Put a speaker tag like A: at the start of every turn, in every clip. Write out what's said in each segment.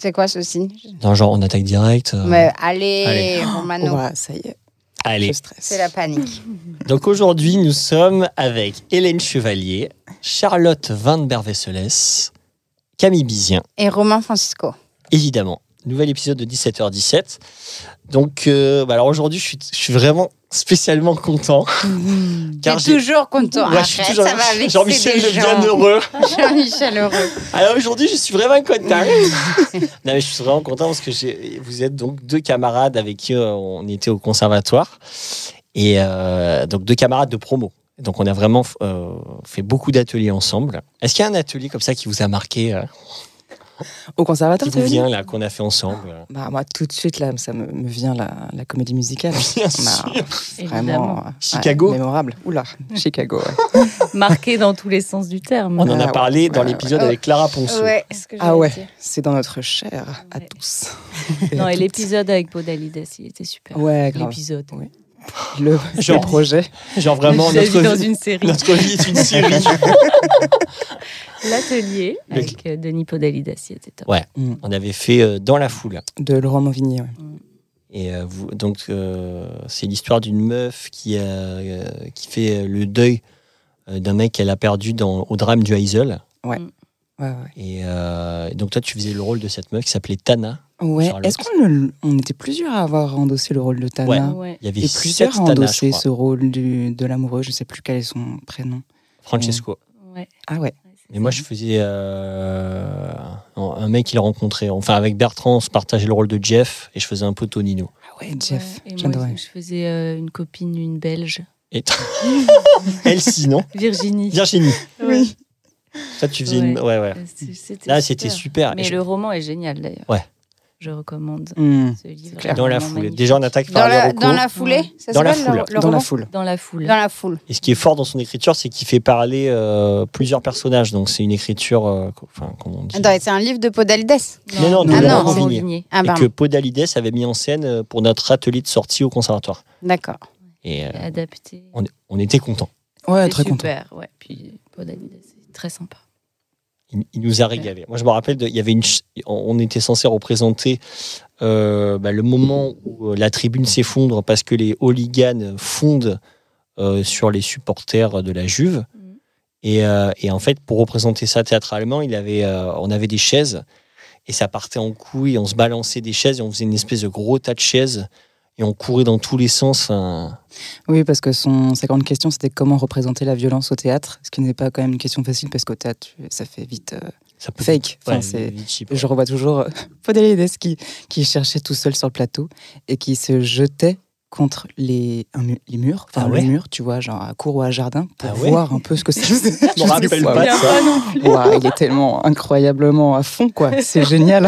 A: C'est quoi ceci
B: Non, genre on attaque direct. euh,
A: Mais allez,
B: allez.
A: Romano,
C: Ouah, ça y est,
D: Allez,
C: je stresse.
A: c'est la panique.
B: Donc aujourd'hui, nous sommes avec Hélène Chevalier, Charlotte Van Berveselès, Camille Bizien,
A: Et Romain Francisco.
B: évidemment. Nouvel épisode de 17h17. Donc, euh, bah alors aujourd'hui, je suis, je suis vraiment spécialement content.
A: T'es
B: j'ai-
A: toujours content.
B: Ouais, je suis
A: Arrête,
B: toujours-
A: ça va avec
B: Jean-Michel,
A: des
B: le
A: gens.
B: bienheureux.
A: Jean-Michel Heureux.
B: Alors aujourd'hui, je suis vraiment content. non, mais je suis vraiment content parce que j'ai- vous êtes donc deux camarades avec qui euh, on était au conservatoire. Et euh, donc deux camarades de promo. Donc on a vraiment euh, fait beaucoup d'ateliers ensemble. Est-ce qu'il y a un atelier comme ça qui vous a marqué, euh,
C: Au conservatoire,
B: qui
C: tu
B: vous
C: veux dire
B: vient là, qu'on a fait ensemble euh
C: bah, Moi, tout de suite, là, ça me, me vient la, la comédie musicale.
B: Bien
C: On a
B: sûr.
C: vraiment euh,
B: Chicago.
C: mémorable. Oula, Chicago. ouais.
E: marqué dans tous les sens du terme.
B: On en
C: Ah
B: a
C: ouais,
B: parlé dans
C: ouais,
B: l'épisode
A: ouais.
B: avec Clara Ponceau.
A: Ouais, ce que
C: Ah
A: j'allais
C: ouais,
A: dire.
C: c'est dans notre chair à
E: Ouais.
C: tous.
E: Non,
C: à
E: et
C: toutes.
E: l'épisode avec Podalides, il était super.
C: Ouais, grave.
E: L'épisode.
C: Le, le
B: Genre.
C: projet.
B: Genre vraiment
E: Vraiment,
B: notre
E: dans
B: vie,
E: une série.
B: notre vie est une série.
E: L'atelier
B: Le-
E: avec euh, Denis Podalides, il était top.
B: on avait fait euh, dans la foule.
C: De Laurent Mauvigny, ouais.
B: Et euh, vous- donc, euh, c'est l'histoire d'une meuf qui, a, euh, qui fait le deuil euh, d'un mec qu'elle a perdu dans, au drame du Heisel.
C: Ouais, ouais.
B: Et euh, donc, toi, tu faisais le rôle de cette meuf qui s'appelait Tana.
C: Ouais,
B: Charlotte.
C: Est-ce qu'on le- on était plusieurs à avoir endossé le rôle de Tana
B: Ouais.
E: Ouais.
B: Il y avait
C: Et
B: sept
C: plusieurs à
B: Tana, je
C: endosser
B: crois.
C: ce rôle du- de l'amoureux, je sais plus quel est son prénom.
B: Francesco.
E: ouais.
C: Ah ouais,
B: Et moi, je faisais euh, un mec qu'il rencontrait. Enfin, avec Bertrand, on se partageait le rôle de Jeff et je faisais un peu Tonino.
C: ah ouais Jeff,
E: Ouais. Et moi,
C: j'adorais.
E: je faisais euh, une copine, une belge,
B: Et elle, sinon,
E: Virginie.
B: Virginie.
E: Ouais.
B: Toi, tu faisais une. Ouais, ouais.
E: Euh, c'est- C'était
B: Là, c'était
E: super.
B: super. Et
E: Mais
B: je-
E: le roman est génial d'ailleurs.
B: Ouais.
E: Je recommande
C: Hmm.
E: ce livre.
C: clair.
B: Dans la
E: Vraiment
B: foule.
E: magnifique.
B: Déjà, on attaque
A: Dans
B: par les
A: la,
B: recos.
A: dans la foulée ça
B: Dans la
A: s'appelle,
B: foule.
A: le- le
C: Dans la
A: roman
C: foule.
E: Dans la foule.
A: Dans la foule.
B: Et ce qui est fort dans son écriture, c'est qu'il fait parler euh, plusieurs personnages. Donc c'est une écriture, euh, co- enfin, comment on dit
A: Attends, c'est un livre de Podalides
B: Non, non,
A: de
E: Ah,
A: Laurent
E: Laurent
B: Vignier.
E: Vignier.
A: Ah,
B: Et
A: pardon.
B: que Podalides avait mis en scène euh, pour notre atelier de sortie au conservatoire.
A: D'accord.
B: Et euh,
E: Adapté.
B: on, on était contents.
C: Ouais,
E: C'est
C: très content.
E: super, ouais. Puis Podalides, c'est très sympa.
B: Il, il nous a régalé. Moi, je me rappelle, de- il y avait une, ch- on on était censé représenter euh, bah, le moment où euh, la tribune s'effondre parce que les hooligans fondent euh, sur les supporters de la Juve.
E: Mhm.
B: Et, euh, et en fait, pour représenter ça théâtralement, il avait, euh, on avait des chaises et ça partait en couilles. On se balançait des chaises et on faisait une espèce de gros tas de chaises et on courait dans tous les sens. hein.
C: Oui, parce que son, sa grande question, c'était comment représenter la violence au théâtre, ce qui n'est pas quand même une question facile, parce qu'au théâtre, tu- ça fait vite euh,
B: Ça peut
C: fake. Enfin,
B: Ouais,
C: c'est-
B: vite cheap,
C: je revois toujours euh, Podalides qui, qui cherchait tout seul sur le plateau et qui se jetait contre les, un mu- les murs, enfin
B: Ah
C: le
B: ouais
C: mur, tu vois, genre à cour ou à jardin, pour
B: Ah ouais
C: voir un peu ce que ça faisait.
B: Je me rappelle
C: Waouh.
B: pas de Ah, ça.
C: Waouh, il est tellement incroyablement à fond, quoi. C'est génial.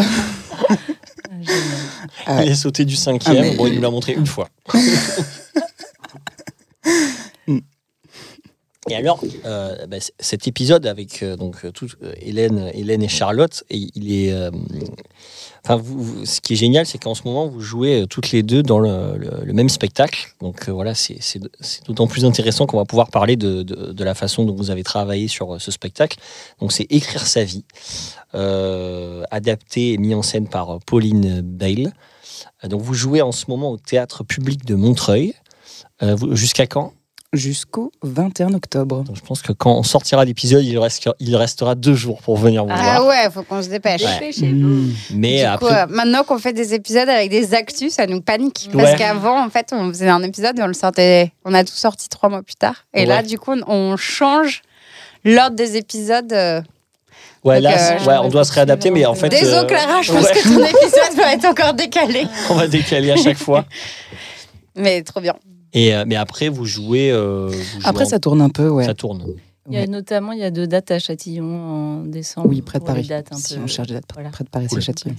C: Ouais.
B: Il a sauté du cinquième.
C: Ah, mais-
B: Bon, il nous l'a montré une fois.
C: Mm.
B: et alors, euh, bah, c- cet épisode avec euh, donc euh, tout, euh, Hélène, Hélène et Charlotte, et il est. euh, Enfin, vous- vous- ce qui est génial, c'est qu'en ce moment, vous jouez euh, toutes les deux dans le, le- le même spectacle. Donc euh, voilà, c'est c'est- c'est d'autant plus intéressant qu'on va pouvoir parler de, de- de la façon dont vous avez travaillé sur euh, ce spectacle. Donc c'est Écrire sa vie, euh, adapté et mis en scène par euh, Pauline Bale. Euh, Donc vous jouez en ce moment au théâtre public de Montreuil. Euh, vous- Jusqu'à quand
C: Jusqu'au 21 octobre.
B: Donc, Je pense que quand on sortira l'épisode, il, reste- il restera deux jours pour venir vous
A: Ah
B: voir.
A: ouais, faut qu'on se dépêche.
C: Mmh.
E: Dépêchez-vous.
B: Mais
A: Du coup,
B: après,
A: euh, maintenant qu'on fait des épisodes avec des actus, ça nous panique.
B: Ouais.
A: Parce qu'avant, en fait, on faisait un épisode et on le sortait. On a tout sorti trois mois plus tard. Et
B: Ouais.
A: là, du coup, on- on change l'ordre des épisodes. euh.
B: ouais,
A: donc,
B: là,
A: euh,
B: c'est- ouais, on doit se réadapter, mais en fait,
A: Désolé,
B: euh,
A: Clara, je pense
B: ouais,
A: que ton épisode va être encore décalé.
B: on va décaler à chaque fois.
A: Mais trop bien.
B: Et, euh, mais après, vous jouez. euh, vous
C: Après,
B: jouez
C: ça tourne un peu,
B: en-
C: ouais.
B: ça tourne.
E: Il y a notamment, il y a deux dates à Châtillon en décembre.
C: Oui, près de
E: pour les
C: Paris.
E: dates un
C: si
E: peu-
C: on cherche des dates pr-
E: voilà.
C: près de Paris, c'est
B: Cool.
C: Châtillon.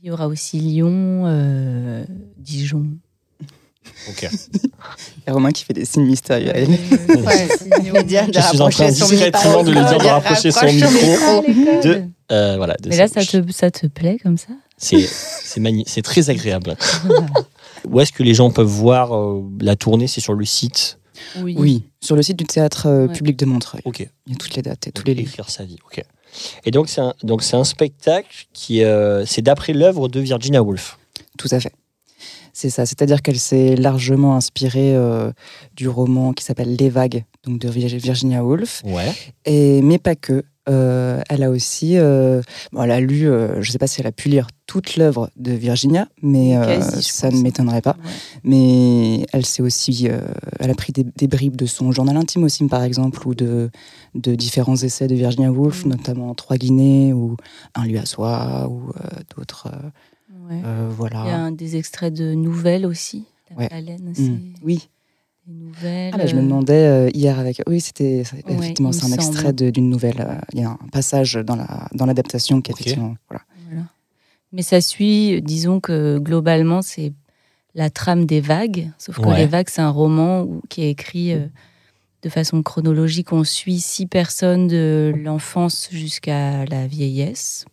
E: Il y aura aussi Lyon, euh, Dijon.
B: Ok.
C: Il y a Romain qui fait des signes mystérieux. à Hélène.
E: Ouais, c'est Lyon.
B: Je suis en train discrètement de lui dire de rapprocher son
C: Oh.
B: micro.
E: Ah, l'école.
B: de- Euh, voilà, de
E: Mais là,
B: sa
E: ça
B: bouche.
E: te, ça te plaît comme ça
B: C'est c'est magni- c'est très agréable. Où est-ce que les gens peuvent voir euh, la tournée C'est sur le site.
C: Oui, sur le site du théâtre euh,
E: Ouais.
C: public de Montreuil.
B: Ok.
C: Il y a toutes les dates et tous
B: Donc,
C: les lieux.
B: écrire sa vie. Ok. Et donc c'est un donc c'est un spectacle qui euh, c'est d'après l'œuvre de Virginia Woolf.
C: Tout à fait. C'est ça, c'est-à-dire qu'elle s'est largement inspirée euh, du roman qui s'appelle Les Vagues, donc de Vir- Virginia Woolf,
B: Ouais.
C: et, mais pas que. Euh, elle a aussi, euh, bon, elle a lu, euh, je ne sais pas si elle a pu lire toute l'œuvre de Virginia, mais euh,
E: Quasi, je
C: ça ne
E: pense.
C: m'étonnerait pas. Mais elle s'est aussi, euh, elle a pris des, des bribes de son journal intime aussi, par exemple, ou de, de différents essais de Virginia Woolf,
E: Mm.
C: notamment Trois Guinées ou Un lieu à soi ou euh, d'autres. euh,
E: Ouais.
C: euh,
E: Il y a
C: voilà.
E: un- des extraits de nouvelles aussi. La
C: Ouais.
E: baleine, c'est
C: Mm. Oui.
E: des nouvelles.
C: Ah bah, je me
E: euh,
C: demandais euh, hier avec. Oui, c'était
E: Ouais,
C: effectivement
E: il
C: c'est un
E: me semble.
C: extrait de- d'une nouvelle. euh, Il y a un passage dans la dans l'adaptation qui est
B: Ok.
C: effectivement. Voilà.
E: Voilà. Mais ça suit, disons que globalement, c'est la trame des vagues. Sauf que
B: Ouais.
E: les vagues, c'est un roman où- qui est écrit euh, de façon chronologique. On suit six personnes de l'enfance jusqu'à la vieillesse.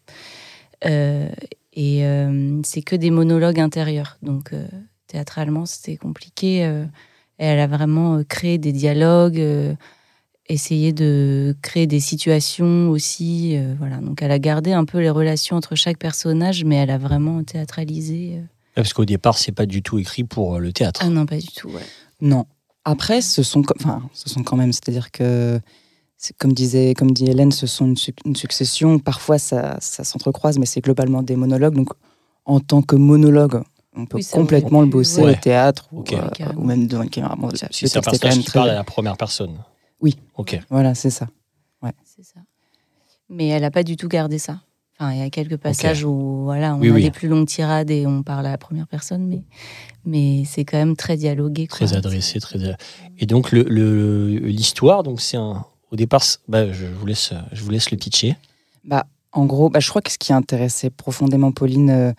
E: Euh, et euh, c'est que des monologues intérieurs. Donc, euh, théâtralement, c'était compliqué. euh, et elle a vraiment euh, créé des dialogues, euh, essayé de créer des situations aussi. euh, voilà. Donc elle a gardé un peu les relations entre chaque personnage, mais elle a vraiment théâtralisé. euh.
B: Parce qu'au départ c'est pas du tout écrit pour euh, le théâtre.
E: Ah non, pas du tout. ouais.
C: Non. Après, ce sont co- enfin ce sont quand même. C'est-à-dire que c'est- comme disait comme dit Hélène, ce sont une, suc- une succession. Parfois ça ça s'entrecroise, mais c'est globalement des monologues. Donc en tant que monologue, on peut
E: Oui, ça, on
C: complètement
E: l'a
C: le
E: vu,
C: bosser
B: ouais.
C: au théâtre ou,
B: Ok.
C: euh,
E: Oui, carrément.
C: ou même devant une caméra. Bon, le
B: Si c'est un
C: texte est quand
B: personnage
C: même
B: qui
C: très-
B: parle à la première personne.
C: Oui.
B: Ok.
C: Voilà, c'est ça.
E: C'est ça. Mais elle n'a pas du tout gardé ça. Enfin, il y a quelques passages où voilà, on
B: Oui,
E: a
B: oui.
E: des plus longues tirades et on parle à la première personne, mais, mais c'est quand même très dialogué. quoi.
B: Très adressé, très. a- Et donc le- le l'histoire donc c'est un au départ c'est- bah, je vous laisse je vous laisse le pitcher.
C: Bah, en gros, bah, je crois que ce qui a intéressé profondément Pauline, euh,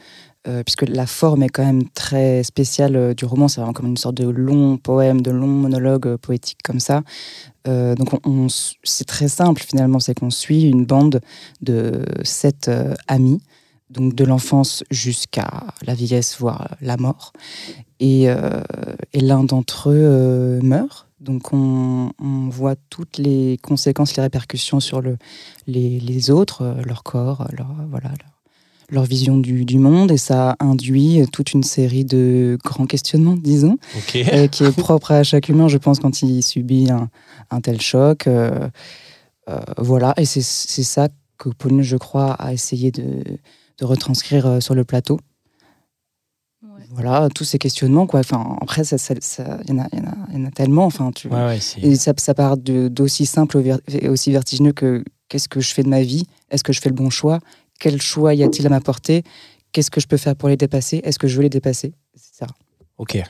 C: euh, puisque la forme est quand même très spéciale euh, du roman, c'est vraiment comme une sorte de long poème, de long monologue euh, poétique comme ça. Euh, donc on- on s- c'est très simple finalement, c'est qu'on suit une bande de sept euh, amis, donc de l'enfance jusqu'à la vieillesse, voire euh, la mort. Et, euh, et l'un d'entre eux euh, meurt. Donc on, on voit toutes les conséquences, les répercussions sur le, les, les autres, euh, leur corps, euh, leur, euh, voilà, leur, leur vision du, du monde. Et ça induit euh, toute une série de grands questionnements, disons,
B: Ok.
C: euh, qui est propre à chaque humain, je pense, quand il subit un, un tel choc. euh, euh, voilà, et c'est c'est ça que Pauline, je crois, a essayé de, de retranscrire euh, sur le plateau.
E: Ouais.
C: Voilà, tous ces questionnements, quoi. Enfin, après, il ça, ça- ça- il y, en a- il y en a- il y en a tellement. Enfin, tu,
B: Ouais, ouais, c'est-
C: et ça, ça part de- d'aussi simple au ver- et aussi vertigineux que qu'est-ce que je fais de ma vie Est-ce que je fais le bon choix Quel choix y a-t-il à m'apporter Qu'est-ce que je peux faire pour les dépasser Est-ce que je veux les dépasser C'est ça.
B: Ok.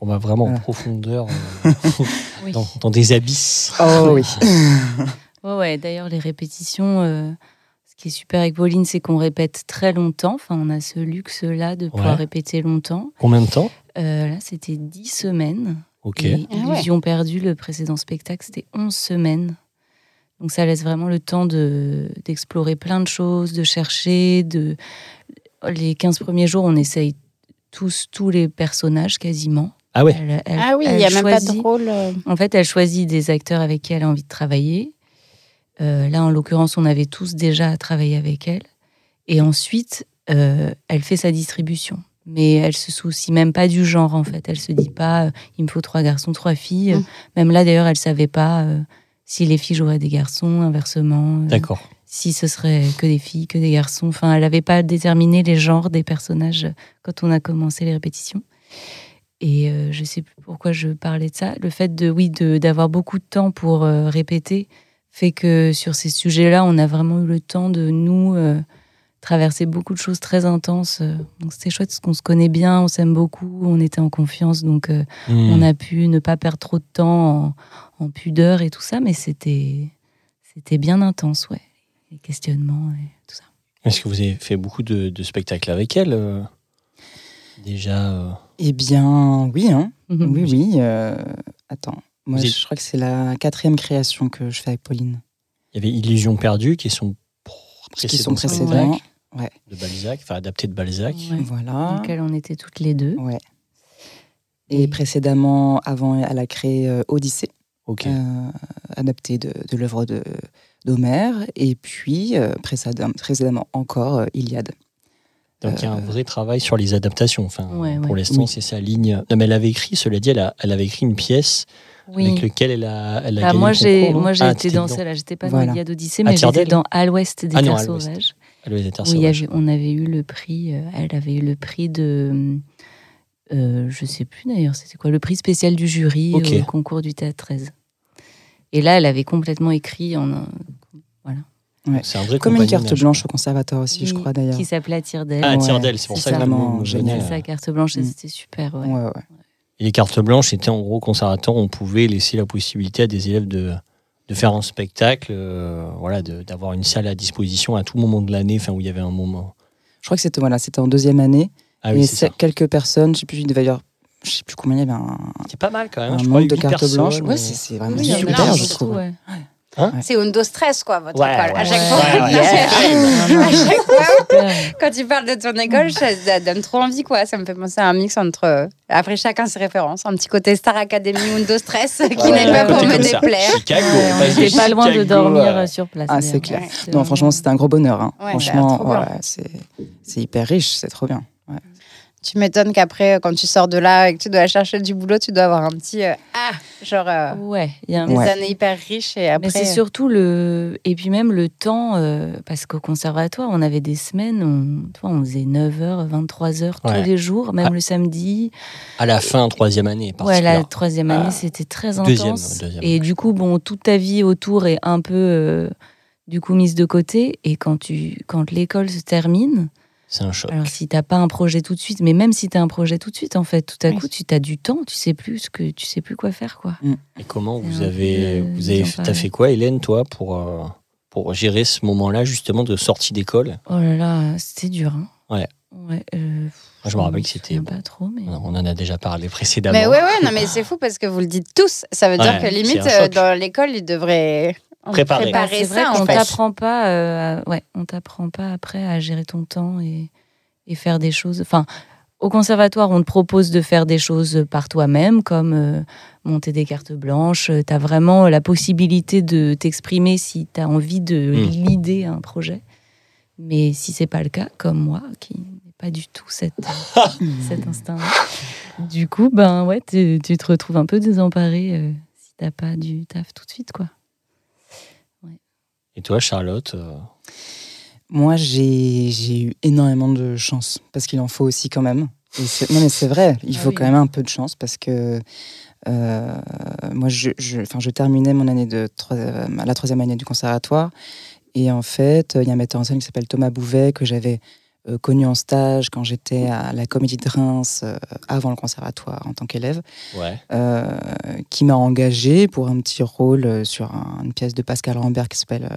B: On va vraiment en
C: Voilà.
B: profondeur, euh,
E: Oui.
B: dans, dans des abysses.
C: Oh oui.
E: Ouais, ouais. D'ailleurs, les répétitions, euh, ce qui est super avec Pauline, c'est qu'on répète très longtemps. Enfin, on a ce luxe-là de pouvoir
B: Ouais.
E: répéter longtemps.
B: Combien de temps
E: Euh, là, c'était 10 semaines.
B: Ok.
E: Et
A: Ah ouais.
E: Illusion perdue, le précédent spectacle, c'était 11 semaines. Donc ça laisse vraiment le temps de- d'explorer plein de choses, de chercher. De... Les 15 premiers jours, on essaye tous, tous les personnages quasiment.
B: Ah ouais.
E: Elle- elle-
A: Ah oui, il
E: elle
A: n'y a même pas de
E: choisit-
A: rôle. euh,
E: en fait, elle choisit des acteurs avec qui elle a envie de travailler. Euh, là, en l'occurrence, on avait tous déjà travaillé avec elle. Et ensuite, euh, elle fait sa distribution. Mais elle se soucie même pas du genre, en fait. Elle se dit pas, euh, il me faut trois garçons, trois filles.
A: Mm.
E: Même là, d'ailleurs, elle savait pas euh, si les filles joueraient des garçons, inversement. euh,
B: D'accord.
E: si ce serait que des filles, que des garçons. Enfin, elle n'avait pas déterminé les genres des personnages quand on a commencé les répétitions. Et euh, je sais plus pourquoi je parlais de ça. Le fait de oui de- d'avoir beaucoup de temps pour euh, répéter fait que sur ces sujets-là, on a vraiment eu le temps de nous euh, traverser beaucoup de choses très intenses. Euh, Donc c'était chouette parce qu'on se connaît bien, on s'aime beaucoup, on était en confiance, donc euh,
B: Hmm.
E: on a pu ne pas perdre trop de temps en, en pudeur et tout ça, mais c'était c'était bien intense, ouais. Les questionnements et tout ça.
B: Est-ce que vous avez fait beaucoup de, de spectacles avec elle euh, Déjà, euh,
C: Eh bien, oui, hein.
E: Mhm.
C: oui, oui. euh, Attends, moi,
B: Vous
C: je,
B: êtes-
C: crois que c'est la quatrième création que je fais avec Pauline.
B: il y avait Illusion perdue qui est son pr-
C: Parce qu'ils sont
B: précédent
C: précédents.
B: spectacle de Balzac, enfin adapté de Balzac.
E: Ouais. Dans
C: Voilà.
E: lequel on était toutes les deux.
C: Ouais. Et précédemment, avant, elle a créé euh, Odyssée,
B: Ok.
C: euh, adaptée de, de l'œuvre de- d'Homère. Et puis, euh, précédem- précédemment encore, euh, Iliade.
B: Donc il y a un vrai travail sur les adaptations. Enfin,
E: Ouais,
B: pour
E: ouais.
B: l'instant,
C: euh, Oui.
B: c'est sa ligne. Non, mais elle avait écrit, cela dit, elle, a- elle avait écrit une pièce
E: Oui.
B: avec laquelle elle a, elle a
E: Bah,
B: gagné
E: moi,
B: le
E: j'ai
B: concours, non
E: moi, j'ai
B: Ah,
E: été
B: t'étais
E: dans
B: dedans.
E: celle-là. J'étais pas
C: Voilà.
E: dans l'Iliade Odyssée,
B: Ah,
E: mais j'étais
B: Tyrardel
E: dans À l'Ouest des
B: Ah non,
E: Terres
B: À l'Ouest.
E: Sauvages.
B: Elle avait été
E: où il y
B: sauvages.
E: avait- on avait eu le prix. euh, elle avait eu le prix de. euh, je sais plus d'ailleurs, c'était quoi Le prix spécial du jury
B: Ok.
E: au concours du Théâtre 13. Et là, elle avait complètement écrit en un-
B: C'est un vrai
C: Comme une
B: compagnon
C: carte
B: d'âge.
C: blanche au conservatoire aussi, je
E: Oui,
C: crois d'ailleurs.
E: qui s'appelait Tire-d'Aile.
B: Ah,
C: Ouais,
B: Tire-Del, c'est pour
E: c'est
B: ça, que
E: ça.
B: le nom
C: Vraiment
B: me
C: génial.
B: venait.
E: sa carte blanche, et
C: Mm.
E: c'était super. ouais.
C: Ouais, ouais.
B: Et les cartes blanches étaient en gros conservatoire, on pouvait laisser la possibilité à des élèves de, de faire un spectacle, euh, voilà, de- d'avoir une salle à disposition à tout moment de l'année, enfin où il y avait un moment.
C: Je crois que c'était voilà, c'était en deuxième année.
B: Ah
C: et
B: oui, c'est ça.
C: c'est quelques personnes, je sais plus, il devait y avoir, je sais plus combien il y avait un,
B: C'était pas mal quand même.
C: un
B: Ah je crois,
C: nombre de
B: huit
C: cartes
B: personnes,
C: blanches.
B: euh,
C: Ouais, c'est c'est vraiment
E: Oui, il y en a
C: super,
E: plein,
C: je
E: surtout,
C: trouve.
E: ouais.
A: C'est Undo Stress, quoi, votre
B: Ouais,
A: école. À
B: ouais.
A: chaque
B: Ouais,
A: fois,
B: ouais.
A: à chaque-
E: Ouais.
A: à chaque fois,
E: Super.
A: quand tu parles de ton école, ça, ça donne trop envie, quoi. Ça me fait penser à un mix entre. euh, Après, chacun ses références. Un petit côté Star Academy Undo Stress qui n'est
B: ouais,
A: pas
B: un
A: pour
B: côté
A: me
B: comme ça.
A: déplaire.
B: Chicago,
E: Ouais, on
B: parce que
E: n'était pas loin de
B: Chicago,
E: dormir
B: euh,
E: euh, sur place.
C: Ah,
E: d'ailleurs.
C: c'est clair.
A: Ouais,
E: c'est
C: Non, franchement,
E: vraiment-
C: c'était un gros bonheur. hein.
A: Ouais, ça a
C: franchement,
E: bah,
A: trop bien.
C: ouais, c'est c'est hyper riche, c'est trop bien. Ouais.
A: Tu m'étonnes qu'après, euh, quand tu sors de là et que tu dois chercher du boulot, tu dois avoir un petit. euh, ah Genre. euh,
E: Ouais, il y a un
A: des
C: Ouais.
A: années hyper riches et après.
E: Mais c'est surtout le. Et puis même le temps, euh, parce qu'au conservatoire, on avait des semaines, on, tu vois, on faisait 9h, 23h
B: Ouais.
E: tous les jours, même
B: Ah.
E: le samedi.
B: À la fin, troisième année.
E: Ouais, la
B: particulière. Ah.
E: troisième année, c'était très intense.
B: Deuxième, deuxième.
E: Et du coup, bon, toute ta vie autour est un peu, euh, du coup, mise de côté. Et quand, tu... quand l'école se termine,
B: C'est un choc.
E: alors si t'as pas un projet tout de suite, mais même si t'as un projet tout de suite, en fait, tout à
A: Oui.
E: coup, tu t'as du temps, tu sais plus ce que tu sais plus quoi faire, quoi.
B: Et comment
E: C'est
B: vous
E: un
B: avez,
E: peu, euh,
B: vous avez,
E: bizarre,
B: t'as
E: ouais.
B: fait quoi, Hélène, toi, pour euh, pour gérer ce moment-là justement de sortie d'école
E: Oh là là, c'était dur. hein.
B: Ouais.
E: Ouais. euh,
B: Moi, je me rappelle
E: me
B: que c'était.
E: souviens Pas trop, mais.
B: on en a déjà parlé précédemment.
A: euh, Mais ouais, ouais, non, mais c'est fou parce que vous le dites tous. Ça veut dire
B: Ouais,
A: que
B: c'est
A: limite,
B: un
A: euh,
B: choc.
A: dans l'école, ils devraient
B: Préparer.
E: Bah, c'est vrai
A: ça en
E: qu'on
A: fait.
E: t'apprend pas, euh, à- ouais, on t'apprend pas après à gérer ton temps et, et faire des choses. Enfin, au conservatoire, on te propose de faire des choses par toi-même, comme euh, monter des cartes blanches. Tu as vraiment la possibilité de t'exprimer si tu as envie de
B: Hmm.
E: l'idée à un projet. Mais si c'est pas le cas, comme moi, qui n'ai pas du tout cette, euh, cet instinct, du coup, ben ouais, tu, tu te retrouves un peu désemparé euh, si t'as pas du taf tout de suite, quoi.
B: Et toi, Charlotte, euh,
C: Moi, j'ai j'ai eu énormément de chance, parce qu'il en faut aussi quand même. Et c'est- non, mais c'est vrai, il
E: Ah
C: faut
E: oui.
C: quand même un peu de chance, parce que euh, moi, je, je, enfin, je terminais mon année de troi- euh, la troisième année du conservatoire. Et en fait, il y a un metteur en scène qui s'appelle Thomas Bouvet, que j'avais euh, connu en stage quand j'étais à la Comédie de Reims, euh, avant le conservatoire, en tant qu'élève.
B: ouais.
C: euh, qui m'a engagée pour un petit rôle euh, sur un- une pièce de Pascal Rambert qui s'appelle euh,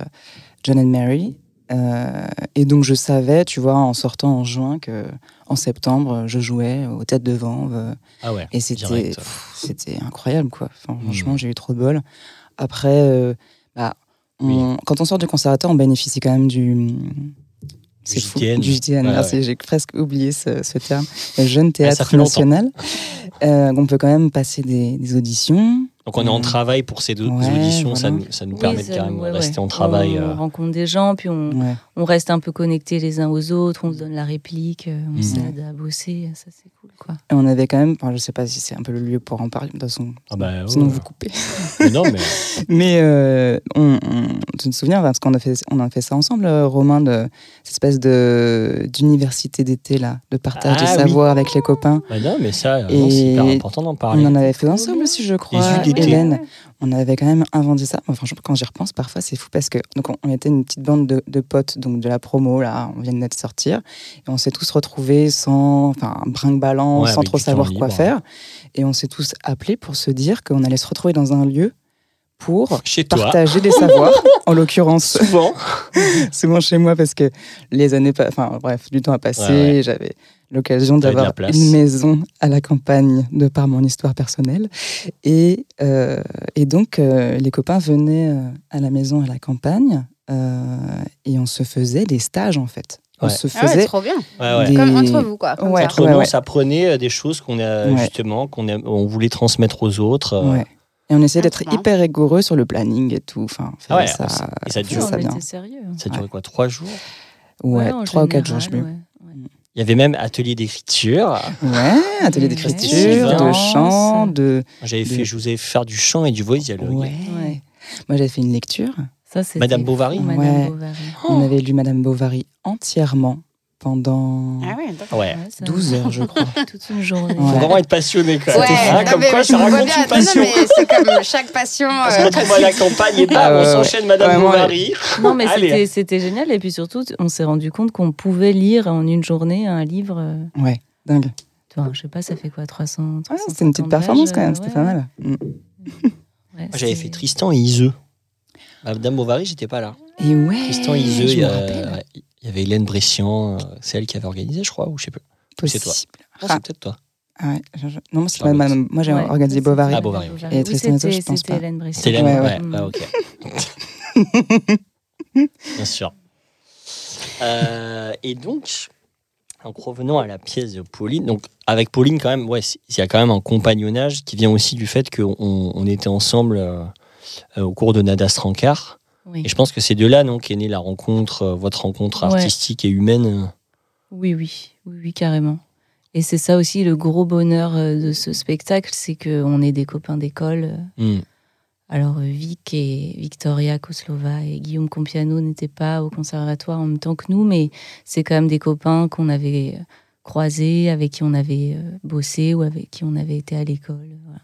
C: John and Mary. Euh, et donc je savais, tu vois, en sortant en juin que en septembre euh, je jouais aux têtes de Vanves euh,
B: Ah ouais.
C: et c'était
B: direct.
C: pff, c'était incroyable quoi. Enfin,
B: Hmm.
C: Franchement, j'ai eu trop de bol. Après, euh, bah, on- quand on sort du conservatoire, on bénéficie quand même du hmm, c'est fou,
B: JTN.
C: du JTN.
B: Ouais, Ah,
C: merci, j'ai presque oublié ce, ce terme. Le jeune
B: ça
C: théâtre
B: fait longtemps.
C: national. Euh, on peut quand même passer des, des auditions.
B: Donc on est en
C: Mm. travail
B: travail pour ces deux
C: Ouais,
B: auditions, ça,
C: voilà.
B: nous, ça nous
E: Oui,
B: permet
E: ça
B: de carrément
E: nous- ouais,
B: de rester
E: ouais.
B: en travail.
E: On,
B: euh,
E: rencontre des gens, puis on,
C: Ouais.
E: on reste un peu connectés les uns aux autres, on se donne la réplique, euh, on
B: Mhm.
E: s'aide à bosser, ça c'est cool quoi.
C: Et on avait quand même, enfin, je sais pas si c'est un peu le lieu pour en parler, de toute façon,
B: Ah bah,
C: sinon
B: ouais.
C: vous coupez.
B: Mais non, mais
C: Mais euh, on, on- tu te souviens, parce qu'on a fait, on a fait ça ensemble, euh, Romain, de cette espèce de d'université d'été là, de partage
B: Ah
C: de
B: oui.
C: savoir avec les copains.
B: bah non, mais ça, euh,
C: Et-
B: non, c'est hyper important d'en
C: On
B: parler.
C: en avait fait ensemble aussi, je crois,
B: d'été.
C: Hélène. On avait quand même inventé ça. Enfin, franchement, quand j'y repense, parfois c'est fou parce que donc on- on était une petite bande de, de potes, donc de la promo là, on vient de notre sortir, et on s'est tous retrouvés sans, enfin, brinque ballant,
B: Ouais,
C: sans
B: avec
C: trop
B: du temps
C: savoir quoi
B: libre. hein.
C: faire, et on s'est tous appelés pour se dire qu'on allait se retrouver dans un lieu pour
B: Chez toi,
C: partager des savoirs, en l'occurrence
B: souvent.
C: souvent chez moi parce que les années, pa- enfin bref, du temps a passé,
B: Ouais,
C: j'avais l'occasion
B: T'avais de la
C: d'avoir
B: place.
C: une maison à la campagne de par mon histoire personnelle. Et, euh, et donc, euh, les copains venaient euh, à la maison à la campagne euh, et on se faisait des stages en fait. On
B: Ouais.
C: se
A: Ah ouais,
C: faisait
A: trop bien.
B: Ouais, ouais.
C: Des-
A: Comme entre vous, quoi. comme
C: Ouais.
A: ça.
B: Entre
C: Ouais,
B: nous,
C: ouais.
B: ça prenait euh, des choses qu'on a
C: Ouais.
B: justement qu'on aime- on voulait transmettre aux autres. euh,
C: Ouais. Et on essayait d'être
A: Ah, c'est
C: hyper rigoureux sur le planning et tout. Enfin, on
B: Ah ouais,
C: faisait
B: on s-
C: ça,
B: et ça
C: on
E: Oui,
C: faisait
B: dure.
C: ça
E: on
C: bien.
E: était sérieux. hein.
B: Ça
C: Ouais.
B: durait quoi Trois jours.
C: Ouais,
E: en
C: trois ou quatre jours, je sais
E: général,
C: plus.
E: ouais, ouais.
B: Il y avait même atelier d'écriture.
C: Ouais, atelier
E: Ouais.
C: d'écriture, de
B: Danse.
C: chant, de.
B: J'avais
C: Des-
B: fait, je vous avais fait faire du chant et du voice dialogue.
C: Ouais. Moi, j'avais fait une lecture.
E: Ça, c'était-
B: Madame Bovary.
E: Madame
C: Ouais.
E: Bovary.
C: On avait lu Madame Bovary entièrement pendant
A: Ah ouais, d'accord.
B: Ouais.
E: Ouais, ça-
C: 12 heures, je crois.
E: Toute une journée.
B: Faut
C: Ouais.
B: vraiment être passionné quand même.
A: Ouais,
B: Hein,
A: non,
B: comme
A: mais
B: quoi,
A: je
B: ça
A: vois
B: raconte une
A: bien. Non, non,
B: passion.
A: mais c'est comme chaque passion.
B: On se
A: euh,
B: retrouve à la campagne et bam,
C: Ah ouais,
B: on
C: ouais.
B: s'enchaîne Madame
C: Ouais, moi,
B: Bovary.
E: Non, mais
B: Allez. hein.
E: c'était- c'était génial. Et puis surtout, on s'est rendu compte qu'on pouvait lire en une journée un livre. euh,
C: Ouais, dingue.
E: tu vois, je sais pas, ça fait quoi 300
C: Ouais,
E: 350
C: c'était une petite
E: pages,
C: performance quand
E: euh,
C: même, c'était
E: Ah, ouais,
C: pas mal. Mm.
E: ouais,
B: Moi, Ah, J'avais
E: c'est-
B: fait Tristan et Iseux. Madame Bovary, j'étais pas là.
C: Et ouais,
B: Tristan et Iseux, il
C: je
B: y,
C: me
B: a-
C: rappelle.
B: il y avait Hélène Brescian, euh, c'est elle qui avait organisé, je crois, ou je sais plus. c'est toi.
C: Possible.
B: Ah,
C: Ah.
B: c'est peut-être toi.
C: Ah ouais, je- je- Non, moi, c'est pas
B: Charlotte.
C: Madame- moi j'ai
E: Ouais,
C: organisé
E: c'est-
C: Bovary.
B: Ah, Bovary, ok.
C: Et Tristan
E: Oui,
C: Iseult, je
E: c'était-
C: pense
E: c'était
C: pas.
E: Hélène Bresson.
B: C'est Hélène,
C: Ouais,
B: ouais,
C: ouais.
B: ouais, ok. Bien sûr. Euh, et donc, en revenant à la pièce de Pauline, donc avec Pauline, quand même, ouais, c- il y a quand même un compagnonnage qui vient aussi du fait qu'on on était ensemble euh, euh, au cours de Nada Strankar.
E: Oui.
B: Et je pense que c'est de là non, qu'est née la rencontre, euh, votre rencontre
E: Ouais.
B: artistique et humaine.
E: Oui, oui, oui, oui, carrément. Et c'est ça aussi le gros bonheur euh, de ce spectacle, c'est qu'on est des copains d'école. euh,
B: Hmm.
E: Alors euh, Vic et Victoria Koslova et Guillaume Compiano n'étaient pas au conservatoire en même temps que nous, mais c'est quand même des copains qu'on avait euh, croisés, avec qui on avait euh, bossé ou avec qui on avait été à l'école, voilà.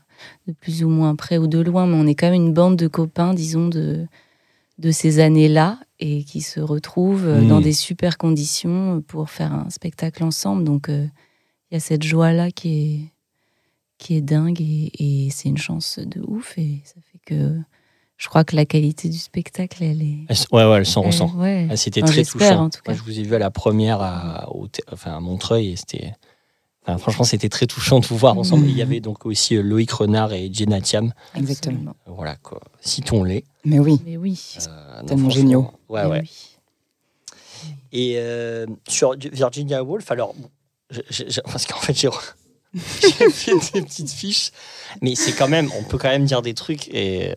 E: de plus ou moins près ou de loin, mais on est quand même une bande de copains, disons, de, de ces années-là, et qui se retrouvent euh,
B: Mm.
E: dans des super conditions pour faire un spectacle ensemble. Donc euh, il y a cette joie-là qui est qui est dingue et, et c'est une chance de ouf et ça fait que je crois que la qualité du spectacle elle est
B: Elle s- Ouais, ouais, elle s'en ressent.
E: elle- ouais.
B: Ah, C'était
E: Enfin,
B: très
E: j'espère,
B: touchant.
E: en tout cas.
B: Moi, je vous ai vu à la première à, au thé- enfin, à Montreuil et c'était. enfin, franchement, c'était très touchant de vous voir ensemble.
C: Mhm.
B: Il y avait donc aussi euh, Loïc Renard et Jenna Thiam.
C: Exactement.
E: Absolument.
B: Voilà quoi. Citons-les.
C: Mais oui,
E: mais oui
B: Euh, non, franchement,
C: Tellement géniaux.
B: Ouais,
E: mais
B: ouais.
E: oui.
B: Et euh, sur du- Virginia Woolf, alors. je- je- je- parce qu'en fait, j'ai re- j'ai fait des petites fiches. Mais c'est quand même. On peut quand même dire des trucs. Et...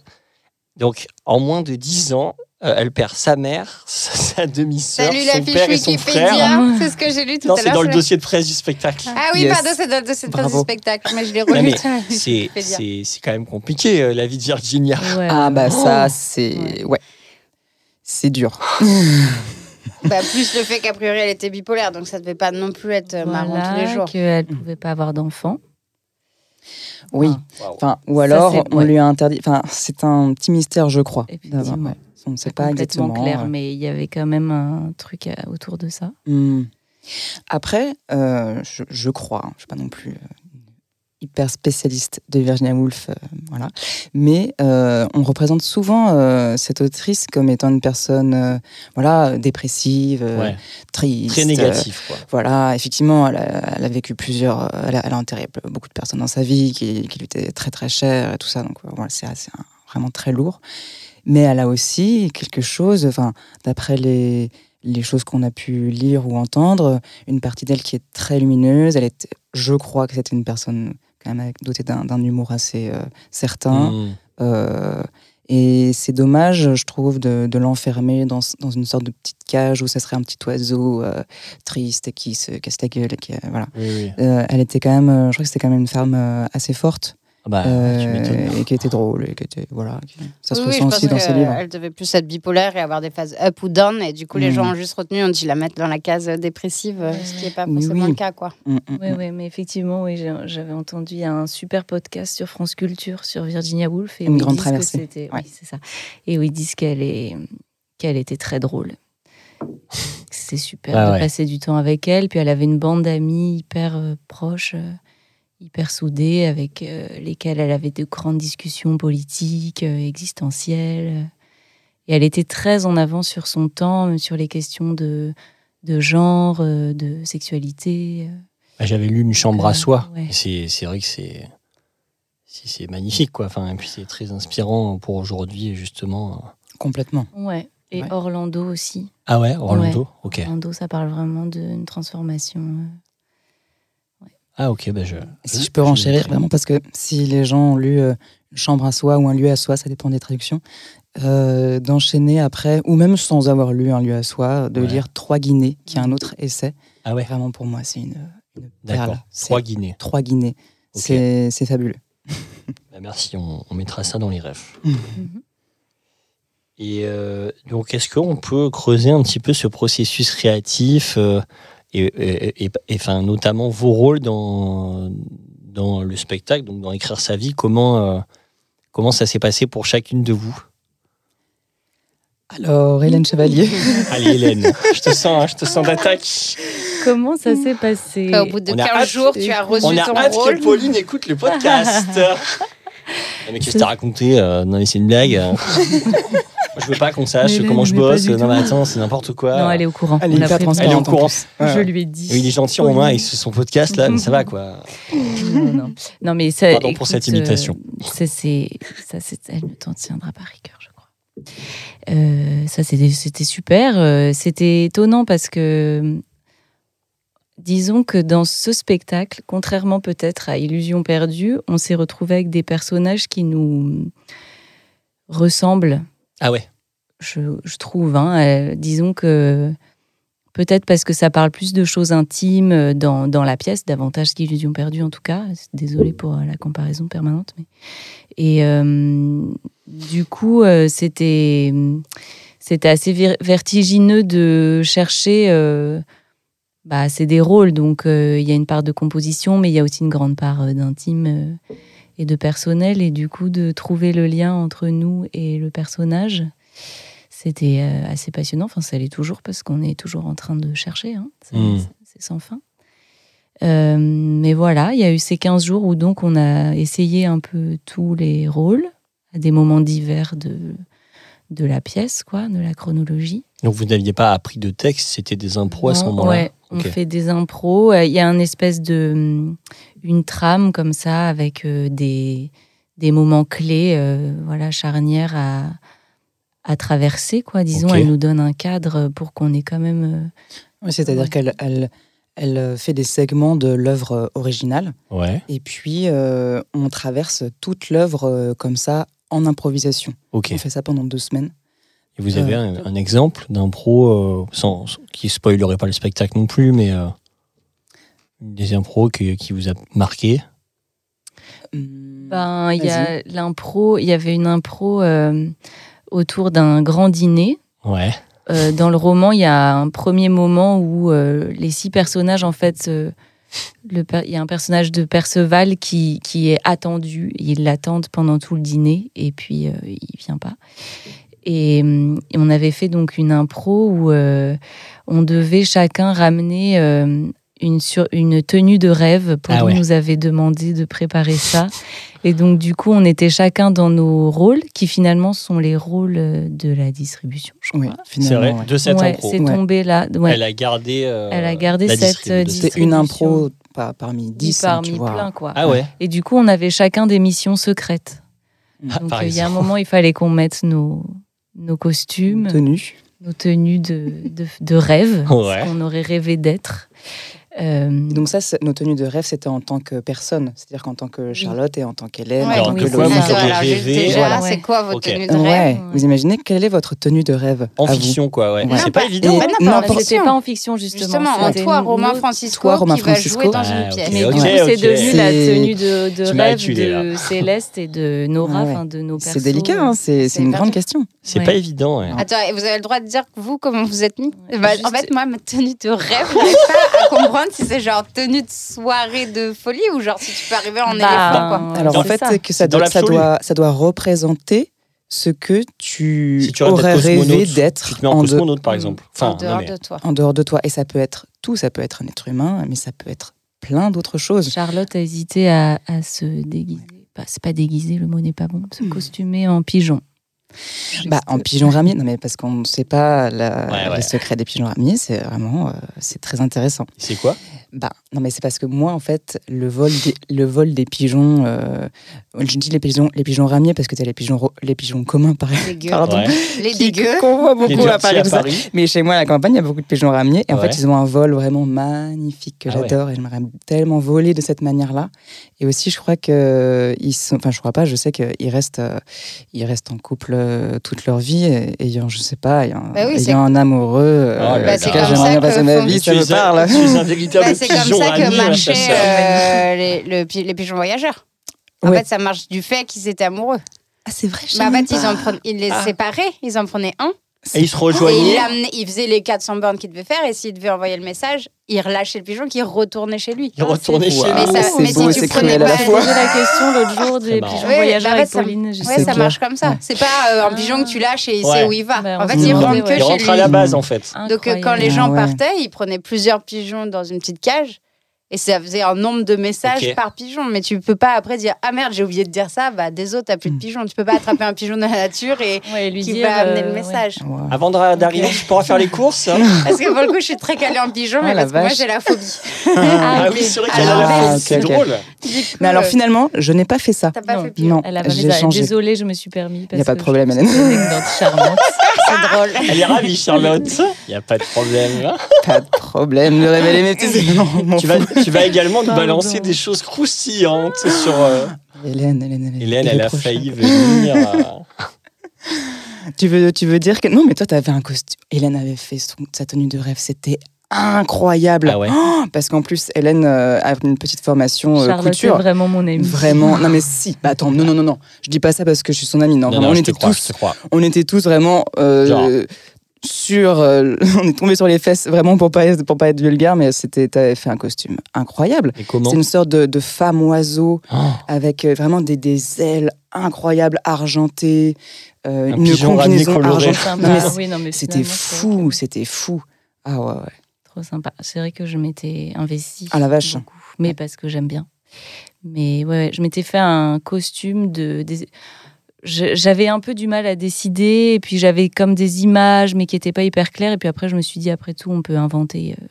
B: Donc, en moins de 10 ans, euh, elle perd sa mère, sa, sa demi-sœur,
A: Salut la
B: son
A: fiche
B: père et son frère. hein.
A: Wikipédia. C'est ce que j'ai lu tout
B: Non,
A: à
B: c'est
A: l'heure.
B: dans le
A: c'est-
B: dossier de presse du spectacle.
A: Ah oui,
C: Yes.
A: pardon, c'est dans le dossier de presse du
C: Bravo.
A: spectacle, mais je l'ai
B: Non,
A: relu.
B: mais
A: tout à l'heure,
B: C'est,
A: Wikipédia.
B: c'est, c'est quand même compliqué, euh, la vie de Virginia.
E: Ouais,
C: ah
E: ouais,
C: bah
E: ouais.
C: ça c'est
E: Euh, oh. Ouais.
C: ouais, c'est dur.
A: Bah, plus le fait qu'a priori elle était bipolaire, donc ça devait pas non plus être euh, marrant
E: Oh, Voilà,
A: tous les jours.
E: qu'elle
C: Mm.
E: pouvait pas avoir
C: Bah,
E: d'enfant
C: Oui,
E: Ah.
C: enfin ou
E: Ça,
C: alors
E: c'est-
C: on
E: ouais.
C: lui a interdit. Enfin c'est un petit mystère je crois.
E: Effectivement.
C: d'avoir- ouais. On ne sait
E: pas
C: bah, pas
E: complètement
C: exactement.
E: clair
C: euh,
E: mais il y avait quand même un truc euh, autour de ça
C: Hmm. Après, euh, je, je crois, hein, je ne suis pas non plus euh, hyper spécialiste de Virginia Woolf, euh, voilà. mais euh, on représente souvent euh, cette autrice comme étant une personne euh, voilà, euh, dépressive, euh,
B: Ouais.
C: triste.
B: Très négatif, quoi.
C: euh, voilà, effectivement, elle a, elle a vécu plusieurs, euh, elle a, elle a enterré beaucoup de personnes dans sa vie qui, qui lui étaient très très chères et tout ça, donc euh, voilà, c'est assez- un- vraiment très lourd. Mais elle a aussi quelque chose, enfin, d'après les, les choses qu'on a pu lire ou entendre, une partie d'elle qui est très lumineuse. Elle est, je crois que c'était une personne quand même avec- dotée d'un d'un humour assez euh, certain.
B: Mm.
C: Euh, et c'est dommage, je trouve, de, de l'enfermer dans, ce- dans une sorte de petite cage où ça serait un petit oiseau euh, triste qui se casse la gueule. et Qui, euh, voilà.
B: Oui, oui.
C: Euh, elle était quand même, euh, je crois que c'était quand même une femme euh, assez forte
B: Ah bah, tu
C: euh,
B: m'étonnes.
C: et qui était drôle et qui était voilà. qui- ça se
A: Oui, oui,
C: ressent
A: je
C: aussi
A: pense
C: dans ses livres.
A: Elle devait plus être bipolaire et avoir des phases up ou down, et du coup les
C: Mm.
B: Hmm.
A: gens ont juste retenu, on dit la mettre dans la case euh, dépressive, euh, ce qui n'est pas
C: Oui,
A: forcément
C: oui.
A: le cas, quoi.
C: Mm, mm,
E: Oui,
C: mm.
E: oui, mais effectivement, oui, j'ai- j'avais entendu un super podcast sur France Culture, sur Virginia Woolf. Et
C: Une
E: où ils
C: grande
E: disent que
C: traversée,
E: c'était-
C: ouais.
E: Oui, c'est ça. Et où ils disent qu'elle est- qu'elle était très drôle. C'est super
B: Ah
E: de
B: ouais.
C: Ah
E: passer du temps avec elle. Puis elle avait une bande d'amis hyper euh, proches euh, hyper soudées, avec euh, lesquelles elle avait de grandes discussions politiques, euh, existentielles. Et elle était très en avant sur son temps, euh, sur les questions de, de genre, euh, de sexualité.
B: Bah, J'avais lu Une chambre à
E: Euh,
B: soi.
E: ouais.
B: Et C'est c'est vrai que c'est c'est- c'est magnifique, quoi. Enfin, et puis c'est très inspirant pour aujourd'hui, justement.
C: Complètement.
E: Ouais. Et
C: Ouais.
E: Orlando aussi.
B: Ah ouais, Orlando Ok.
E: Orlando, ça parle vraiment d'une transformation. euh,
B: Ah ok, bah je...
C: Si
B: je-
C: je peux
B: je-
C: renchérir, vraiment, parce que si les gens ont lu euh, Une chambre à soi ou Un lieu à soi, ça dépend des traductions, euh, d'enchaîner après, ou même sans avoir lu Un lieu à soi, de
B: Ouais.
C: lire Trois Guinées, qui est un autre essai.
B: Ah ouais,
C: Vraiment, pour moi, c'est une, une
B: d'accord.
C: perle. C'est
B: Trois Guinées.
C: Trois Guinées.
B: Ok.
C: C'est- C'est fabuleux.
B: Bah, merci, on, on mettra ça dans les rêves.
E: Mhm.
B: Et euh, donc, est-ce qu'on peut creuser un petit peu ce processus créatif euh, et, et- et- et, enfin, notamment vos rôles dans, dans le spectacle, donc dans Écrire sa vie, comment, euh, comment ça s'est passé pour chacune de vous
C: Alors, Hélène Chevalier.
B: Allez Hélène, je te sens, hein, je te sens d'attaque.
E: Comment ça s'est passé
A: Au bout de
B: On a
A: 15
B: hâte-
A: jours, tu as reçu
B: On a
A: ton
B: hâte
A: rôle.
B: que Pauline écoute le podcast. Non, mais qu'est-ce que t'as raconté Euh, Non mais c'est une blague. Moi, je veux pas qu'on sache
E: Mais Hélène,
B: comment je
E: mais pas
B: bosse.
E: du
B: Non
E: tout.
B: mais attends, c'est n'importe quoi.
E: Non, elle est au courant.
C: Elle est
E: On l'a
C: hyper
E: préparée.
B: Elle est au
C: transparente. en
B: courant.
E: Je lui ai dit.
B: Oui, il est gentil au moins, il se son podcast là, mais ça va quoi.
E: non, non. Non, mais ça,
B: Pardon pour cette imitation.
E: euh, ça, c'est, ça, c'est, elle ne t'en tiendra pas rigueur, je crois. Euh, ça, c'était, c'était super. Euh, C'était étonnant parce que, disons que dans ce spectacle, contrairement peut-être à Illusion perdue, on s'est retrouvé avec des personnages qui nous ressemblent
B: Ah ouais.
E: je, je trouve. hein. Euh, disons que peut-être parce que ça parle plus de choses intimes euh, dans, dans la pièce, davantage qu'Illusion perdue en tout cas. Désolée pour euh, la comparaison permanente. Mais... Et euh, du coup, euh, c'était hum, c'était assez vir- vertigineux de chercher. euh, bah, c'est des rôles, donc euh, il y a une part de composition, mais il y a aussi une grande part euh, d'intime euh, et de personnel. Et du coup, de trouver le lien entre nous et le personnage, c'était euh, assez passionnant. Enfin, ça l'est toujours parce qu'on est toujours en train de chercher. hein. Ça-
B: Mm.
E: c'est- C'est sans fin. Euh, mais voilà, il y a eu ces 15 jours où donc on a essayé un peu tous les rôles à des moments divers de, de la pièce, quoi, de la chronologie.
B: Donc vous n'aviez pas appris de texte, c'était des impros à ce
E: Non,
B: moment-là.
E: ouais, on
B: Ok.
E: fait des impros. Euh, Il y a une espèce de. hum, une trame comme ça avec euh, des, des moments clés, euh, voilà, charnières à, à traverser, quoi. Disons,
B: Ok.
E: elle nous donne un cadre pour qu'on ait quand même. euh,
C: Oui, c'est-à-dire
E: Ouais.
C: qu'elle elle, elle, euh, fait des segments de l'œuvre euh, originale.
B: Ouais.
C: Et puis, euh, on traverse toute l'œuvre euh, comme ça, en improvisation.
B: Ok.
C: On fait ça pendant deux semaines.
B: Et vous avez
C: Euh,
B: un, un exemple d'impro euh, sans, sans- qui spoilerait pas le spectacle non plus, mais euh, des impros que- qui vous a marqué.
C: Hum,
E: Ben, il y a l'impro. Il y avait une impro euh, autour d'un grand dîner.
B: Ouais.
E: Euh, dans le roman, il y a un premier moment où euh, les six personnages, en fait, euh, le per- il y a un personnage de Perceval qui, qui est attendu. Ils l'attendent pendant tout le dîner et puis euh, il vient pas. Et, hum, et on avait fait donc une impro où euh, on devait chacun ramener euh, une, sur, une tenue de rêve. Pour
B: Ah ouais.
E: nous avait demandé de préparer ça. Et donc, du coup, on était chacun dans nos rôles qui finalement sont les rôles euh, de la distribution, je crois.
C: Hum, Oui,
B: C'est vrai,
C: finalement. ouais.
B: de cette
E: Ouais,
B: impro.
E: c'est
C: Ouais.
E: tombé là. Ouais.
B: Elle a gardé, euh,
E: Elle a gardé
B: la
E: cette,
B: distribu de
E: euh,
B: cette-
C: C'est une impro
E: distribution.
C: pas parmi
E: Dit
C: dix, hein,
E: parmi
C: tu vois.
E: plein, quoi.
B: Ah ouais,
E: Et du coup, on avait chacun des missions secrètes.
C: Ah,
E: Donc,
B: par
E: euh, il y a un
B: exemple.
E: moment, il fallait qu'on mette nos, nos costumes,
C: Tenue.
E: nos tenues de, de, de rêve,
B: Ouais.
E: ce qu'on aurait rêvé d'être. Euh,
C: Et donc ça, c'est- nos tenues de rêve, c'était en tant que personne, c'est-à-dire qu'en tant que Charlotte et en tant qu'Hélène.
A: Ouais,
C: en
B: Alors,
C: tant
E: oui,
C: que
E: c'est
C: Loïs.
B: vous
A: Alors,
B: auriez
A: alors,
B: rêvé,
A: déjà,
C: voilà.
A: c'est quoi votre
B: Ok.
A: tenue de
C: Ouais.
A: rêve
C: Vous imaginez quelle est votre tenue de rêve
B: en
C: à vous
B: fiction quoi, ouais.
C: Ouais.
B: C'est pas
A: bah,
B: évident.
A: ouais,
C: Et
A: non,
C: n'importe-
A: pas en
E: C'était
A: fiction.
E: pas en fiction, justement.
A: Justement, en
E: c'était
A: toi,
E: une
A: Romain
E: autre-
A: Francisco,
C: Toi, Romain
A: qui va
C: Francisco.
A: jouer dans
B: Ouais,
A: une
B: ok.
A: pièce.
E: Mais
B: Ok,
E: du coup,
B: ok.
E: c'est devenu la
C: C'est-
E: tenue de, de
B: Tu m'as
E: rêve
B: acculé,
E: de Céleste et de Nora,
C: Ah ouais.
E: enfin, de nos
C: C'est
E: persos.
C: délicat, hein, c'est c'est
A: C'est
C: une
A: pas
C: grande
A: bien.
C: question.
B: C'est
E: Ouais.
B: pas évident.
C: Ah,
B: ouais.
A: Attends, et vous avez le droit de dire vous comment vous êtes mis
E: Ouais,
A: Bah,
E: juste-
A: En fait, moi, ma tenue de rêve, j'arrive pas à comprendre si c'est genre tenue de soirée de folie ou genre si tu peux arriver en
E: Bah,
A: éléphant, quoi.
C: Alors
E: c'est
C: en fait,
E: ça.
C: c'est que
B: C'est
C: ça
B: dans
C: doit, ça,
B: l'absolu.
C: doit, ça doit représenter ce que tu,
B: Si tu rêves
C: aurais
B: d'être
C: rêvé
B: cosmonaute,
C: d'être
B: tu te mets en
C: en, de- Hmm.
B: cosmonaute par exemple. Enfin,
A: en
B: non,
A: dehors
B: mais-
A: de toi.
C: en dehors de toi. Et ça peut être tout, ça peut être un être humain, mais ça peut être plein d'autres choses.
E: Charlotte a hésité à, à se déguiser. Pas- c'est pas déguiser, le mot n'est pas bon.
C: Hmm.
E: Se costumer en pigeon.
C: Bah, en pigeon ramier, non mais parce qu'on ne sait pas la-
B: Ouais, ouais.
C: les secrets des pigeons ramiers, c'est vraiment euh, c'est très intéressant.
B: C'est quoi
C: Bah, non, mais c'est parce que moi, en fait, le vol des, le vol des pigeons, euh, je dis les pigeons, les pigeons ramiers parce que t'as les pigeons, ro- les pigeons communs, par exemple,
A: Dégueu.
C: Pardon.
B: Ouais.
A: Les
C: qui-
A: dégueux.
C: qu'on voit beaucoup
B: Les
C: à
B: Dirty
C: Paris.
B: à
C: tout ça.
B: Paris.
C: Mais chez moi, à la campagne, il y a beaucoup de pigeons ramiers. Et en
B: Ouais.
C: fait, ils ont un vol vraiment magnifique que
B: Ah ouais.
C: j'adore. Et j'aimerais tellement voler de cette manière-là. Et aussi, je crois que ils sont. Enfin, je crois pas. Je sais qu'ils restent, euh, ils restent en couple euh, toute leur vie, et- ayant, je sais pas, ayant,
A: Bah oui, c'est- Bah,
C: ayant un amoureux. euh,
B: Oh là là.
C: en tout
B: C'est
C: cas,
B: comme
C: j'aimerais
A: ça
C: bien passer
A: que
C: ma
A: font-
C: vie.
B: Tu
C: Ça
B: es
C: me
B: un-
C: parle.
B: Tu es un véritable
A: Bah, c'est comme
B: pigeon
A: ça
B: à
A: que
B: mille,
A: marchaient
B: ça, ça.
A: euh, les, le pi- les pigeons voyageurs. En
C: Ouais.
A: fait, ça marche du fait qu'ils étaient amoureux.
C: Ah, c'est vrai. je
A: Mais en
C: savais
A: fait, ils,
C: pas.
A: en prenaient- ils les
B: Ah.
A: séparaient, ils en prenaient un.
B: Et ils se
A: Et ils,
B: rejoignaient.
A: l'amenaient- ils faisaient les 400 bornes qu'ils devaient faire. Et s'ils devaient envoyer le message, ils relâchaient le pigeon qui retournait chez lui.
B: Ils retournaient chez
C: Waouh,
A: Mais
B: eux.
A: ça-
C: c'est
A: mais si
C: beau et
A: tu
C: c'est
A: prenais
C: cruel à la
A: pas-
C: fois.
E: J'ai posé la question l'autre jour
B: C'est
E: des
B: marrant.
E: pigeons
A: Ouais,
E: voyageurs
A: bah,
E: avec
A: ça me-
E: Pauline. je
A: Ouais,
E: sais
A: ça
C: clair.
E: plus.
A: marche comme ça.
C: Ouais.
A: C'est pas euh, un
E: Ah.
A: pigeon que tu lâches et il
B: Ouais.
A: sait où il va.
E: Bah,
A: en
E: on
A: fait,
C: se
A: il
C: demandait,
A: rentre que
E: ouais.
B: Ils
A: chez
B: rentrent à
A: lui.
B: la base, en fait.
A: Donc, euh, quand
E: Incroyable.
A: les gens
C: Ah ouais.
A: partaient, ils prenaient plusieurs pigeons dans une petite cage. Et ça faisait un nombre de messages
B: Ok.
A: par pigeon. Mais tu peux pas après dire Ah merde, j'ai oublié de dire ça. Bah, désolé, t'as plus de
C: Mm.
A: pigeons. Tu peux pas attraper un pigeon dans la nature et
E: Ouais, Hmm. lui
A: qui
E: dire,
A: va amener le
E: euh, ouais.
A: message.
C: Waouh.
B: Avant d'a- d'arriver, tu pourras faire les courses. hein.
A: Parce que pour le coup, je suis très calée en pigeon,
C: Ah,
A: mais
C: la
A: parce que moi,
C: vache.
A: j'ai la phobie.
B: Ah
E: Ah,
B: oui, c'est vrai
A: ok.
B: qu'elle a la
A: Ah,
B: face.
C: ok,
B: C'est
C: ok.
B: drôle.
A: Du coup,
C: Mais alors
A: euh,
C: finalement, je n'ai pas fait ça.
A: T'as pas
E: Non.
A: fait pigeon.
C: Non,
E: Elle a pas fait
C: j'ai
E: ça.
C: changé.
E: Désolée, je me suis permis.
C: Y a pas de problème, Hélène.
E: charmante.
A: C'est drôle.
B: Elle est ravie, Charlotte. Il n'y a pas de problème. hein.
C: Pas de problème de révéler mes petits. Non, mon
B: Tu vas, tu vas également nous
E: Pardon.
B: balancer des choses croustillantes sur. euh,
C: Hélène, Hélène, Hélène.
B: Hélène,
C: il est
B: elle a
C: trop
B: failli
C: cher.
B: venir. euh,
C: Tu veux, tu veux dire que. Non, mais toi, t'avais un costume. Hélène avait fait son- sa tenue de rêve. C'était incroyable.
B: Ah ouais.
C: Oh, parce qu'en plus, Hélène euh, a une petite formation euh,
E: Charlotte est
C: couture.
E: vraiment mon amie.
C: Vraiment. Non, mais si. Bah, attends, non, non, non, non. Je dis pas ça parce que je suis son amie. Non,
B: Non,
C: vraiment,
B: non,
C: on,
B: je te
C: était
B: crois, je
C: tous,
B: te crois.
C: on était tous vraiment. euh,
B: Genre.
C: sur, euh, on est tombé sur les fesses vraiment pour pas être- pour pas être vulgaire mais c'était t'avais fait un costume incroyable
B: Et comment
C: c'est une sorte de, de femme oiseau
B: Oh.
C: avec euh, vraiment des, des ailes incroyables, argentées, euh,
B: Un
C: une
B: pigeon ramier
C: combinaison
B: coloré.
C: argentée.
E: Sympa.
C: Non, mais c-
E: Oui, non, mais
C: C'était
E: finalement, c'est
C: fou, c'était fou. Ah ouais, ouais.
E: Trop sympa. C'est vrai que je m'étais investie.
C: Ah la vache.
E: beaucoup, mais parce que j'aime bien. Mais ouais, ouais, je m'étais fait un costume de. des- Je- J'avais un peu du mal à décider, et puis j'avais comme des images, mais qui n'étaient pas hyper claires. Et puis après, je me suis dit, après tout, on peut inventer euh,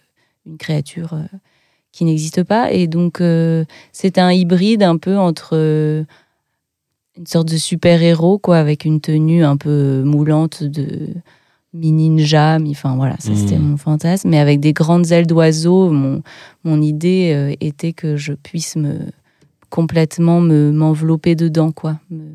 E: une créature euh, qui n'existe pas. Et donc, euh, c'est un hybride un peu entre euh, une sorte de super-héros, quoi, avec une tenue un peu moulante de mini-ninja. mi- Enfin, voilà, ça, c'était
B: Mhm.
E: mon fantasme. Mais avec des grandes ailes d'oiseau, mon, mon idée euh, était que je puisse me complètement me m'envelopper dedans quoi me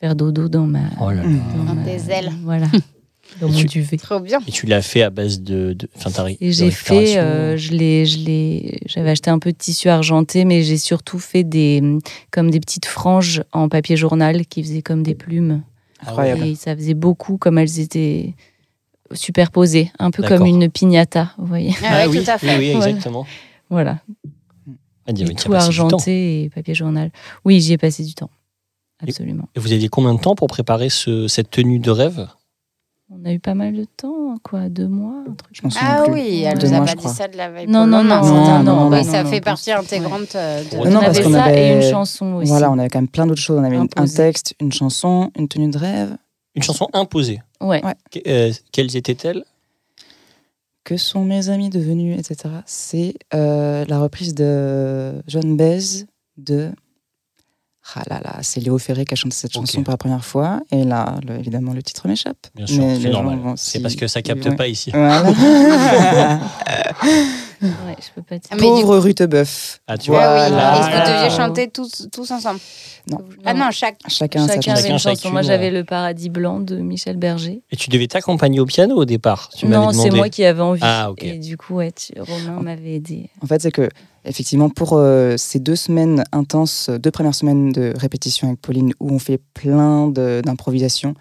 E: faire dodo dans ma
B: Oh là là.
C: Mmh.
A: Dans
E: ma-
A: tes ailes.
E: voilà dans
B: Et
E: mon
B: tu-
E: duvet
A: Trop bien.
B: Et tu l'as fait à base de. de... Enfin, t'as ri-
E: et
B: de
E: j'ai fait
B: récupération.
E: euh, je l'ai je l'ai j'avais acheté un peu de tissu argenté mais j'ai surtout fait des comme des petites franges en papier journal qui faisaient comme des plumes
C: Incroyable.
E: et ça faisait beaucoup comme elles étaient superposées un peu
B: D'accord.
E: comme une piñata vous voyez
A: Ah ouais, tout à fait.
B: Oui, oui,
E: Voilà.
B: exactement.
E: voilà
B: Ah, dis,
E: Et
B: mais t'as
E: tout
B: passé du temps.
E: argenté et papier journal. Oui, j'y ai passé du temps. Absolument.
B: Et vous aviez combien de temps pour préparer ce- cette tenue de rêve
E: On a eu pas mal de temps, quoi, deux mois, un truc.
C: Je m'en souviens
A: Ah
C: plus.
A: oui, elle
E: Deux
A: nous a
C: mois,
A: pas
C: je
A: dit
C: crois.
A: ça de la veille.
E: Non,
A: Ah pour le
E: non,
A: lendemain.
E: non,
C: non, non, non,
A: Mais
C: non,
A: ça
E: bah non,
A: fait
E: non,
A: partie
E: ouais.
A: intégrante euh,
B: Non,
A: de notre
C: non,
E: on
C: parce
E: avait
C: qu'on
E: ça
C: avait-
E: et une chanson aussi.
C: Voilà, on avait quand même plein d'autres choses. On avait une- un
E: Imposé.
C: texte, une chanson, une tenue de rêve.
B: Une chanson imposée.
E: Ouais.
B: Que- euh, quelles étaient-elles
C: Que sont mes amis devenus, etc. C'est euh, la reprise de John Baez de. Ah là là, c'est Léo Ferré qui a chanté cette
B: Ok.
C: chanson pour la première fois. Et là, le- évidemment, le titre m'échappe.
B: Bien sûr,
C: Mais
B: c'est
C: les gens
B: normal.
C: vont
B: C'est
C: s'y-
B: parce que ça capte
C: Ouais.
B: pas ici.
C: Voilà.
E: ouais, je peux pas dire.
A: Ah, mais du
C: Pauvre Rutebeuf.
B: Ah, tu vois.
A: Ah oui,
C: Voilà.
A: et ce que vous
B: Voilà.
A: deviez chanter tous, tous ensemble.
C: Non.
A: Ah non, chaque.
C: Chacun, sa
E: Chacun
C: chanson.
E: avait une
B: Chacun,
E: chanson. Moi,
B: chacune,
E: j'avais le Paradis blanc de Michel Berger.
B: Et tu devais t'accompagner au piano au départ tu
E: non,
B: m'avais
E: c'est
B: demandé.
E: moi qui avais envie.
B: Ah, ok. Ah.
E: Et du coup, ouais, tu- Romain m'avait aidé.
C: En fait, c'est que, effectivement, pour euh, ces deux semaines intenses, deux premières semaines de répétition avec Pauline, où on fait plein de- d'improvisations,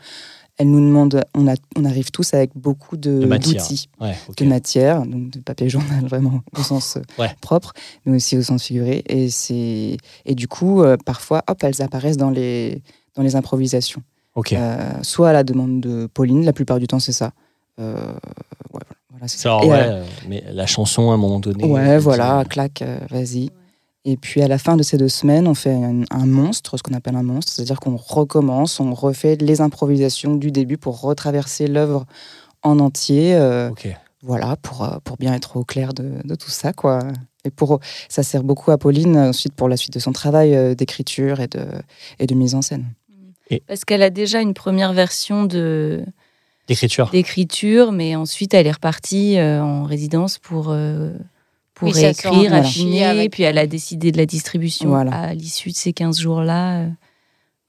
C: elle nous demande, on, a- on arrive tous avec beaucoup de-
B: De matière.
C: d'outils,
B: Ouais, ok.
C: de, matière, donc de papier journal vraiment au sens euh,
B: Ouais.
C: propre, mais aussi au sens figuré. Et, c'est- et du coup, euh, parfois, hop, elles apparaissent dans les, dans les improvisations.
B: Ok.
C: Euh, soit à la demande de Pauline, la plupart du temps c'est ça. Euh, ouais, voilà. Voilà, c'est ça.
B: Ça,
C: Et,
B: ouais,
C: euh,
B: euh, mais la chanson à un moment donné.
C: ouais,
B: euh,
C: voilà,
B: ça-
C: claque, euh, vas-y. Et puis à la fin de ces deux semaines, on fait un, un monstre, ce qu'on appelle un monstre, c'est-à-dire qu'on recommence, on refait les improvisations du début pour retraverser l'œuvre en entier. euh,
B: Ok.
C: voilà, pour, euh, pour bien être au clair de, de tout ça, quoi. Et pour, ça sert beaucoup à Pauline euh, ensuite pour la suite de son travail euh, d'écriture et de, et de mise en scène.
E: Parce qu'elle a déjà une première version de
B: D'écriture.
E: d'écriture, mais ensuite elle est repartie euh, en résidence pour euh, pour
A: Oui, ça se
E: réécrire,
C: rend-
E: affiner,
A: voilà.
E: puis elle a décidé de la distribution
C: Voilà.
E: à l'issue de ces 15 jours-là. euh,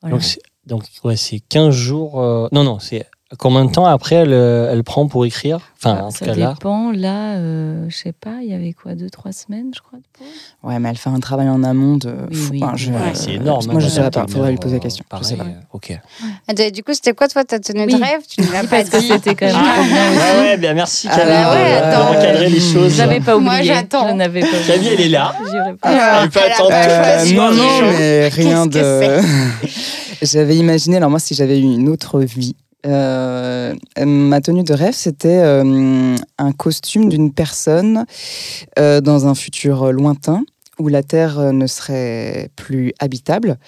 E: voilà.
B: Donc, c'est- donc ouais, c'est 15 jours. euh, Non, non, c'est combien de temps après elle, euh, elle prend pour écrire Enfin,
E: Ah,
B: en tout
E: ça
B: cas là.
E: dépend. Là, euh, je sais pas, il y avait quoi, deux, trois semaines, je crois. de pause
C: Ouais, mais elle fait un travail en amont de
E: Oui,
C: fou.
E: oui.
C: Enfin, je-
B: Ouais,
C: euh,
B: c'est énorme.
C: Moi, je ne
B: hein,
C: sais
B: quand
C: pas,
B: même,
C: faudrait lui poser
B: euh,
C: la question. Je
B: Pareil,
C: sais pas. Ah,
B: euh, ok.
A: Attends, Ah, Du coup, c'était quoi, toi, ta tenue de
E: Oui.
A: rêve Tu ne l'as pas
E: Parce que
A: dit. Ah,
E: c'était quand même trop bien aussi.
B: Ah, Ouais, ouais, bien merci
C: Ah,
B: Camille
C: bah
B: de-
C: ouais, attends.
B: de recadrer les choses.
E: J'avais pas oublié.
A: Moi, j'attends.
E: Je n'avais pas
B: Camille, elle est là.
E: J'irai pas.
C: Ah,
B: Elle peut
A: elle a
B: attendre
A: pas
B: toute la
C: Euh,
A: choisi.
C: non,
B: soirée.
C: non, mais rien
A: Qu'est-ce
C: de.
A: que
C: J'avais imaginé, alors moi, si j'avais eu une autre vie, euh, ma tenue de rêve, c'était euh, un costume d'une personne euh, dans un futur lointain où la Terre euh, ne serait plus habitable.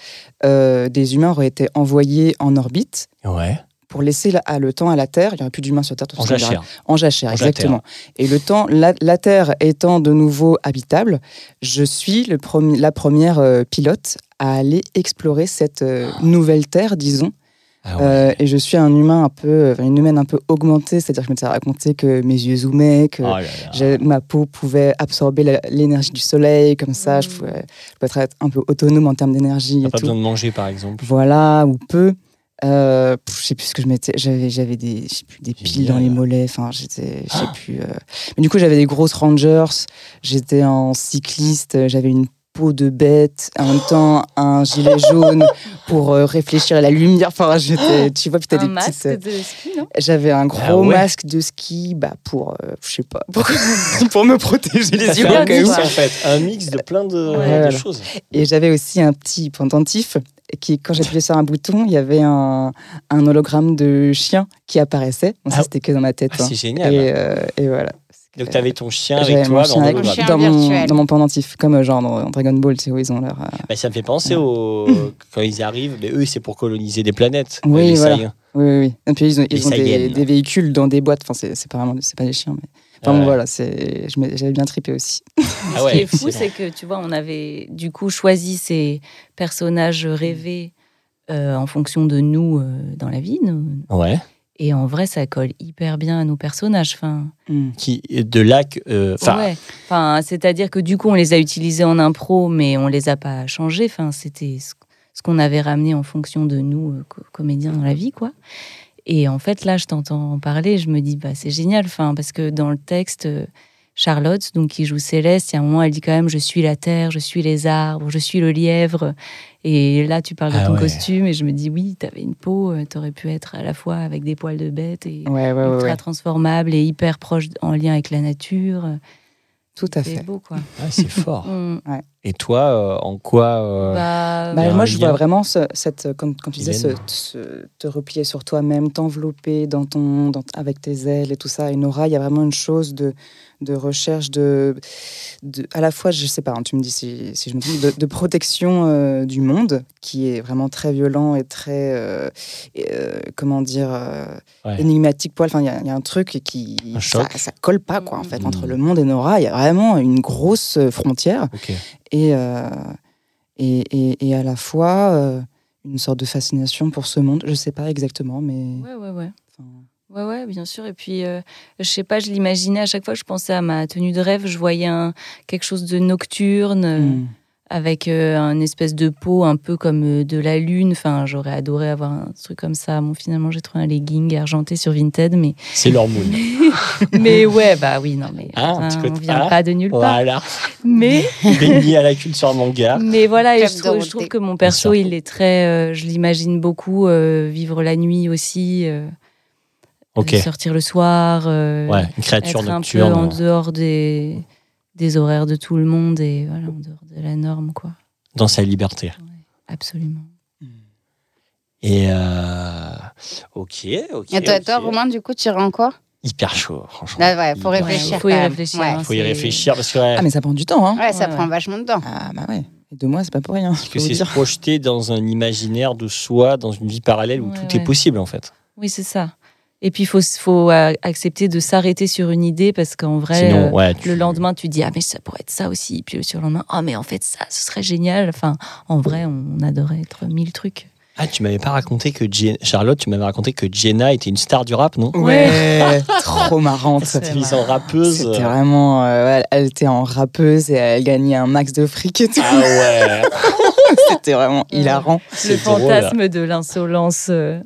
C: Euh, des humains auraient été envoyés en orbite
B: Ouais,
C: pour laisser la- le temps à la Terre. Il n'y aurait plus d'humains sur Terre. tout
B: on
C: ça, etc.
B: jachère.
C: En jachère,
B: En
C: exactement. Et le temps, la, la Terre étant de nouveau habitable, je suis le premi- la première euh, pilote à aller explorer cette euh, nouvelle Terre, disons.
B: Ah
C: Euh, et je suis un humain un peu, enfin, une humaine un peu augmentée, c'est-à-dire que je me suis raconté que mes yeux zoomaient, que
B: Oh là là.
C: j'ai- ma peau pouvait absorber la- l'énergie du soleil, comme ça, je
E: Mm.
C: pouvais, je pouvais être un peu autonome en termes d'énergie
B: T'as
C: et
B: pas
C: tout
B: besoin de manger, par exemple.
C: voilà, ou peu. Euh, pff, je sais plus ce que je mettais. J'avais, j'avais des, je sais plus, des piles
B: Génial.
C: dans les mollets. Enfin, j'étais, je sais plus. euh. Mais du coup, j'avais des grosses Rangers. J'étais en cycliste. euh, J'avais une peau de bête. En même temps, un gilet jaune pour euh, réfléchir à la lumière. Enfin, j'étais, tu vois, puis t'as
E: un
C: des
E: masque
C: petites. euh,
E: de ski, non
C: J'avais un gros
B: Ah ouais.
C: masque de ski, bah pour, euh, je sais pas, pour, pour me protéger
B: T'as
C: les
B: fait
C: yeux.
B: un
C: au cas où.
B: mix, en fait. Un mix de plein de, de
C: voilà.
B: choses.
C: Et j'avais aussi un petit pendentif qui, quand j'appuyais sur un bouton, il y avait un, un hologramme de chien qui apparaissait. Bon, ça,
B: Ah.
C: c'était que dans ma tête.
B: Ah,
C: hein.
B: c'est génial.
C: Et, euh, et voilà.
B: Donc, t'avais ton chien
C: J'avais
B: avec
C: mon
B: toi
C: chien
B: dans
C: avec-
A: Ton
B: l'hologramme.
A: chien
C: dans, mon,
A: virtuel.
C: dans mon pendentif, comme euh, genre dans dans Dragon Ball, tu sais où ils ont leur. euh,
B: Bah, ça me fait penser au... quand ils arrivent, mais eux, c'est pour coloniser des planètes.
C: Oui,
B: les
C: voilà.
B: Saiyans.
C: Oui, oui, oui. Et puis ils ont, ils
B: Les
C: ont des,
B: Saiyans.
C: des véhicules dans des boîtes. Enfin, c'est c'est pas vraiment, c'est pas des chiens, mais. Enfin,
B: Ouais.
C: bon, voilà, c'est- je m'ai- j'avais bien trippé aussi.
B: Ah
E: Ce qui
B: ouais,
E: est fou,
B: excellent.
E: c'est que tu vois, on avait du coup choisi ces personnages rêvés euh, en fonction de nous euh, dans la vie. nous.
B: Ouais.
E: Et en vrai, ça colle hyper bien à nos personnages. Enfin,
A: Mm.
B: Qui, de lac. euh, Enfin,
E: ouais. Enfin, c'est-à-dire que du coup, on les a utilisés en impro, mais on les a pas changés. Enfin, c'était ce ce qu'on avait ramené en fonction de nous, euh, co- comédiens dans la vie, quoi. Et en fait, là, je t'entends en parler, je me dis, bah, c'est génial, enfin, parce que dans le texte, euh, Charlotte, donc qui joue Céleste, il y a un moment, elle dit quand même, je suis la terre, je suis les arbres, je suis le lièvre. Et là, tu parles
B: Ah
E: de ton
B: ouais.
E: costume, et je me dis, oui, t'avais une peau, euh, t'aurais pu être à la fois avec des poils de bête et
C: Ouais, ouais, ouais,
E: ultra
C: ouais.
E: transformable et hyper proche en lien avec la nature.
C: Tout à
E: C'est
C: fait.
E: beau, quoi.
B: ouais, c'est fort.
E: On-
B: Et toi, euh, en quoi euh,
E: bah,
C: Bah,
B: Il y a un
C: moi, je
B: lien.
C: vois vraiment ce- cette, euh, comme, quand tu disais,
B: Hélène.
C: ce- ce- te replier sur toi-même, t'envelopper dans ton, dans- avec tes ailes et tout ça. Et Nora, il y a vraiment une chose de, de recherche de, de- à la fois, je sais pas, hein, tu me dis si, si je me trompe, de, de protection euh, du monde qui est vraiment très violent et très, euh, et, euh, comment dire, euh,
B: Ouais.
C: énigmatique poil. Enfin, il y, a- il y a un truc qui,
B: Un
C: ça,
B: choc.
C: ça colle pas quoi en fait
B: Mhm.
C: entre le monde et Nora. Il y a vraiment une grosse euh, frontière
B: ok.
C: et, euh, et, et, et à la fois euh, une sorte de fascination pour ce monde. Je sais pas exactement, mais.
E: Ouais, ouais, ouais.
C: enfin,
E: Ouais, ouais, bien sûr. Et puis, euh, je sais pas, je l'imaginais à chaque fois, je pensais à ma tenue de rêve, je voyais un- quelque chose de nocturne, euh,
C: hmm.
E: avec euh, un espèce de peau un peu comme euh, de la lune. Enfin, j'aurais adoré avoir un truc comme ça. Bon, finalement, j'ai trouvé un legging argenté sur Vinted, mais.
B: C'est leur moon.
E: mais ouais, bah oui, non, mais.
B: Ah, un petit
E: enfin, on
B: côté-
E: vient
B: ah,
E: pas de nulle part.
B: Voilà.
E: Mais.
B: Baigné à la culture manga.
E: Mais voilà, et
A: Club
E: je, trouve, je
A: Dorothée.
E: trouve que mon perso,
B: Bien sûr.
E: il est très. euh, je l'imagine beaucoup euh, vivre la nuit aussi, euh,
B: Ok.
E: sortir le soir, euh,
B: Ouais, une créature
E: être un peu en
B: nocturne.
E: dehors des, des horaires de tout le monde et voilà, en dehors de la norme, quoi.
B: Dans sa liberté.
E: Absolument.
B: Et euh, ok, ok.
A: Et toi,
B: ok.
A: toi, Romain, du coup, tu irais en quoi
B: hyper chaud, franchement.
A: Là, ouais, faut
B: Hyper
A: réfléchir.
B: chaud.
E: faut y
A: quand même.
E: réfléchir,
A: Ouais,
E: hein.
B: Faut y
E: C'est-
B: réfléchir parce que, ouais,
C: Ah, mais ça prend du temps, hein
A: Ouais, ça
E: Ouais,
A: prend
E: ouais.
A: vachement de temps.
C: Ah, bah ouais. Et deux mois, c'est pas pour rien.
B: parce
C: je
B: que
C: peux vous
B: c'est se
C: dire.
B: projeter dans un imaginaire de soi, dans une vie parallèle où
E: Ouais,
B: tout
E: ouais.
B: est possible en fait.
E: Oui, c'est ça. Et puis, il faut, faut euh, accepter de s'arrêter sur une idée parce qu'en vrai, euh,
B: Sinon, ouais, tu-
E: le lendemain, tu dis Ah, mais ça pourrait être ça aussi. Puis le surlendemain, Ah, mais en fait, ça, ce serait génial. Enfin, en vrai, on adorait être mille trucs.
B: Ah, tu m'avais pas raconté que Jen- Charlotte, tu m'avais raconté que Jenna était une star du rap, non
C: Ouais, trop marrante.
B: T'es mise en rappeuse.
C: C'était vraiment. euh, elle- elle était en rappeuse et elle gagnait un max de fric et tout.
B: Ah ouais,
C: C'était vraiment hilarant.
B: c'est
E: Le
B: drôle.
E: fantasme de l'insolence euh,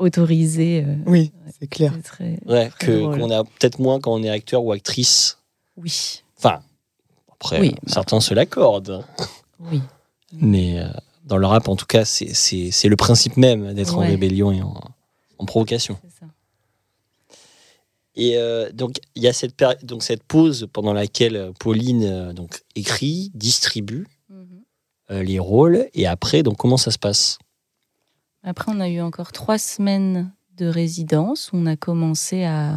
E: autorisée. euh,
C: Oui, c'est clair.
E: c'est très-
B: Ouais,
E: Très
B: que
E: drôle.
B: qu'on a peut-être moins quand on est acteur ou actrice.
E: Oui,
B: Après, euh,
E: Oui. bah.
B: certains se l'accordent.
E: oui.
B: Mais euh, dans le rap, en tout cas, c'est- c'est c'est le principe même d'être en
E: Ouais.
B: rébellion et en, en provocation.
E: c'est ça.
B: Et euh, donc, il y a cette, péri- donc, cette pause pendant laquelle euh, Pauline euh, donc, écrit, distribue
E: Mhm.
B: euh, les rôles. Et après, donc, comment ça se passe
E: Après, on a eu encore trois semaines de résidence. On a commencé à,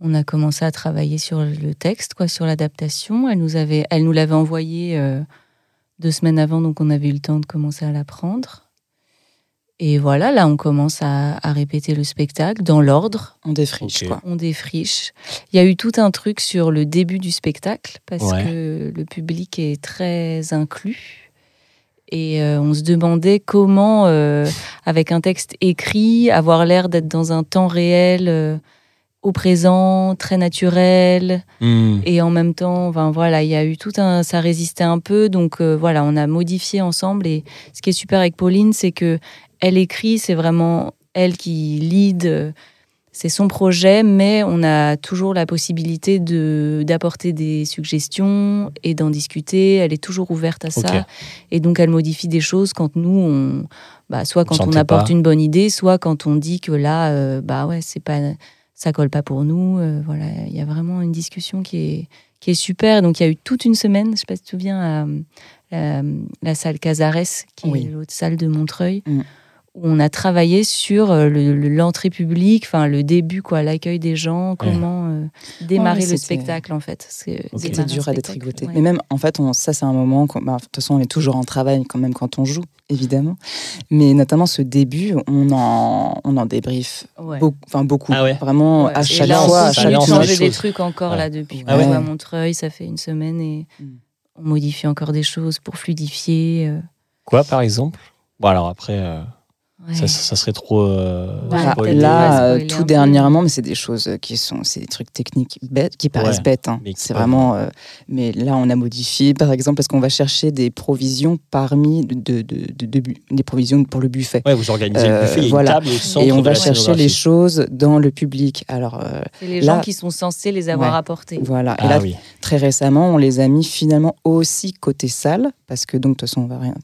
E: on a commencé à travailler sur le texte, quoi, sur l'adaptation. Elle nous avait, elle nous l'avait envoyé euh, deux semaines avant, donc on avait eu le temps de commencer à l'apprendre. Et voilà, là, on commence à, à répéter le spectacle dans l'ordre.
C: On défriche,
B: Ok.
C: quoi.
E: On défriche. Il y a eu tout un truc sur le début du spectacle parce
B: Ouais.
E: que le public est très inclus. Et euh, on se demandait comment, euh, avec un texte écrit, avoir l'air d'être dans un temps réel, euh, au présent, très naturel.
B: Mm.
E: Et en même temps, enfin, voilà, il y a eu tout un, ça résistait un peu, donc euh, voilà, on a modifié ensemble. Et ce qui est super avec Pauline, c'est que elle écrit, c'est vraiment elle qui lead, euh, c'est son projet, mais on a toujours la possibilité de d'apporter des suggestions et d'en discuter. Elle est toujours ouverte à ça,
B: Ok.
E: et donc elle modifie des choses quand nous, on, bah, soit quand on
B: sentez
E: apporte
B: pas.
E: une bonne idée, soit quand on dit que là, euh, bah ouais, c'est pas ça colle pas pour nous. euh, voilà, il y a vraiment une discussion qui est, qui est super. Donc, il y a eu toute une semaine, je ne sais pas si tu te souviens, à, la- la salle Casares, qui
C: Oui.
E: est l'autre salle de Montreuil,
C: Mm.
E: où on a travaillé sur euh, le- le- l'entrée publique, enfin le début, quoi, l'accueil des gens, comment euh, démarrer
C: Ouais,
E: le
C: c'était-
E: spectacle, en fait. C'est-
B: Ok.
E: démarrer
C: C'était
E: un
C: dur à
E: spectacle,
C: détricoter.
E: ouais.
C: Mais même, en fait, on, ça, c'est un moment. qu'on- bah, De toute façon, on est toujours en travail quand même quand on joue, évidemment. Mais notamment ce début, on en, on en débrief
E: Ouais.
C: beaucoup. Enfin, beaucoup.
B: Ah ouais.
C: Vraiment,
E: Ouais,
C: à
E: et
C: chaque
E: là, on
C: fois, à
E: peut
B: ça
C: chaque
B: lance
C: tournée.
B: les
E: changer des
B: choses.
E: trucs encore
B: Ouais.
E: là depuis
C: Ah
E: qu'on
C: ouais.
E: joue à Montreuil, ça fait une semaine et
C: Mm.
E: on modifie encore des choses pour fluidifier. euh,
B: Quoi, par exemple Bon, alors après, euh,
E: ouais.
B: ça, ça- ça serait trop. euh, spoilé.
E: Voilà. spoiler.
C: Là,
E: Ouais,
C: euh,
E: spoiler un
C: tout
E: peu.
C: dernièrement, mais c'est des choses euh, qui sont, c'est des trucs techniques bêtes, qui paraissent
B: Ouais,
C: bêtes. hein.
B: mais qui
C: C'est
B: peuvent-
C: vraiment. euh, mais là, on a modifié, par exemple, parce qu'on va chercher des provisions parmi de, de, de- de bu- des provisions pour le buffet.
B: Ouais, vous organisez
C: Euh,
B: le buffet, il y a
C: voilà.
B: une table au centre
C: Et on
B: de
C: va
B: la
C: chercher les
B: scénographie.
C: choses dans le public. Alors euh,
E: C'est les
C: Là-
E: gens qui sont censés les avoir
C: Ouais.
E: apportés.
C: voilà. Et
B: Ah
C: là,
B: oui.
C: très récemment, on les a mis finalement aussi côté salle, parce que donc de toute façon, on va rien,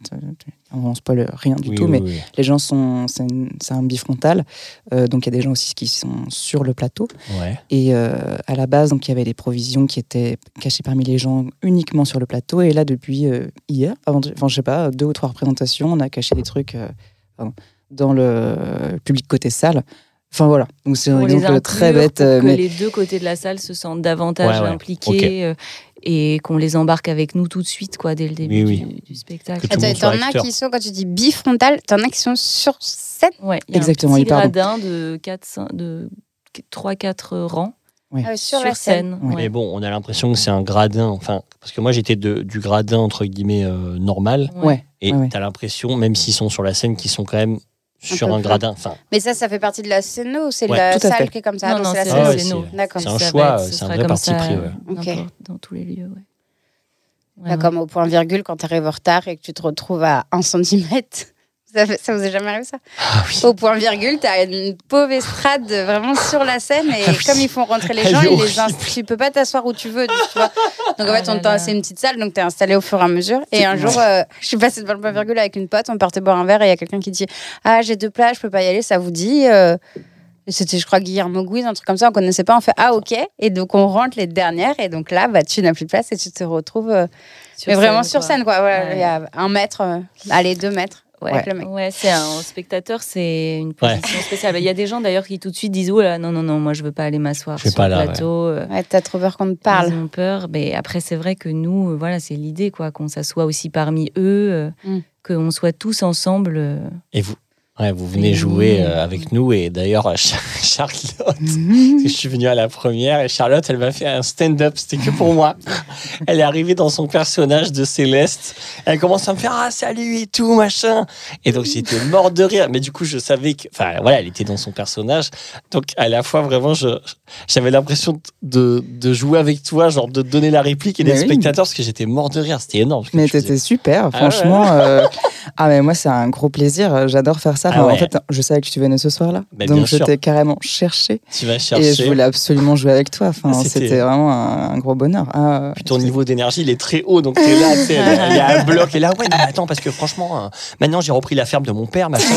C: on spoil rien du
B: Oui,
C: tout,
B: oui,
C: mais
B: oui.
C: les gens sont, c'est une- c'est un bifrontal, Euh, donc il y a des gens aussi qui sont sur le plateau.
B: Ouais.
C: Et euh, à la base, donc il y avait des provisions qui étaient cachées parmi les gens uniquement sur le plateau. Et là, depuis euh, hier, avant, enfin je sais pas, deux ou trois représentations, on a caché des trucs euh, pardon, dans le public côté salle. Enfin voilà, donc c'est un
E: pour les
C: exemple
E: inclure,
C: très bête,
E: pour
C: euh,
E: que
C: mais
E: les deux côtés de la salle se sentent davantage
B: Ouais, ouais.
E: impliqués euh, et qu'on les embarque avec nous tout de suite, quoi, dès le début
B: Oui,
E: Du, du spectacle.
B: Que tout le
A: Attends,
B: monde soit
A: t'en as
B: acteur.
A: qui sont, quand tu dis bifrontal, t'en as qui sont sur scène.
E: Ouais, il y a
C: Exactement,
E: un petit
C: oui, pardon.
E: gradin de 4, 5, de 3, 4 rangs
A: Ah ouais,
E: Euh, sur, la scène.
C: Ouais.
E: ouais.
B: Mais bon, on a l'impression que c'est un gradin. Enfin, parce que moi, j'étais de- du gradin entre guillemets euh, normal,
E: Ouais.
C: ouais.
B: et
C: Ouais, ouais.
B: t'as l'impression, même s'ils sont sur la scène, qu'ils sont quand même sur
A: peu
B: un,
A: près.
B: gradin. Enfin,
A: Mais ça, ça fait partie de la scène ou c'est
B: Ouais,
C: tout
A: la
C: à fait.
A: salle qui est comme ça
E: Non, non,
A: c'est la
E: c'est
B: Ah
A: scène.
B: ouais,
E: nous.
A: D'accord.
B: c'est un
E: Ça va
B: choix,
E: être- ce
B: c'est un
E: sera
B: vrai
E: comme
B: parti
E: ça,
B: pris. ouais.
E: euh,
A: Ok.
E: n'importe- Dans tous les lieux, ouais. Ouais,
A: Bah,
E: ouais.
A: Comme au point virgule quand t'arrives en retard et que tu te retrouves à 1 cm. Ça, fait- ça vous est jamais arrivé ça
B: Ah oui.
A: Au point virgule, t'as une pauvre estrade euh, vraiment sur la scène et
B: Ah oui.
A: comme ils font rentrer les
B: Elle
A: gens,
B: est
A: ils les
B: horrible.
A: ins- tu peux pas t'asseoir où tu veux. tu vois. Donc en
E: Ah
A: fait, on
E: là
A: t'a-
E: là.
A: c'est une petite salle, donc t'es installé au fur et à mesure. Et un jour, euh, je suis passée devant le point virgule avec une pote, on partait boire un verre et il y a quelqu'un qui dit Ah, j'ai deux plats, je peux pas y aller, ça vous dit euh, c'était, je crois, Guillermo Guiz, un truc comme ça, on connaissait pas. On fait Ah, ok. Et donc, on rentre les dernières. Et donc là, bah, tu n'as plus de place et tu te retrouves euh,
E: Sur
A: mais vraiment
E: scène,
A: sur
E: quoi.
A: scène, quoi. Voilà,
E: Ouais.
A: Il y a un mètre, euh, allez, deux mètres.
E: Ouais,
C: Ouais.
A: le mec.
E: Ouais, c'est un spectateur, c'est une position spéciale. Il y a des gens d'ailleurs qui tout de suite disent Oh là, non, non, non, moi je veux pas aller m'asseoir
B: Je suis
E: sur
B: pas
E: le
B: là,
E: plateau. euh,
A: Ouais, t'as trop peur qu'on te parle.
E: Ils ont peur. Mais après, c'est vrai que nous, euh, voilà, c'est l'idée, quoi, qu'on s'assoit aussi parmi eux, euh,
A: Mm.
E: qu'on soit tous ensemble. euh.
B: Et vous Ouais, vous venez jouer euh, avec nous et d'ailleurs euh, Char- Charlotte,
C: Mhm.
B: je suis venu à la première et Charlotte, elle m'a fait un stand-up, c'était que pour moi. Elle est arrivée dans son personnage de Céleste, elle commence à me faire ah salut et tout machin. Et donc j'étais mort de rire, mais du coup je savais que, enfin voilà, elle était dans son personnage, donc à la fois vraiment je j'avais l'impression de, de jouer avec toi, genre de te donner la réplique et
C: Mais
B: d'être
C: oui.
B: spectateur parce que j'étais mort de rire, c'était énorme. ce que
C: Mais
B: tu faisais.
C: t'étais super, franchement. euh, Ah, mais moi, c'est un gros plaisir. J'adore faire ça.
B: Ah
C: Enfin,
B: ouais.
C: En fait, je savais que tu venais ce soir-là.
B: Bah, bien
C: donc, je
B: sûr.
C: t'ai carrément cherché,
B: Tu vas chercher.
C: Et je voulais absolument jouer avec toi. Enfin,
B: Ah, c'était-
C: C'était vraiment un, un gros bonheur. Ah, euh,
B: Puis ton niveau d'énergie, il est très haut, donc t'es là, tu sais, il y a un bloc, et là, ouais, non, mais attends, parce que franchement, euh, maintenant j'ai repris la ferme de mon père, maintenant.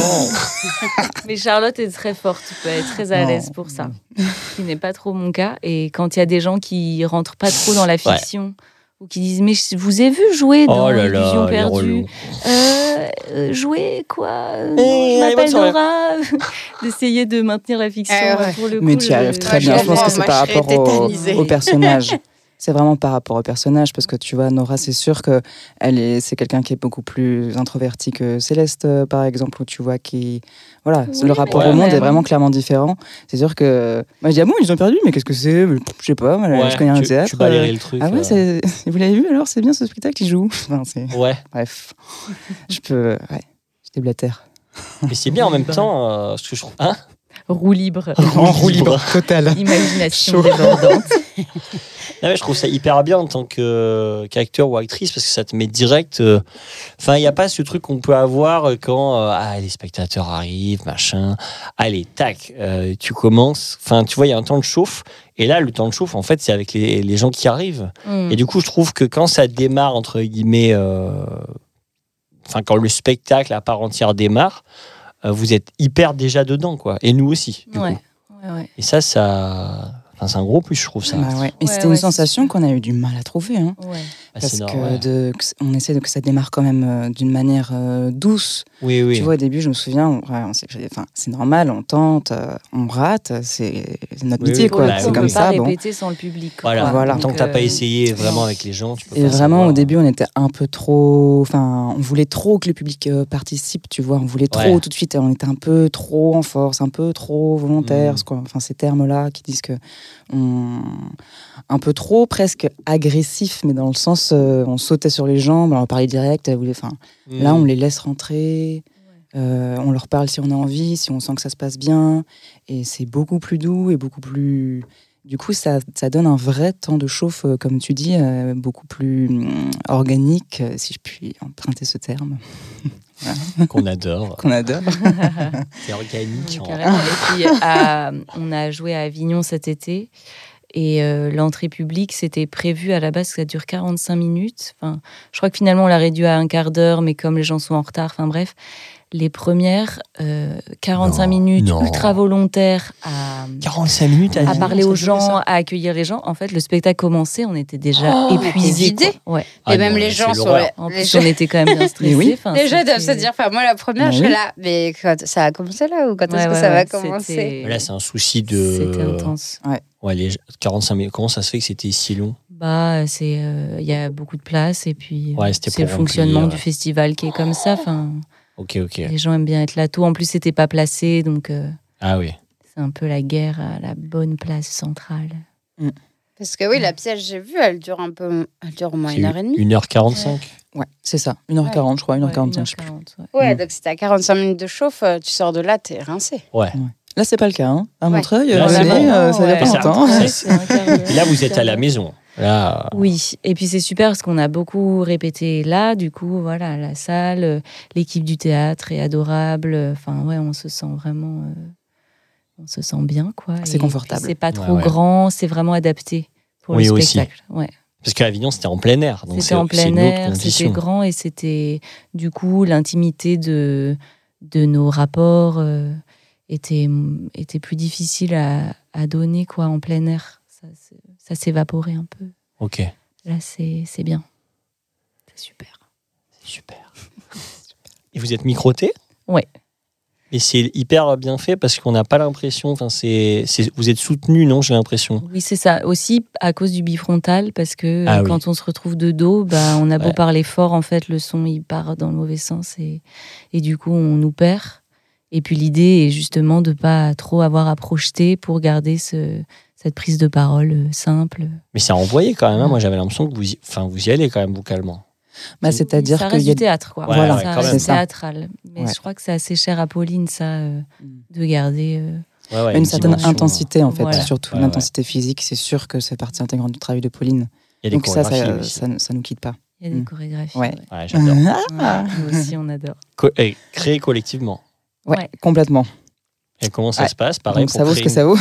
E: Mais Charlotte est très forte, elle est très à
C: Non.
E: l'aise pour ça, ce qui n'est pas trop mon cas. Et quand il y a des gens qui rentrent pas trop dans la fiction. Ou qui disent, mais je vous ai vu jouer
C: Oh
E: dans Illusion
B: les
E: perdue.
B: relous.
E: Euh, euh, jouer quoi Euh,
B: Eh,
E: Je
B: allez, bonne
E: m'appelle
B: soirée.
E: Nora. D'essayer de maintenir la fiction
A: Eh ouais.
E: euh, pour le coup.
C: Mais tu y
E: je-
C: arrives
A: Moi,
C: très
A: je
C: bien. Je
A: comprends,
C: pense que c'est
A: moi,
C: par
A: je serais
C: rapport
A: tétanisée.
C: au, au personnage. C'est vraiment par rapport au personnage, parce que tu vois, Nora, c'est sûr que elle est, c'est quelqu'un qui est beaucoup plus introverti que Céleste, euh, par exemple, où tu vois qui, voilà,
E: Oui,
C: le rapport
B: mais
C: au monde
E: même.
C: est vraiment clairement différent. C'est sûr que, moi je dis ah bon, ils ont perdu, mais qu'est-ce que c'est Je sais pas, moi,
B: Ouais,
C: je connais un
B: tu,
C: théâtre.
B: Tu
C: euh,
B: balayerais le truc.
C: Ah ouais,
B: euh,
C: c'est- vous l'avez vu alors, c'est bien ce spectacle qui joue. Enfin, c'est-
B: ouais.
C: bref, je peux, ouais, je déblatère.
B: Mais c'est bien en même temps, euh, ce que je trouve. Hein
E: Roue libre.
B: En roue libre,
C: total.
E: Imagination
C: Chaud.
E: débordante.
B: Non, mais je trouve ça hyper bien en tant que, euh, qu'acteur ou actrice parce que ça te met direct. euh, Enfin, il n'y a pas ce truc qu'on peut avoir euh, quand euh, ah, les spectateurs arrivent, machin. Allez, tac, euh, tu commences. Enfin, tu vois, il y a un temps de chauffe. Et là, le temps de chauffe, en fait, c'est avec les, les gens qui arrivent.
E: Mm.
B: Et du coup, je trouve que quand ça démarre, entre guillemets, euh, enfin, quand le spectacle à part entière démarre, euh, vous êtes hyper déjà dedans, quoi. Et nous aussi. du
E: Ouais.
B: coup.
E: Ouais, ouais.
B: Et ça, ça. Enfin, c'est un gros plus, je trouve ça.
C: Bah ouais. Et
E: Ouais,
C: c'était
E: ouais,
C: une
E: c'est
C: sensation
E: sûr.
C: qu'on a eu du mal à trouver. Hein.
E: Ouais.
B: Ah, c'est
C: Parce
B: énorme,
C: que
B: ouais.
C: de, que c- on essaie de que ça démarre quand même euh, d'une manière euh, douce.
B: Oui, oui.
C: Tu vois, au début, je me souviens, on- ouais, on s'est pris- enfin, c'est normal, on tente, euh, on rate, c'est c'est notre
B: Oui,
C: métier,
B: oui,
C: quoi.
B: bah
C: c'est
E: on
B: oui.
C: comme
E: peut
C: ça,
E: pas
C: bon.
E: répéter sans le public. quoi.
B: Voilà.
C: Voilà.
B: Tant
E: Donc,
B: que t'as
E: euh,
B: pas essayé vraiment avec les gens, tu peux
C: Et
B: pas
C: vraiment,
B: savoir.
C: au début, on était un peu trop. Enfin, on voulait trop que le public euh, participe, tu vois. On voulait trop
B: Ouais.
C: tout de suite. On était un peu trop en force, un peu trop volontaire.
B: Mm.
C: ce qu'on- Enfin, ces termes-là qui disent que. On... Un peu trop, presque agressif, mais dans le sens, euh, on sautait sur les jambes, on leur parlait direct. elle voulait- Enfin,
B: hein.
C: Là,
B: Mm.
C: on les laisse rentrer. euh, on leur parle si on a envie, si on sent que ça se passe bien. Et c'est beaucoup plus doux et beaucoup plus. Du coup, ça, ça donne un vrai temps de chauffe, euh, comme tu dis, euh, beaucoup plus hum, organique, euh, si je puis emprunter ce terme
B: qu'on adore.
C: qu'on adore.
B: C'est organique. en-
E: Mmh, Carrément. Et puis, euh, à- on a joué à Avignon cet été. Et euh, l'entrée publique, c'était prévu à la base que ça dure 45 minutes. Enfin, je crois que finalement, on l'a réduit à un quart d'heure, mais comme les gens sont en retard, enfin bref, les premières euh, 45
B: Non,
E: minutes
B: non.
E: ultra volontaires à,
B: 45 minutes
E: à
B: Annie,
E: parler
B: ça
E: aux
B: te fait
E: gens,
B: ça
E: à accueillir les gens. En fait, le spectacle commençait, on était déjà
A: Oh,
E: épuisés.
A: vidé.
E: quoi. Ouais.
B: Ah
A: et même
B: non,
A: les
B: c'est
A: gens sont.
B: l'horreur.
E: En
A: les
E: plus,
A: gens-
E: on était quand même bien stressés.
C: oui.
E: Enfin,
A: Les gens doivent se
E: c'était-
A: dire, enfin, moi, la première,
C: Bah
A: je suis
C: oui.
A: là. Mais quand- ça a commencé là ou quand est-ce
E: Ouais,
A: que
E: ouais,
A: ça va
E: ouais,
A: commencer
E: c'était-
B: Là, c'est un souci
E: C'était
B: de.
E: intense.
B: Ouais, les 45 minutes. Comment ça se fait que c'était si long
E: Bah, c'est euh, il y a beaucoup de place et puis euh,
B: Ouais, c'était
E: c'est
B: pour
E: le fonctionnement
B: remplir. euh,
E: du festival qui est comme
C: Oh.
E: ça. Enfin,
B: Ok, ok.
E: les gens aiment bien être là. Tout en plus, c'était pas placé, donc euh,
B: Ah oui.
E: c'est un peu la guerre à la bonne place centrale.
A: Parce que oui, la pièce, j'ai vu, elle dure un peu. Elle dure au moins
B: C'est
A: une heure et demie.
B: 1h45
C: Ouais, c'est ça. 1h40, je crois, 1h45, je sais plus.
E: 1h40, ouais.
A: Ouais,
C: Mm.
A: donc si t'as 45 minutes de chauffe, euh, tu sors de là, t'es rincé.
C: Là, c'est pas le cas. Hein. À
A: Ouais.
C: Montreuil,
B: Là,
C: euh,
B: c'est
C: venez,
B: bon.
C: euh, ça dure
E: Ouais.
C: pas longtemps.
B: Ouais.
E: C'est un quart d'heure.
B: Et là, vous êtes à la maison. Là.
E: Oui, et puis c'est super parce qu'on a beaucoup répété là, du coup, voilà, la salle, euh, l'équipe du théâtre est adorable. euh, Enfin, ouais, on se sent vraiment, euh, on se sent bien, quoi.
C: C'est
E: Et puis,
C: confortable.
E: C'est pas trop
B: Ouais, ouais.
E: grand, c'est vraiment adapté pour
B: Oui,
E: le
B: aussi.
E: spectacle. Ouais.
B: Parce qu'à Avignon, c'était en plein air. Donc c'est
E: C'était en
B: c'est
E: plein
B: une autre
E: air, c'était
B: condition.
E: grand et c'était du coup l'intimité de, de nos rapports euh, était, était plus difficile à, à donner quoi en plein air. Ça, s'est- ça s'évaporait un peu.
B: Ok.
E: Là, c'est c'est bien. C'est super.
B: Super. Et vous êtes microté
E: Ouais.
B: Et c'est hyper bien fait parce qu'on n'a pas l'impression. Enfin, c'est, c'est- vous êtes soutenu, non J'ai l'impression.
E: Oui, c'est ça. Aussi à cause du bifrontal, parce que
B: Ah
E: euh,
B: oui.
E: quand on se retrouve de dos, bah, on a beau
B: Ouais.
E: parler fort, en fait, le son il part dans le mauvais sens et, et du coup on nous perd. Et puis l'idée est justement de pas trop avoir à projeter pour garder ce, cette prise de parole euh, simple.
B: Mais c'est envoyé quand même. hein. Moi, j'avais l'impression que vous, y, enfin, vous y allez quand même vocalement.
C: Bah, C'est-à-dire
E: ça
C: qu'il
E: reste
C: y a
E: du théâtre, quoi.
B: Ouais,
C: Voilà,
B: ouais,
E: ça
B: quand
E: reste
B: même.
C: C'est ça.
E: théâtral. Mais
C: Ouais.
E: je crois que c'est assez cher à Pauline, ça, euh,
C: Mm.
E: de garder. euh,
B: Ouais, ouais,
C: une certaine
B: dimension,
C: intensité en fait,
E: Voilà.
C: surtout
B: Ouais, ouais.
C: l'intensité physique, c'est sûr que c'est partie intégrante du travail de Pauline.
B: Il y a des
C: Donc ça,
B: chorégraphies
C: ça,
B: aussi.
C: ça, ça nous quitte pas.
E: Il y a des
C: Mm.
E: chorégraphies.
C: Ouais. Ah.
B: Ouais, j'adore.
E: Ouais, nous aussi, on adore.
B: Co- et créer collectivement.
C: Ouais,
E: Ouais.
C: complètement.
B: Et comment ça
C: Ouais.
B: se passe Pareil,
C: Donc
B: pour
C: ça vaut ce
B: créer
C: que ça vaut.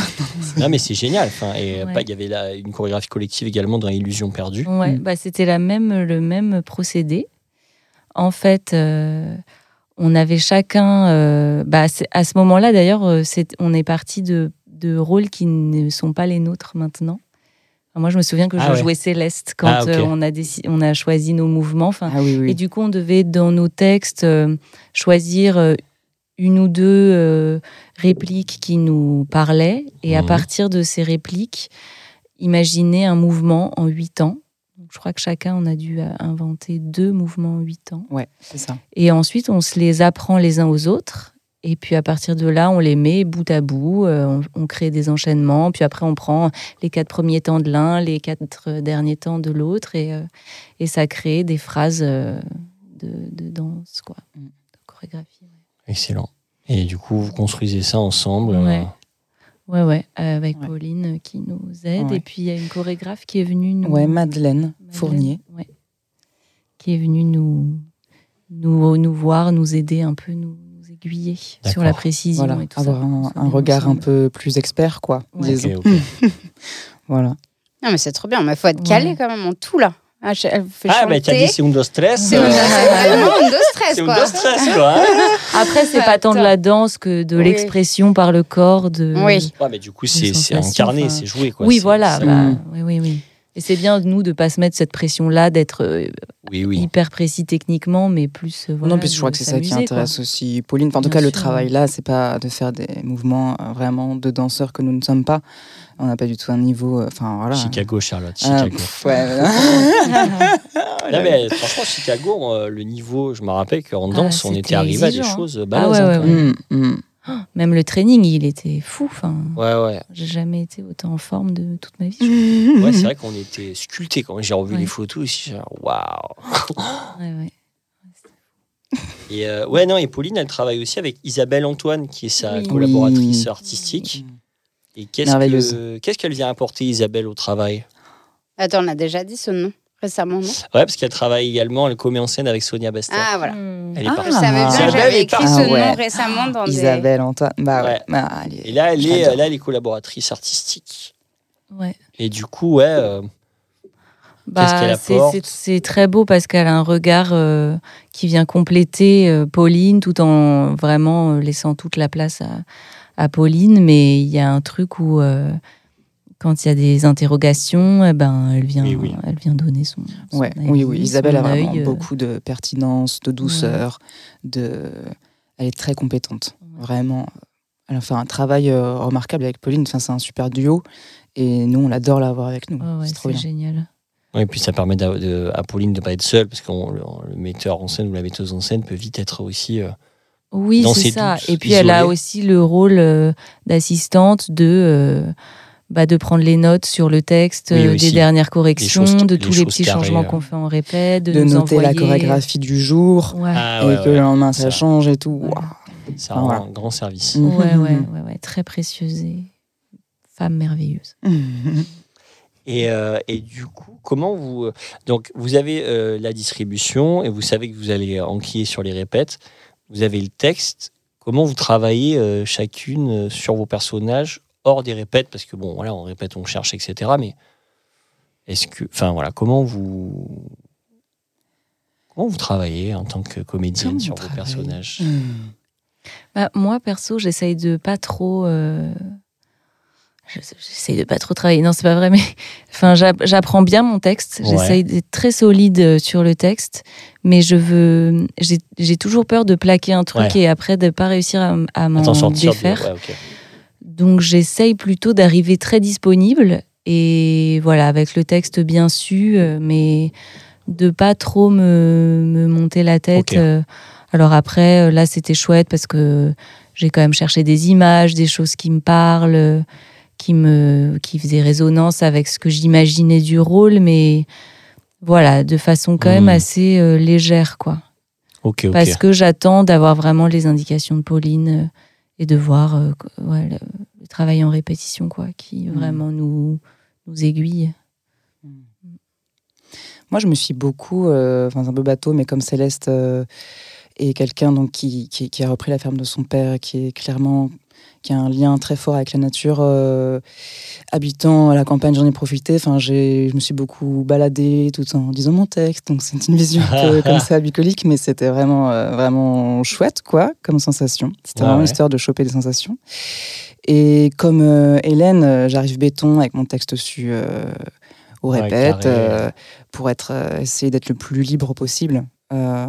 B: une- Non, mais c'est génial. Enfin, et euh,
E: Ouais.
B: pas- il y avait là une chorégraphie collective également dans Illusion perdue.
E: Ouais,
C: Mm.
E: bah, c'était la même, le même procédé. En fait, euh, on avait chacun. euh, bah, c'est- à ce moment-là, d'ailleurs, euh, c'est- on est parti de, de rôles qui ne sont pas les nôtres maintenant. Enfin, moi, je me souviens que
B: Ah
E: je
B: ouais.
E: jouais Céleste quand
B: Ah, ok.
E: euh, on, a déci- on a choisi nos mouvements. Enfin,
C: Ah oui,
E: Et
C: oui.
E: du coup, on devait, dans nos textes, euh, choisir euh, une ou deux euh, répliques qui nous parlaient. Et à
B: Mhm.
E: partir de ces répliques, imaginer un mouvement en huit ans. Donc, je crois que chacun, on a dû euh, inventer deux mouvements en huit ans.
C: Ouais, c'est ça.
E: Et ensuite, on se les apprend les uns aux autres. Et puis à partir de là, on les met bout à bout, euh, on, on crée des enchaînements, puis après on prend les quatre premiers temps de l'un, les quatre euh, derniers temps de l'autre, et, euh, et ça crée des phrases euh, de, de danse, quoi,
C: Mm.
E: de chorégraphie.
B: Excellent. Et du coup, vous construisez ça ensemble. euh,
E: Ouais. Ouais, ouais, euh, avec
C: Ouais.
E: Pauline euh, qui nous aide.
C: Ouais.
E: Et puis il y a une chorégraphe qui est venue nous,
C: Ouais, Madeleine,
E: Madeleine,
C: Fournier.
E: ouais. qui est venue nous, nous, nous voir, nous aider un peu, nous, nous aiguiller sur
B: D'accord.
E: la précision
C: Voilà, Ah,
E: et tout
C: avoir
E: ça.
C: un,
E: On soit
C: un
E: bien
C: regard un
E: ensemble.
C: peu plus expert, quoi.
E: Ouais.
C: disons.
B: ok, ok.
C: Voilà.
A: Non, mais c'est trop bien. Mais faut être calé quand même en tout là. Ah, je- elle vous fait
B: Ah,
A: chanter.
B: mais t'as dit c'est un dos stress.
A: C'est
B: euh,
A: une- c'est vraiment une de stress,
B: C'est un
A: quoi.
B: dos stress, quoi. hein
E: Après, c'est pas tant de la danse que de
A: Oui.
E: l'expression par le corps. De...
A: Oui.
B: Ouais, mais du coup,
E: Des
B: c'est c'est
E: sensations,
B: incarné,
E: enfin.
B: c'est joué. Quoi.
E: oui,
B: C'est-
E: voilà.
B: ça-
E: bah,
C: Mm.
E: oui, oui, oui. Et c'est bien de nous de pas se mettre cette pression-là, d'être euh,
B: Oui, oui.
E: hyper précis techniquement, mais plus. euh, voilà,
C: non, puis je
E: de
C: crois que c'est ça qui
E: s'amuser, quoi.
C: intéresse aussi Pauline. Enfin, en tout
E: Bien
C: cas, le
E: sûr.
C: travail là, c'est pas de faire des mouvements euh, vraiment de danseurs que nous ne sommes pas. On n'a pas du tout un niveau. euh, Enfin, voilà.
B: Chicago, Charlotte,
C: Ah,
B: Chicago.
C: pff, ouais, voilà.
B: Non, mais franchement, Chicago, euh, le niveau, je me rappelle qu'en
E: Ah,
B: danse, on
E: c'était
B: était arrivé à des
E: exigeant, hein.
B: choses
E: Ah
B: balèzes.
E: ouais,
B: hein,
E: ouais,
B: quand même.
C: Mm, mm.
E: Même le training, il était fou. Enfin,
B: ouais, ouais.
E: j'ai jamais été autant en forme de toute ma vie. je
B: Ouais, c'est vrai qu'on était sculpté quand j'ai revu
E: Ouais.
B: les photos ici. genre, Waouh!
E: crois. Ouais, ouais.
B: Et euh, ouais, non, et Pauline, elle travaille aussi avec Isabelle Antoine, qui est sa
E: Oui.
B: collaboratrice artistique. Et qu'est-ce
C: Merveilleuse.
B: que- qu'est-ce qu'elle vient apporter, Isabelle, au travail?
A: Attends, on a déjà dit ce nom récemment, non
B: Ouais, parce qu'elle travaille également, elle commet en scène avec Sonia Bastien.
A: Ah, voilà.
E: Hmm.
B: Elle est
C: Ah.
A: Je
B: partie.
A: savais bien,
B: Isabelle
A: j'avais
B: est
A: écrit
C: partie.
A: ce
C: Ah ouais.
A: nom récemment dans des.
C: Isabelle, Antoine. Bah ouais.
B: Ouais.
C: Bah, elle est-
B: Et là, elle est,
C: J'adore.
B: là, elle est collaboratrice artistique.
E: Ouais.
B: Et du coup, ouais, euh, Qu'est-ce qu'elle
E: Bah, c'est-
B: apporte
E: c'est- C'est très beau parce qu'elle a un regard euh, qui vient compléter euh, Pauline tout en vraiment euh, laissant toute la place à, à Pauline. Mais il y a un truc où, euh, quand il y a des interrogations, eh ben, elle, vient,
B: Mais oui.
E: elle vient donner son. son
C: Ouais,
E: avis,
C: oui, oui.
E: son
C: Isabelle a vraiment
E: œil, euh,
C: beaucoup de pertinence, de douceur, de. Elle est très compétente, vraiment. Elle a fait un travail euh, remarquable avec Pauline. Enfin, c'est un super duo, et nous, on adore l'avoir avec nous.
E: Oh, ouais, ouais,
C: c'est trop
E: c'est
C: bien.
E: génial.
B: Ouais, et puis ça permet d'a- de- à Pauline de pas être seule, parce que le, le metteur en scène ou la metteuse en scène peut vite être aussi. euh,
E: Oui,
B: Dans
E: c'est
B: ses
E: ça.
B: doutes,
E: Et puis elle a
B: isolée.
E: aussi le rôle euh, d'assistante de. euh, bah, de prendre les notes sur le texte,
B: Oui,
E: euh,
B: aussi.
E: des dernières corrections,
B: choses-
E: de
B: les
E: tous les
B: choses
E: petits
B: carrées,
E: changements
B: euh.
E: qu'on fait en répète, de,
C: De
E: nous
C: noter la
E: envoyer, euh,
C: chorégraphie du jour
E: Ouais.
B: Ah,
C: et
B: ouais,
C: que le
B: ouais.
C: lendemain, ça,
B: Ça.
C: change et tout.
E: Ouais.
C: Waouh.
B: Ça
C: Ah,
B: rend
C: voilà.
B: un grand service.
C: Mm.
E: Ouais, ouais, ouais, ouais, très précieuse et femme merveilleuse.
B: Et, euh, et du coup, comment vous. euh, Donc, vous avez euh, la distribution et vous savez que vous allez enquiller sur les répètes. Vous avez le texte. Comment vous travaillez euh, chacune euh, sur vos personnages hors des répètes Parce que, bon, voilà, on répète, on cherche, etc. Mais est-ce que. Enfin, voilà, comment vous. Comment vous travaillez en tant que comédienne
C: Comment on
B: sur vos
C: travaille
B: personnages
C: Mm.
E: Bah, moi, perso, j'essaye de pas trop euh, Je- J'essaye de pas trop travailler. Non, c'est pas vrai, mais enfin, j'app- j'apprends bien mon texte.
D: Ouais.
E: J'essaye d'être très solide euh, sur le texte, mais je veux. J'ai j'ai toujours peur de plaquer un truc
D: Ouais.
E: et après de pas réussir à, m- à m'en
D: Attends, sortir. de-
E: défaire.
D: ouais, ok.
E: Donc j'essaye plutôt d'arriver très disponible et voilà, avec le texte bien su, euh, mais de pas trop me, me monter la tête.
D: Ok.
E: Euh, Alors après, euh, là c'était chouette parce que j'ai quand même cherché des images, des choses qui me parlent, euh, qui, me, qui faisaient résonance avec ce que j'imaginais du rôle, mais voilà, de façon quand
D: Hmm.
E: même assez euh, légère, quoi.
D: Ok, ok.
E: Parce que j'attends d'avoir vraiment les indications de Pauline euh, et de voir euh, qu- ouais, le, le travail en répétition quoi, qui
C: Mm.
E: vraiment nous, nous aiguille.
C: Moi, je me suis beaucoup, euh, enfin c'est un peu bateau, mais comme Céleste euh, est quelqu'un donc qui, qui, qui a repris la ferme de son père, qui est clairement qui a un lien très fort avec la nature, euh, habitant à la campagne, j'en ai profité. Enfin, j'ai, je me suis beaucoup baladée tout en disant mon texte, donc c'est une vision un peu comme ça bucolique, mais c'était vraiment euh, vraiment chouette quoi, comme sensation. C'était
D: Ouais,
C: vraiment
D: ouais.
C: histoire de choper des sensations. Et comme euh, Hélène, euh, j'arrive béton avec mon texte su. euh, au
D: Ouais,
C: répète,
D: carré.
C: euh, pour être, euh, essayer d'être le plus libre possible. Euh,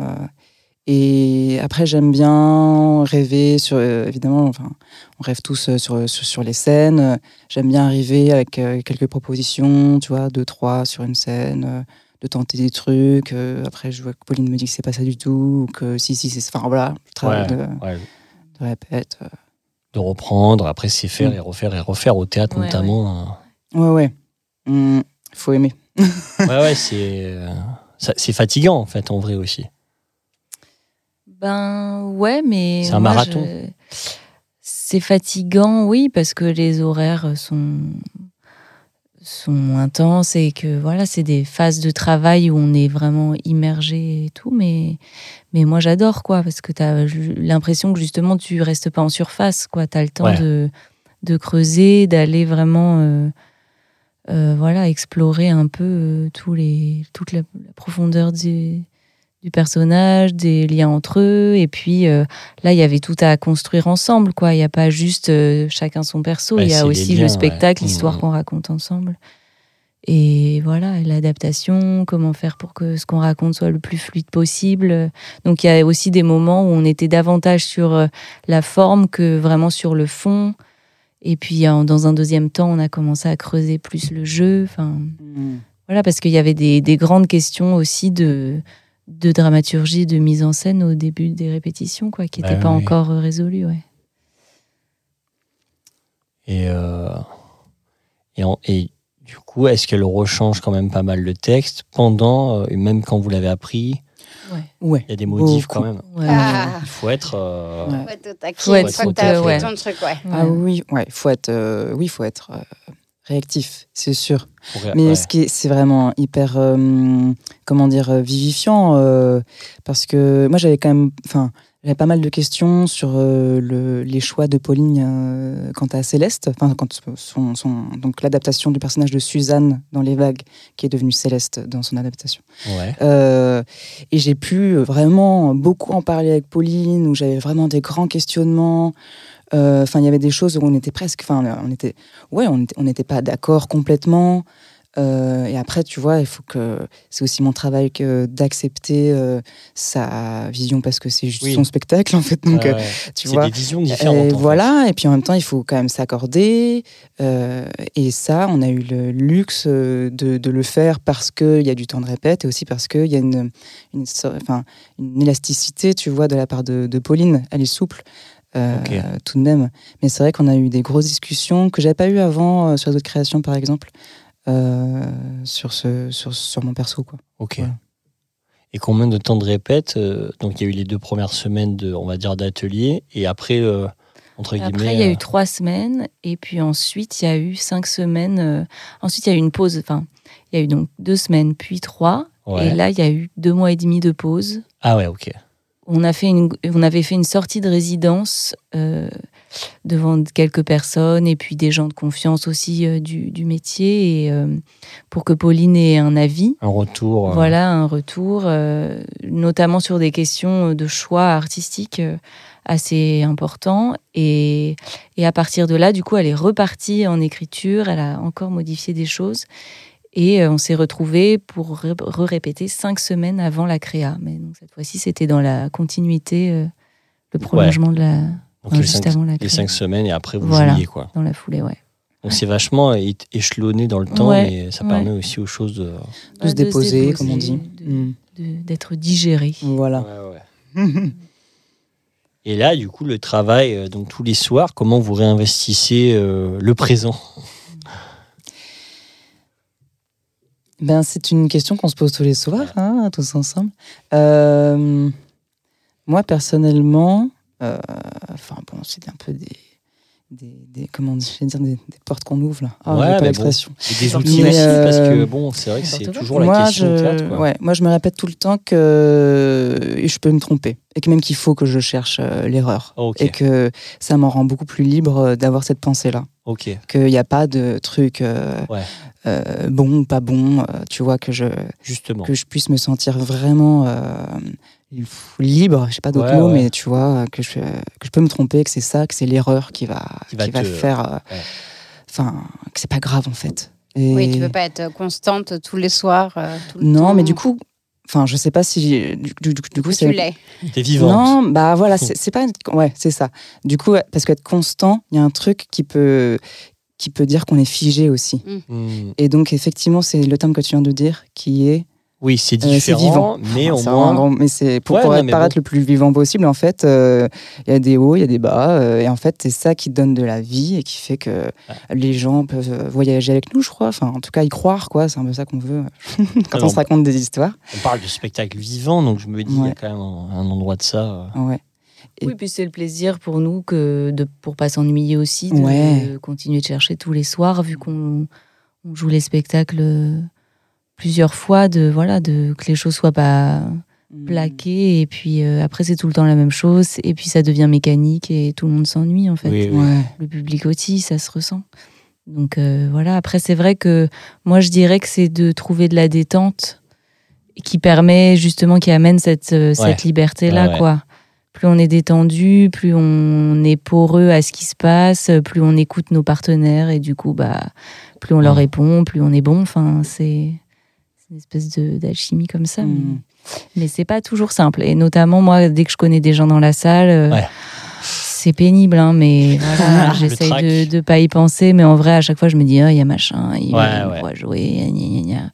C: et après, j'aime bien rêver sur, euh, évidemment, enfin, on rêve tous euh, sur, sur, sur les scènes. Euh, J'aime bien arriver avec euh, quelques propositions, tu vois, deux, trois sur une scène, euh, de tenter des trucs. Euh, après, je vois que Pauline me dit que c'est pas ça du tout, ou que si, si, c'est. Enfin, voilà, je travaille de,
D: Ouais,
C: de répète. euh.
B: de reprendre, après c'est faire et refaire et refaire au théâtre
E: Mm. Ouais,
B: notamment. hein.
C: Ouais, ouais. Hum, faut aimer.
B: Ouais, ouais, c'est euh, ça- c'est fatigant en fait en vrai aussi.
E: Ben ouais, mais...
B: C'est un
E: moi,
B: marathon.
E: je- C'est fatigant, oui, parce que les horaires sont, sont intenses et que voilà, c'est des phases de travail où on est vraiment immergé et tout, mais... Mais moi, j'adore, quoi, parce que tu as l'impression que justement, tu restes pas en surface, quoi. Tu as le temps
D: Ouais.
E: de, de creuser, d'aller vraiment euh, euh, voilà, explorer un peu euh, tous les, toute la, la profondeur du, du personnage, des liens entre eux. Et puis euh, là, il y avait tout à construire ensemble, quoi. Il n'y a pas juste euh, chacun son perso,
B: Ouais,
E: il y
B: c'est
E: a
B: les
E: aussi
B: liens,
E: le spectacle,
B: ouais.
E: l'histoire
B: Mmh.
E: qu'on raconte ensemble. Et voilà, et l'adaptation, comment faire pour que ce qu'on raconte soit le plus fluide possible. Donc il y a aussi des moments où on était davantage sur euh, la forme que vraiment sur le fond. Et puis en- dans un deuxième temps, on a commencé à creuser plus le jeu. Enfin,
C: Mm.
E: voilà, parce qu'il y avait des, des grandes questions aussi de, de dramaturgie, de mise en scène au début des répétitions, quoi, qui
B: Bah
E: n'étaient pas
B: oui.
E: encore euh, résolues. Ouais.
B: Et, euh, et, en- et du coup, est-ce qu'elle rechange quand même pas mal le texte pendant, euh, et même quand vous l'avez appris,
C: Ouais.
B: il y a des modifs
C: Beaucoup.
B: quand même.
E: Ouais.
A: Ah,
B: Il faut être. euh,
C: Ouais.
A: faut être au taquet,
E: Mmh. Faut être
A: une fois que t'as
E: sauteur,
A: fait
E: ouais.
A: ton truc, ouais.
E: Ouais.
C: Ah oui, ouais, faut être, euh, oui, faut être euh, réactif, c'est sûr.
B: pour ré-
C: Mais
B: ouais.
C: ce qui est, c'est vraiment hyper, euh, comment dire, euh, vivifiant, euh, parce que moi j'avais quand même, enfin, j'avais pas mal de questions sur euh, le- les choix de Pauline euh, quant à Céleste, enfin, quand son, son- donc l'adaptation du personnage de Suzanne dans Les Vagues, qui est devenue Céleste dans son adaptation.
B: Ouais.
C: Euh, et j'ai pu euh, vraiment beaucoup en parler avec Pauline, où j'avais vraiment des grands questionnements. Euh, Enfin, il y avait des choses où on était presque, enfin, on était, ouais, on était- on n'était pas d'accord complètement. Euh, et après, tu vois, il faut que c'est aussi mon travail que d'accepter euh, sa vision parce que c'est juste
B: Oui.
C: son spectacle en fait. Donc,
B: Ouais,
C: euh,
B: ouais.
C: tu
B: c'est
C: vois,
B: des visions différentes.
C: et
B: en fait.
C: voilà, et puis en même temps, il faut quand même s'accorder. euh, et ça, on a eu le luxe euh, de, de le faire parce qu'il y a du temps de répète et aussi parce qu'il y a une, une, so- enfin, une élasticité, tu vois, de la part de, de Pauline. Elle est souple. euh,
B: Ok.
C: tout de même. Mais c'est vrai qu'on a eu des grosses discussions que j'avais pas eues avant euh, sur d'autres créations, par exemple, euh, sur, ce, sur, sur mon perso. Quoi.
B: Ok.
C: Voilà.
B: Et combien de temps de répète euh, Donc il y a eu les deux premières semaines de, on va dire, d'atelier, et après, euh, entre guillemets, euh.
E: Après, il y a eu trois semaines, et puis ensuite, il y a eu cinq semaines. euh, ensuite, il y a eu une pause. Enfin, il y a eu donc deux semaines, puis trois.
B: euh, ouais.
E: Et là, il y a eu deux mois et demi de pause.
B: ah ouais, ok.
E: On, a fait une, on avait fait une sortie de résidence euh, devant quelques personnes et puis des gens de confiance aussi euh, du, du métier et euh, pour que Pauline ait un avis.
B: Un retour. euh,
E: Voilà un retour, euh, notamment sur des questions euh, de choix artistiques euh, assez importants. Et, et à partir de là, du coup, elle est repartie en écriture, elle a encore modifié des choses. Et euh, on s'est retrouvés pour ré- re-répéter cinq semaines avant la créa. Mais donc, cette fois-ci, c'était dans la continuité, euh, le prolongement de la.
B: donc
E: enfin,
B: les,
E: juste
B: cinq,
E: avant la
B: les
E: créa.
B: cinq semaines et après vous
E: Voilà.
B: jouiez quoi.
E: Dans la foulée, ouais.
B: Donc c'est vachement é- échelonné dans le temps
E: Ouais,
B: et ça
E: ouais.
B: permet aussi aux choses de.
E: Bah,
C: De se déposer, comme on dit.
E: de- de- D'être digéré.
B: Ah.
C: Voilà.
B: Et là, du coup, le travail, euh, donc tous les soirs, comment vous réinvestissez euh, le présent
C: Ben, c'est une question qu'on se pose tous les soirs, hein, tous ensemble. Euh, moi, personnellement, euh, enfin, bon, c'est un peu des. des, des- comment je vais dire, des, des portes qu'on ouvre, là. Ah, j'ai
B: Ouais,
C: pas
B: mais
C: l'expression.
B: Et des
E: Mais,
B: outils aussi,
C: euh,
B: parce que bon, c'est vrai que c'est
E: n'importe
B: toujours la
C: moi,
B: question
C: je,
B: théâtre, quoi.
C: ouais, moi, je me répète tout le temps que je peux me tromper et que même qu'il faut que je cherche euh, l'erreur.
B: Ah, ok.
C: Et que ça m'en rend beaucoup plus libre euh, d'avoir cette pensée-là.
B: Ok.
C: Qu'il n'y a pas de truc euh,
B: Ouais.
C: euh, bon ou pas bon, euh, tu vois, que je,
B: Justement.
C: que je puisse me sentir vraiment euh, libre, je sais pas d'autres
B: Ouais,
C: mots,
B: ouais.
C: mais tu vois, que je, que je peux me tromper, que c'est ça, que c'est l'erreur qui va,
B: Qui va
C: qui va,
B: te-
C: faire. euh,
B: ouais.
C: Enfin, que c'est pas grave en fait. Et-
A: Oui, tu peux pas être constante tous les soirs. euh, tout le
C: Non,
A: temps.
C: mais du coup, enfin, je sais pas si. j'ai- Du, du- du- du coup,
A: Mais
C: c'est.
A: tu l'es.
B: T'es vivante.
C: Non, bah voilà, c'est c'est pas. être- Ouais, c'est ça. Du coup, ouais, parce qu'être constant, il y a un truc qui peut, qui peut dire qu'on est figé aussi.
B: Hmm.
C: Et donc, effectivement, c'est le terme que tu viens de dire qui est
B: Oui, c'est
C: Euh, c'est
B: différent,
C: vivant.
B: mais au
C: C'est vraiment un
B: moins.
C: grand- mais c'est pour,
B: Ouais,
C: pour
B: non,
C: être-
B: mais
C: paraître le plus vivant possible, en fait, euh, il y a des hauts, il y a des bas. euh, et en fait, c'est ça qui donne de la vie et qui fait que les gens peuvent euh, voyager avec nous, je crois. Enfin, en tout cas, y croire, quoi. C'est un peu ça qu'on veut euh, quand
B: Alors,
C: on se raconte des histoires.
B: On parle de spectacle vivant, donc je me dis, il y a
C: Ouais.
B: quand même un, un endroit de ça. euh.
C: Ouais. Et-
E: Oui, puis c'est le plaisir pour nous que de pour pas s'ennuyer aussi de
C: Ouais.
E: continuer de chercher tous les soirs vu qu'on on joue les spectacles plusieurs fois de voilà de que les choses soient pas
C: Mm.
E: plaquées et puis euh, après c'est tout le temps la même chose et puis ça devient mécanique et tout le monde s'ennuie en fait
B: Eh Oui, oui.
C: Ouais.
E: le public aussi, ça se ressent. Donc euh, voilà, après c'est vrai que moi je dirais que c'est de trouver de la détente qui permet justement, qui amène cette, euh, cette liberté-là.
B: Ouais, ouais.
E: quoi. Plus on est détendu, plus on est poreux à ce qui se passe, plus on écoute nos partenaires et du coup, bah, plus on leur
B: Mhm.
E: répond, plus on est bon. Enfin, c'est c'est une espèce de- d'alchimie comme ça.
B: Mmh.
C: Mhm.
E: Mais, mais c'est pas toujours simple. Et notamment, moi, dès que je connais des gens dans la salle, euh,
B: Ouais.
E: c'est pénible, hein, mais voilà,
B: Le
E: j'essaye
B: trac.
E: de ne pas y penser. Mais en vrai, à chaque fois, je me dis, Ah, il y a machin, il
B: Ouais,
E: va
B: ouais.
E: jouer, gna, gna, gna, gna.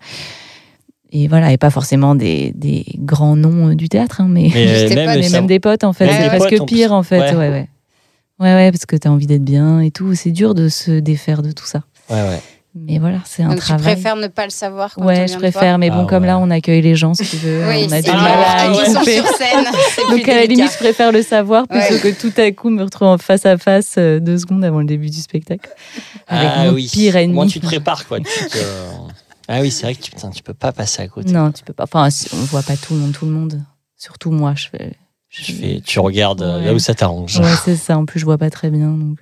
E: Et voilà, et pas forcément des, des grands noms euh, du théâtre, hein, mais,
B: Mais,
A: Je sais pas,
E: mais
B: ça-
E: même des potes, en fait.
B: même
E: C'est
A: des
E: presque
B: potes, en
E: pire,
B: plus.
E: en fait.
B: Ouais.
E: Ouais, ouais. ouais. ouais, parce que tu as envie d'être bien et tout. C'est dur de se défaire de tout ça.
B: Ouais, ouais.
E: Mais voilà, c'est un
A: Donc tu
E: travail.
A: préfères ne pas le savoir quand on
E: Ouais,
A: vient
E: je
A: te voir.
E: préfère, mais bon,
B: Ah
E: comme
B: ouais.
E: là, on accueille les gens, si tu veux.
A: Oui,
E: on a
A: c'est
E: du
B: Ah,
E: mal à y
B: ouais.
A: Ils sont
E: couper.
A: sur scène. c'est
E: Donc
A: plus
E: à la
A: délicat.
E: limite, je préfère le savoir plutôt
A: Ouais.
E: que tout à coup me retrouver en face à face euh, deux secondes avant le début du spectacle. Avec
B: Ah
E: mon
B: oui.
E: pire ennemi.
B: Moi, tu te prépares, quoi. tu te- Ah oui, c'est vrai que tu, putain, tu peux pas passer à côté.
E: Non, tu peux pas. Enfin, si- on voit pas tout le monde, tout le monde. Surtout moi, je fais. je-
B: Tu, fais- tu regardes euh, là
E: Ouais.
B: où ça t'arrange.
E: Ouais, c'est ça. En plus, je vois pas très bien, donc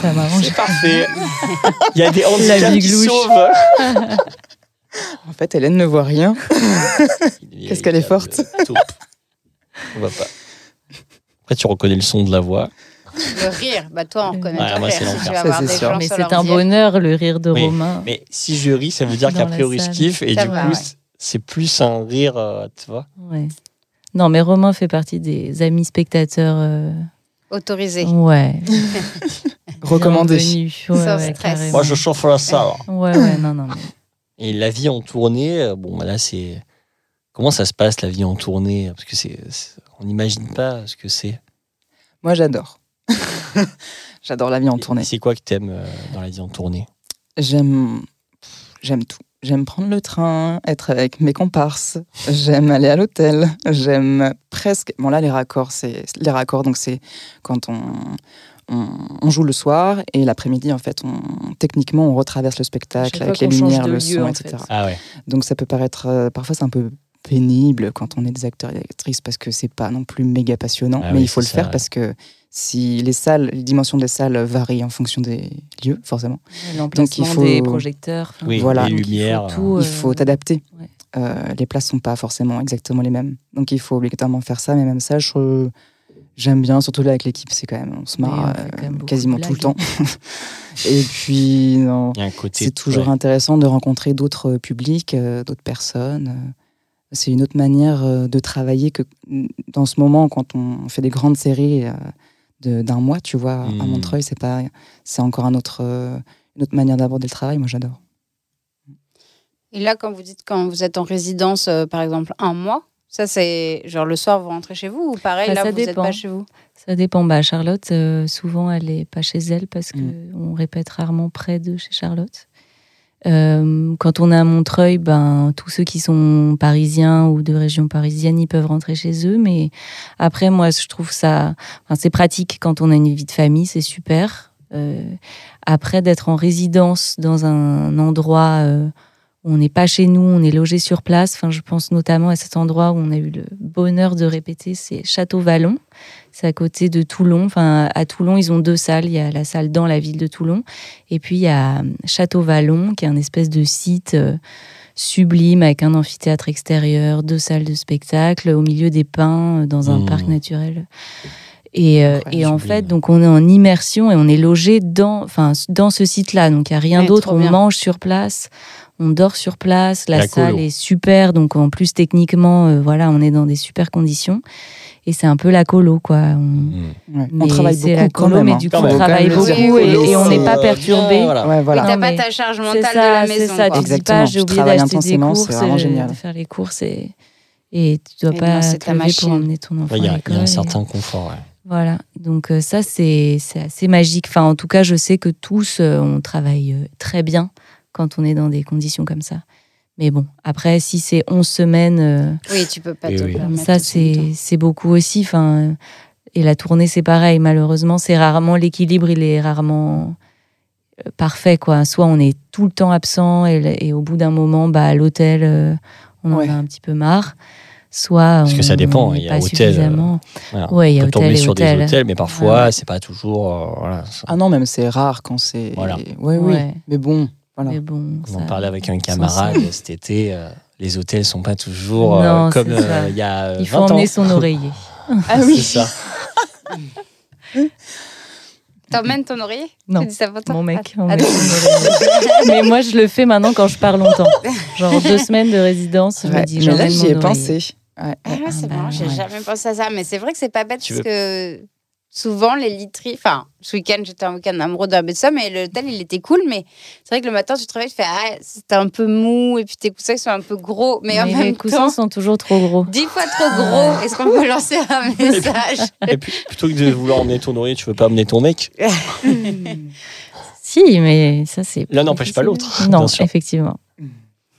E: ça m'arrange.
B: C'est parfait. Il y a des handicaps
E: vie
B: qui
E: glouche.
B: sauvent.
C: En fait, Hélène ne voit rien. Qu'est-ce qu'elle est forte.
B: Taupe. On voit pas. Après, tu reconnais le son de la voix.
A: Le rire, bah toi on reconnaît
B: Ouais,
A: le
B: moi, c'est
A: rire.
B: l'enfer.
A: Tu vas
C: Ça,
A: voir
C: c'est
A: des
C: sûr.
A: gens
E: Mais
A: sur
E: c'est
A: leur
E: un
A: dièvre.
E: bonheur le rire de
B: Oui.
E: Romain.
B: Mais si je ris, ça veut dire
E: Dans
B: qu'a
E: la
B: priori, je
E: salle.
B: kiffe. Et
A: Ça
B: du
A: va,
B: coup,
A: ouais.
B: c'est- c'est plus un rire, euh, tu vois.
E: Ouais. Non, mais Romain fait partie des amis spectateurs. euh,
A: Autorisé.
E: Mmh. Ouais.
C: Recommandé.
E: bienvenus. Ouais,
A: Sans
E: ouais,
A: stress.
E: carrément.
B: Moi, je chauffe la salle.
E: Ouais, ouais, non, non. mais-
B: Et la vie en tournée, euh, bon, bah là, c'est. Comment ça se passe, la vie en tournée Parce que c'est. c'est- On n'imagine pas ce que c'est.
C: Moi, j'adore. j'adore la vie en
B: Et-
C: tournée.
B: et C'est quoi que t'aimes euh, dans la vie en tournée
C: J'aime, pff, j'aime tout. J'aime prendre le train, être avec mes comparses. J'aime aller à l'hôtel. J'aime presque. Bon là, les raccords, c'est les raccords. Donc c'est quand on, on, on joue le soir et l'après-midi, en fait, on techniquement on retraverse le spectacle
E: Chaque
C: avec
E: fois
C: les
E: qu'on change
C: lumières,
E: de
C: le
E: lieu,
C: son,
E: en
C: etc.
E: fait.
B: Ah ouais.
C: Donc ça peut paraître euh, parfois c'est un peu pénible quand on est des acteurs et des actrices parce que c'est pas non plus méga passionnant,
D: Ah
C: mais
D: oui,
C: il faut le
D: c'est ça,
C: faire
D: ouais.
C: parce que si les salles, les dimensions des salles varient en fonction des lieux, forcément,
E: L'emplacement
C: faut-
E: des projecteurs. enfin,
B: Oui,
C: voilà.
E: donc
B: les
E: il faut
B: lumières. hein.
E: tout, euh,
C: il faut t'adapter.
E: ouais.
C: Euh, les places sont pas forcément exactement les mêmes, donc il faut obligatoirement faire ça. Mais même ça, je trouve- j'aime bien, surtout là avec l'équipe, c'est quand même on se
E: Mais
C: marre
E: on fait
C: euh,
E: quand même beaucoup de
C: quasiment tout le
E: blagues.
C: temps. et puis non,
B: Il y a un côté.
C: c'est toujours
B: ouais.
C: intéressant de rencontrer d'autres euh, publics, euh, d'autres personnes. euh. C'est une autre manière euh, de travailler que mm, dans ce moment, quand on fait des grandes séries euh, de- d'un mois, tu vois, à
B: Mm.
C: Montreuil, c'est pas, c'est encore un autre, euh, une autre manière d'aborder le travail. Moi, j'adore.
A: Et là, quand vous dites quand vous êtes en résidence, euh, par exemple, un mois, ça c'est genre le soir vous rentrez chez vous ou pareil
E: Bah,
A: là
E: ça
A: vous n'êtes
E: dépend.
A: pas chez vous.
E: Ça dépend. Bah, Charlotte, euh, souvent, elle est pas chez elle parce que
C: Mm.
E: on répète rarement près de chez Charlotte. Euh, quand on est à Montreuil, ben, tous ceux qui sont parisiens ou de région parisienne, ils peuvent rentrer chez eux. Mais après, moi, je trouve ça. enfin, c'est pratique quand on a une vie de famille, c'est super. Euh, après, d'être en résidence dans un endroit euh, où on n'est pas chez nous, on est logé sur place. Enfin, je pense notamment à cet endroit où on a eu le bonheur de répéter, c'est Château-Vallon. C'est à côté de Toulon. Enfin, à Toulon, ils ont deux salles. Il y a la salle dans la ville de Toulon. Et puis, il y a Château-Vallon, qui est un espèce de site euh, sublime avec un amphithéâtre extérieur, deux salles de spectacle, au milieu des pins, euh, dans un
B: Mmh.
E: parc naturel. Et, euh,
C: Incroyable,
E: et en
B: sublime.
E: fait, donc, on est en immersion et on est logé dans, enfin, dans ce site-là. Donc, il n'y a rien
A: Ouais,
E: d'autre.
A: trop
E: On
A: bien.
E: mange sur place. On dort sur place, la,
B: La
E: salle
B: colo.
E: est super, donc en plus techniquement, euh, voilà, on est dans des super conditions et c'est un peu la colo, quoi. On,
B: Mm.
C: Ouais.
E: mais
C: on travaille
E: c'est
C: beaucoup
E: la
C: quand
E: colo,
C: même.
E: mais
C: hein.
E: du coup,
B: Quand
E: on
B: même.
E: travaille
C: Quand
E: beaucoup
C: même,
A: et-
C: c'est-
A: et on n'est
E: pas
B: Euh,
E: perturbé.
B: bien, voilà.
C: Ouais, voilà.
A: T'as
E: Non,
A: pas
E: mais
A: ta charge
E: C'est
A: mentale
E: ça,
A: de la
E: c'est
A: maison. quoi.
E: ça. Tu te dis
C: Exactement,
E: pas,
C: tu
E: j'ai oublié
C: travailles
E: d'acheter des
C: intensément,
E: courses,
C: c'est vraiment
E: euh,
C: génial.
E: de faire les courses et, et tu dois
A: Et
E: pas
A: non, c'est
E: te
A: ta
E: lever
A: machine.
E: pour emmener ton enfant
B: Ouais, Il y
E: à
B: a- il y a un
E: l'école et-
B: certain confort. ouais.
E: Voilà, donc euh, ça c'est c'est assez magique. Enfin, en tout cas, je sais que tous euh, on travaille euh, très bien quand on est dans des conditions comme ça. Mais bon, après, si c'est 11 semaines, euh,
A: Oui, tu peux pas
B: Et
A: te
B: Eh oui.
A: permettre.
E: ça
A: tout ce temps.
C: hein.
E: c'est c'est beaucoup aussi. Enfin, euh, et la tournée c'est pareil. Malheureusement, c'est rarement l'équilibre, il est rarement euh, parfait quoi. Soit on est tout le temps absent et, le- et au bout d'un moment, bah à l'hôtel, euh, on
C: Ouais.
E: en a un petit peu marre. Soit
B: Parce que
E: on-
B: ça dépend,
E: on
B: il y a
E: n'est pas
B: hôtel, euh,
E: suffisamment.
B: Voilà.
E: Ouais, il y a
B: peut
E: hôtel
B: tomber
E: et
B: sur
E: hôtel.
B: des hôtels, mais parfois,
E: Ouais, ouais.
B: c'est pas toujours. euh, voilà, ça-
C: Ah non, même c'est rare quand c'est.
B: Voilà.
C: Ouais, oui.
E: Ouais.
C: Mais bon, voilà.
E: Mais bon,
B: On en
E: ça-
B: parlait avec un camarade cet été. euh, les hôtels sont pas toujours euh,
E: Non,
B: comme
E: c'est ça.
B: euh, il y a euh,
E: il
B: 20
E: faut
B: ans.
E: emmener son oreiller.
C: Ah
B: C'est ça.
A: T'emmènes ton oreiller
E: Non.
A: Tu dis ça pour toi
E: Mon mec, on
A: Attends.
E: met son oreiller. mais moi je le fais maintenant quand je pars longtemps. Genre deux semaines de résidence, je
C: Ouais.
E: me dis
C: Mais
E: j'emmène
C: là,
E: mon
C: j'y ai
E: oreiller.
C: pensé. Ouais.
A: Ah ouais, c'est
E: bah
A: marrant, j'ai
E: ouais.
A: jamais pensé à ça. Mais c'est vrai que c'est pas bête
B: Tu
A: parce que souvent les literies. Enfin, ce week-end, j'étais un week-end amoureux de la baie de Somme et l'hôtel, il était cool. Mais c'est vrai que le matin, tu te réveilles, tu fais Ah, c'était un peu mou et puis tes coussins, ils sont un peu gros. Mais,
E: Mais,
A: en
E: les
A: même
E: coussins
A: temps,
E: sont toujours trop gros.
A: dix fois trop gros. Est-ce qu'on peut lancer un message
B: Et puis, plutôt que de vouloir emmener ton oreiller, tu veux pas emmener ton mec.
E: Si, mais ça c'est.
B: L'un n'empêche pas l'autre,
E: Non,
B: bien sûr.
E: effectivement.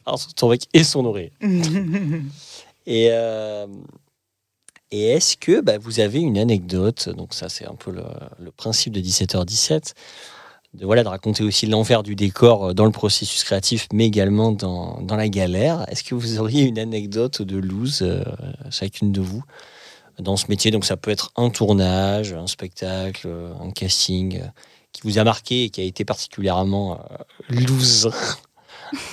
B: Alors, ton mec et son oreiller. Et, euh, et est-ce que bah, vous avez une anecdote Donc ça, c'est un peu le, le principe de 17h17. De, voilà, de raconter aussi l'enfer du décor euh, dans le processus créatif, mais également dans, dans la galère. Est-ce que vous auriez une anecdote de loose, euh, chacune de vous, dans ce métier Donc ça peut être un tournage, un spectacle, euh, un casting, euh, qui vous a marqué et qui a été particulièrement euh, loose.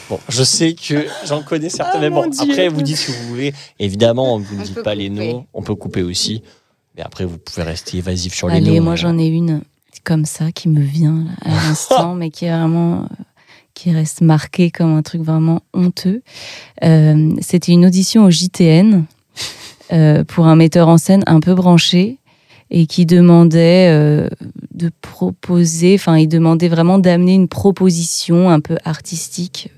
B: Bon, je sais que j'en connais certaines, mais
C: mon
B: bon,
C: Dieu.
B: après, vous dites ce que vous voulez. Évidemment, vous ne
A: On
B: dites
A: peut
B: pas les
A: couper.
B: noms, on peut couper aussi. Mais après, vous pouvez rester évasif sur les noms.
E: Bah
B: euh,
E: Allez, moi j'en ai une comme ça qui me vient là, à l'instant, mais qui est vraiment euh, qui reste marquée comme un truc vraiment honteux. Euh, C'était une audition au JTN euh, pour un metteur en scène un peu branché et qui demandait euh, de proposer, enfin il demandait vraiment d'amener une proposition un peu artistique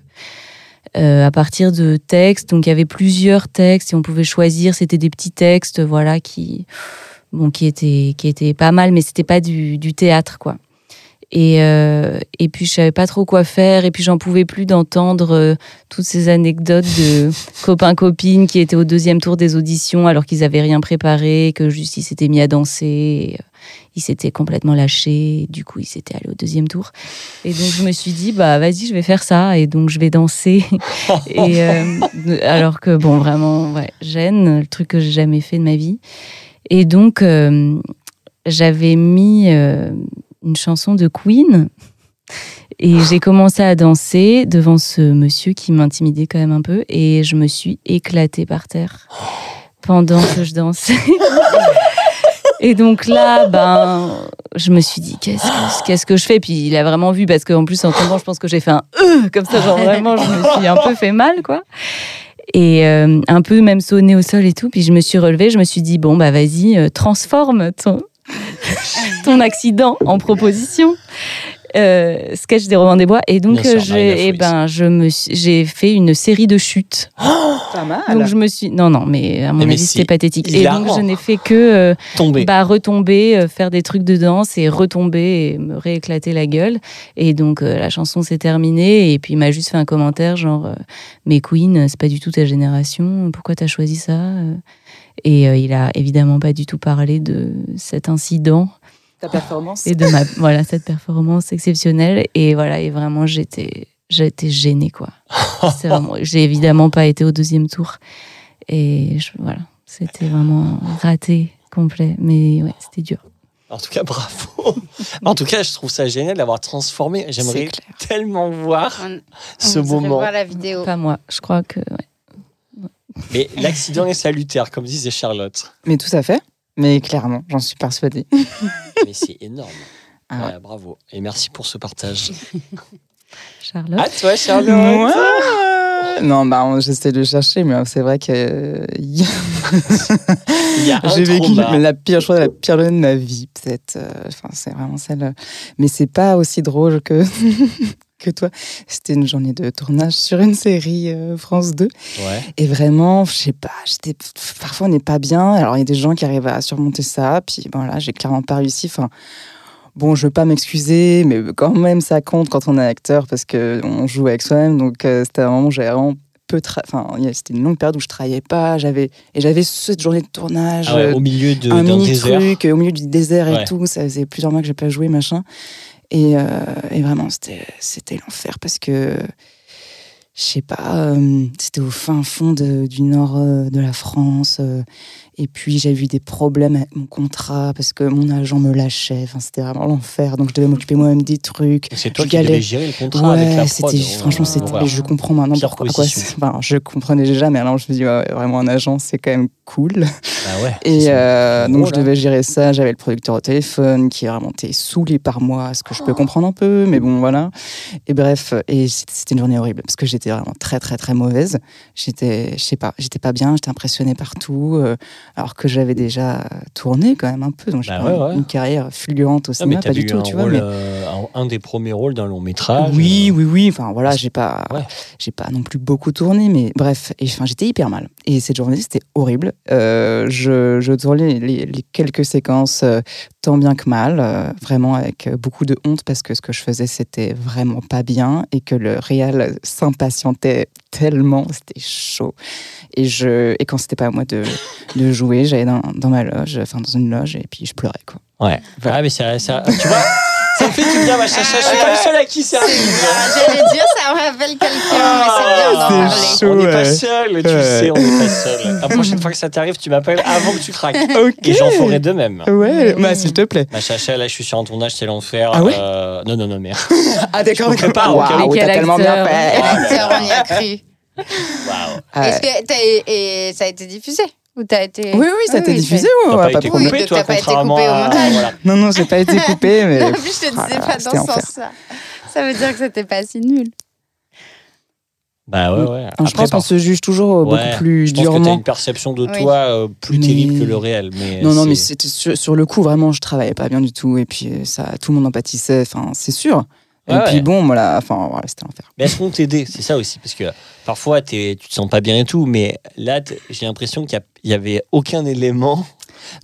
E: euh, à partir de textes. Donc il y avait plusieurs textes et on pouvait choisir. C'était des petits textes, voilà, qui bon, qui étaient qui étaient pas mal, mais c'était pas du, du théâtre quoi. Et, euh, et puis je savais pas trop quoi faire et puis j'en pouvais plus d'entendre euh, toutes ces anecdotes de copains copines qui étaient au deuxième tour des auditions alors qu'ils avaient rien préparé que juste ils s'étaient mis à danser. Et, euh, il s'était complètement lâché. Du coup, il s'était allé au deuxième tour. Et donc, je me suis dit, bah, vas-y, je vais faire ça. Et donc, je vais danser. et, euh, alors que, bon, vraiment, ouais, gêne, le truc que j'ai jamais fait de ma vie. Et donc, euh, j'avais mis euh, une chanson de Queen. Et j'ai commencé à danser devant ce monsieur qui m'intimidait quand même un peu. Et je me suis éclatée par terre pendant que je dansais. Et donc là, ben, je me suis dit, qu'est-ce que, qu'est-ce que je fais Puis il a vraiment vu, parce qu'en plus, en tombant, je pense que j'ai fait un euh, comme ça, genre vraiment, je me suis un peu fait mal, quoi. Et euh, un peu même sonné au sol et tout. Puis je me suis relevée, je me suis dit, bon, bah vas-y, euh, transforme ton, ton accident en proposition. Euh, sketch des Romans des Bois. Et donc,
B: Bien sûr, Ah,
E: euh, je,
B: Marina
E: eh
B: Foïs.
E: ben, je me suis- j'ai fait une série de chutes.
C: Pas mal.
E: Donc je me suis non non mais
B: Mais Ah
E: à mon
B: Eh, mais
E: avis
B: si.
E: c'était pathétique et
B: Hilarant.
E: donc je n'ai fait que euh,
B: Tombé.
E: bah, retomber euh, faire des trucs de danse et retomber et me rééclater la gueule et donc euh, la chanson s'est terminée et puis il m'a juste fait un commentaire genre euh, mais Queen euh, c'est pas du tout ta génération pourquoi t'as choisi ça Euh, et euh, il a évidemment pas du tout parlé de cet incident
C: Ta performance.
E: et de ma voilà cette performance exceptionnelle et voilà et vraiment j'étais j'étais gênée quoi C'est vraiment- j'ai évidemment pas été au deuxième tour et je- voilà c'était vraiment raté complet mais ouais c'était dur
B: En tout cas, bravo. en tout cas, je trouve ça génial d'avoir transformé. J'aimerais
C: clair.
B: tellement voir
A: On-
B: ce
A: on voudrait
B: moment.
A: voir la vidéo.
E: pas moi je crois que ouais.
B: Mais l'accident est salutaire, comme disait Charlotte.
C: Mais tout à fait. Mais clairement, j'en suis persuadée.
B: Mais c'est énorme.
C: Ah ouais.
B: Ouais, bravo. Et merci pour ce partage.
C: Ah.
E: Charlotte
B: À toi,
C: Moi
B: Charlotte.
C: non, bah, on- j'essaie de chercher, mais c'est vrai que euh, y-
B: Il y a un
C: j'ai vécu
B: trauma.
C: la pire, je crois, la pire journée de ma vie, peut-être. euh, Enfin, c'est vraiment celle. euh, Mais c'est pas aussi drôle que que toi. C'était une journée de tournage sur une série euh, France 2.
B: Ouais.
C: Et vraiment, je sais pas, j'étais parfois on n'est pas bien. Alors il y a des gens qui arrivent à surmonter ça, puis bon là, j'ai clairement pas réussi. Enfin, bon, je veux pas m'excuser, mais quand même ça compte quand on est acteur parce que on joue avec soi-même. Donc euh, c'était un moment où j'avais vraiment peu, tra- enfin il y a- c'était une longue période où je travaillais pas, j'avais et j'avais cette journée de tournage,
B: Ah ouais,
C: euh,
B: au milieu de-
C: un
B: d'un
C: mini
B: désert.
C: truc euh, au milieu du désert
B: Ouais.
C: et tout. Ça faisait plusieurs mois que j'ai pas joué, machin. Et, euh, et vraiment, c'était c'était l'enfer parce que je sais pas, euh, c'était au fin fond de- du nord euh, de la France. euh, et puis j'ai eu des problèmes avec mon contrat parce que mon agent me lâchait. Enfin, c'était vraiment l'enfer. Donc je devais m'occuper moi-même des trucs.
B: C'est toi
C: Je
B: qui devais
C: galère.
B: gérer le contrat avec la prod.
C: Ouais, c'était franchement,
B: Ouais,
C: c'était.
B: ouais.
C: mais je comprends maintenant
B: Pire
C: pourquoi. à quoi
B: position.
C: c'est- enfin, je comprenais déjà, mais alors je me suis dit, ouais, vraiment, un agent, c'est quand même cool.
B: Ah ouais.
C: Et
B: C'est- c'est
C: euh, donc,
B: drôle, hein.
C: je devais gérer ça. J'avais le producteur au téléphone qui vraiment était saoulé par moi, ce que je peux comprendre un peu, mais bon, voilà. Et bref, et c'était c'était une journée horrible parce que j'étais vraiment très, très, très mauvaise. J'étais, je sais pas, j'étais pas bien, j'étais impressionnée partout, euh, alors que j'avais déjà tourné quand même un peu. Donc, j'ai
B: Bah
C: quand même
B: ouais, ouais.
C: une carrière fulgurante au
B: Non, Ah, mais
C: cinéma,
B: t'as
C: pas du
B: eu
C: tout,
B: un
C: tu vois.
B: rôle,
C: mais-
B: euh, un- un des premiers rôles d'un long métrage.
C: oui, oui, oui. Enfin, voilà, j'ai pas,
B: Ouais.
C: j'ai pas non plus beaucoup tourné, mais bref. Et enfin, j'étais hyper mal. Et cette journée, c'était horrible. Euh, je, je tournais les, les quelques séquences euh, tant bien que mal, euh, vraiment avec euh, beaucoup de honte parce que ce que je faisais, c'était vraiment pas bien et que le réel s'impatientait tellement, c'était chaud. Et je, et quand c'était pas à moi de, de jouer, j'allais dans, dans ma loge, enfin dans une loge, et puis je pleurais quoi.
B: Ouais. Ah, mais ça, ça- tu vois, ça fait du bien, ma chacha. Je suis pas le seul à qui ça arrive.
A: Ah, J'allais dire, ça me rappelle quelqu'un,
B: Ah,
A: mais c'est bien d'en
C: Ah, c'est
A: parler.
C: chaud.
B: On n'est pas
C: ouais.
B: seul, tu le
C: Ouais.
B: sais, on n'est pas seul. La prochaine fois que ça t'arrive, tu m'appelles avant que tu craques.
C: Ok.
B: Et j'en ferai de même.
C: Ouais, bah, s'il te plaît.
B: Ma chacha, là, je suis sur un tournage, c'est l'enfer.
C: Ah ouais
B: Euh, Non, non, non, merde.
C: Ah d'accord,
B: Je me prépare, ok.
C: Waouh,
E: Mais
C: t'as
E: quel
C: tellement bien
E: acteur.
C: fait.
A: Acteur, on y a cru.
B: Waouh.
C: Ouais.
A: Est-ce que t'as- et, et ça a été diffusé Ou t'as été...
C: Oui, oui, ça a été diffusé.
B: T'as
C: ouais,
B: pas
C: ouais,
B: été
C: de problème.
B: coupé,
A: Oui,
B: toi,
A: t'as pas été
B: contrairement
A: coupé au
B: à-
A: montage.
B: voilà.
C: Non, non, j'ai pas été coupé, mais
A: En plus, je te
C: Ah
A: disais
C: là
A: pas dans
C: là, c'était
A: ce
C: enfer.
A: sens-là. Ça veut dire que c'était pas si nul.
B: Bah ouais, ouais.
C: Enfin, je pense qu'on se juge toujours euh,
B: Ouais,
C: beaucoup plus
B: je pense que t'as
C: durement.
B: une perception de
A: Oui.
B: toi euh, plus
C: Mais-
B: terrible que le réel. Mais
C: Non, non, mais
B: c'est.
C: c'était sur, sur le coup, vraiment, je travaillais pas bien du tout. Et puis, euh, ça, tout le monde en pâtissait, enfin, c'est sûr. Et
B: Ouais, ouais.
C: puis, bon, voilà, enfin, voilà, c'était l'enfer.
B: Mais est-ce qu'on t'aidait C'est ça aussi, parce que parfois t'es- tu te sens pas bien et tout, mais là t'es- j'ai l'impression qu'il y a- il y avait aucun élément.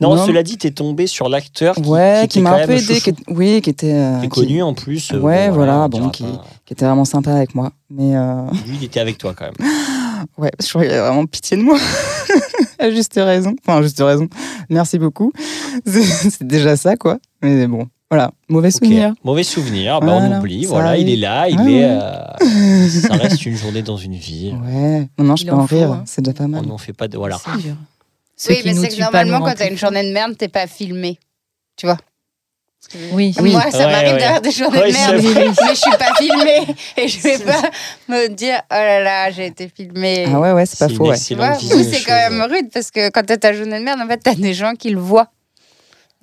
B: Non,
C: Non.
B: cela dit, t'es tombé sur l'acteur qui,
C: Ouais, qui,
B: qui, était
C: m'a
B: quand
C: un peu
B: même
C: aidé,
B: chouchou,
C: qui, est- oui, qui était, euh,
B: qui est
C: qui-
B: connu hein. en plus. euh,
C: Ouais, voilà,
B: on
C: bon,
B: dira
C: qui-
B: pas.
C: qui était vraiment sympa avec moi. Mais euh,
B: lui il était avec toi quand
C: Ah,
B: même.
C: ouais, je crois qu'il avait vraiment pitié de moi. à juste raison. Enfin, à juste raison. Merci beaucoup. C'est c'est déjà ça, quoi. Mais bon, voilà, mauvais
B: Ok.
C: souvenir.
B: Mauvais souvenir, bah, on
C: Voilà,
B: oublie.
C: ça Ah,
B: Voilà, il
C: arrive.
B: est là, il
C: Ouais,
B: est.
C: ouais.
B: euh, ça reste une journée dans une vie.
C: Ouais, Oh non, non, je
E: Il
C: peux
E: en
C: en
E: faut,
C: rire,
E: hein.
C: c'est déjà pas
B: On
C: mal.
B: n'en fait pas de. Voilà.
E: C'est dur. Ceux
A: Oui,
E: qui
A: mais
E: nous
A: c'est que
E: tuent pas
A: normalement,
E: nous
A: quand t'as une
E: remplissent.
A: journée de merde, t'es pas filmé. Tu vois
E: Oui,
C: Oui.
A: Moi, ça
B: Ouais,
A: m'arrive
B: ouais.
A: d'avoir des journées
B: Ouais,
A: de
B: c'est
A: merde,
B: vrai.
A: mais je suis pas filmée. Et je vais
E: C'est
A: pas me dire, oh là là, j'ai été filmée.
C: Ah ouais, ouais, c'est pas
B: une
C: faux, ouais.
A: Tu
B: excellente euh,
A: vois,
B: vision des
A: c'est
B: choses.
A: quand même rude parce que quand t'as ta journée de merde, en fait, t'as des gens qui le voient.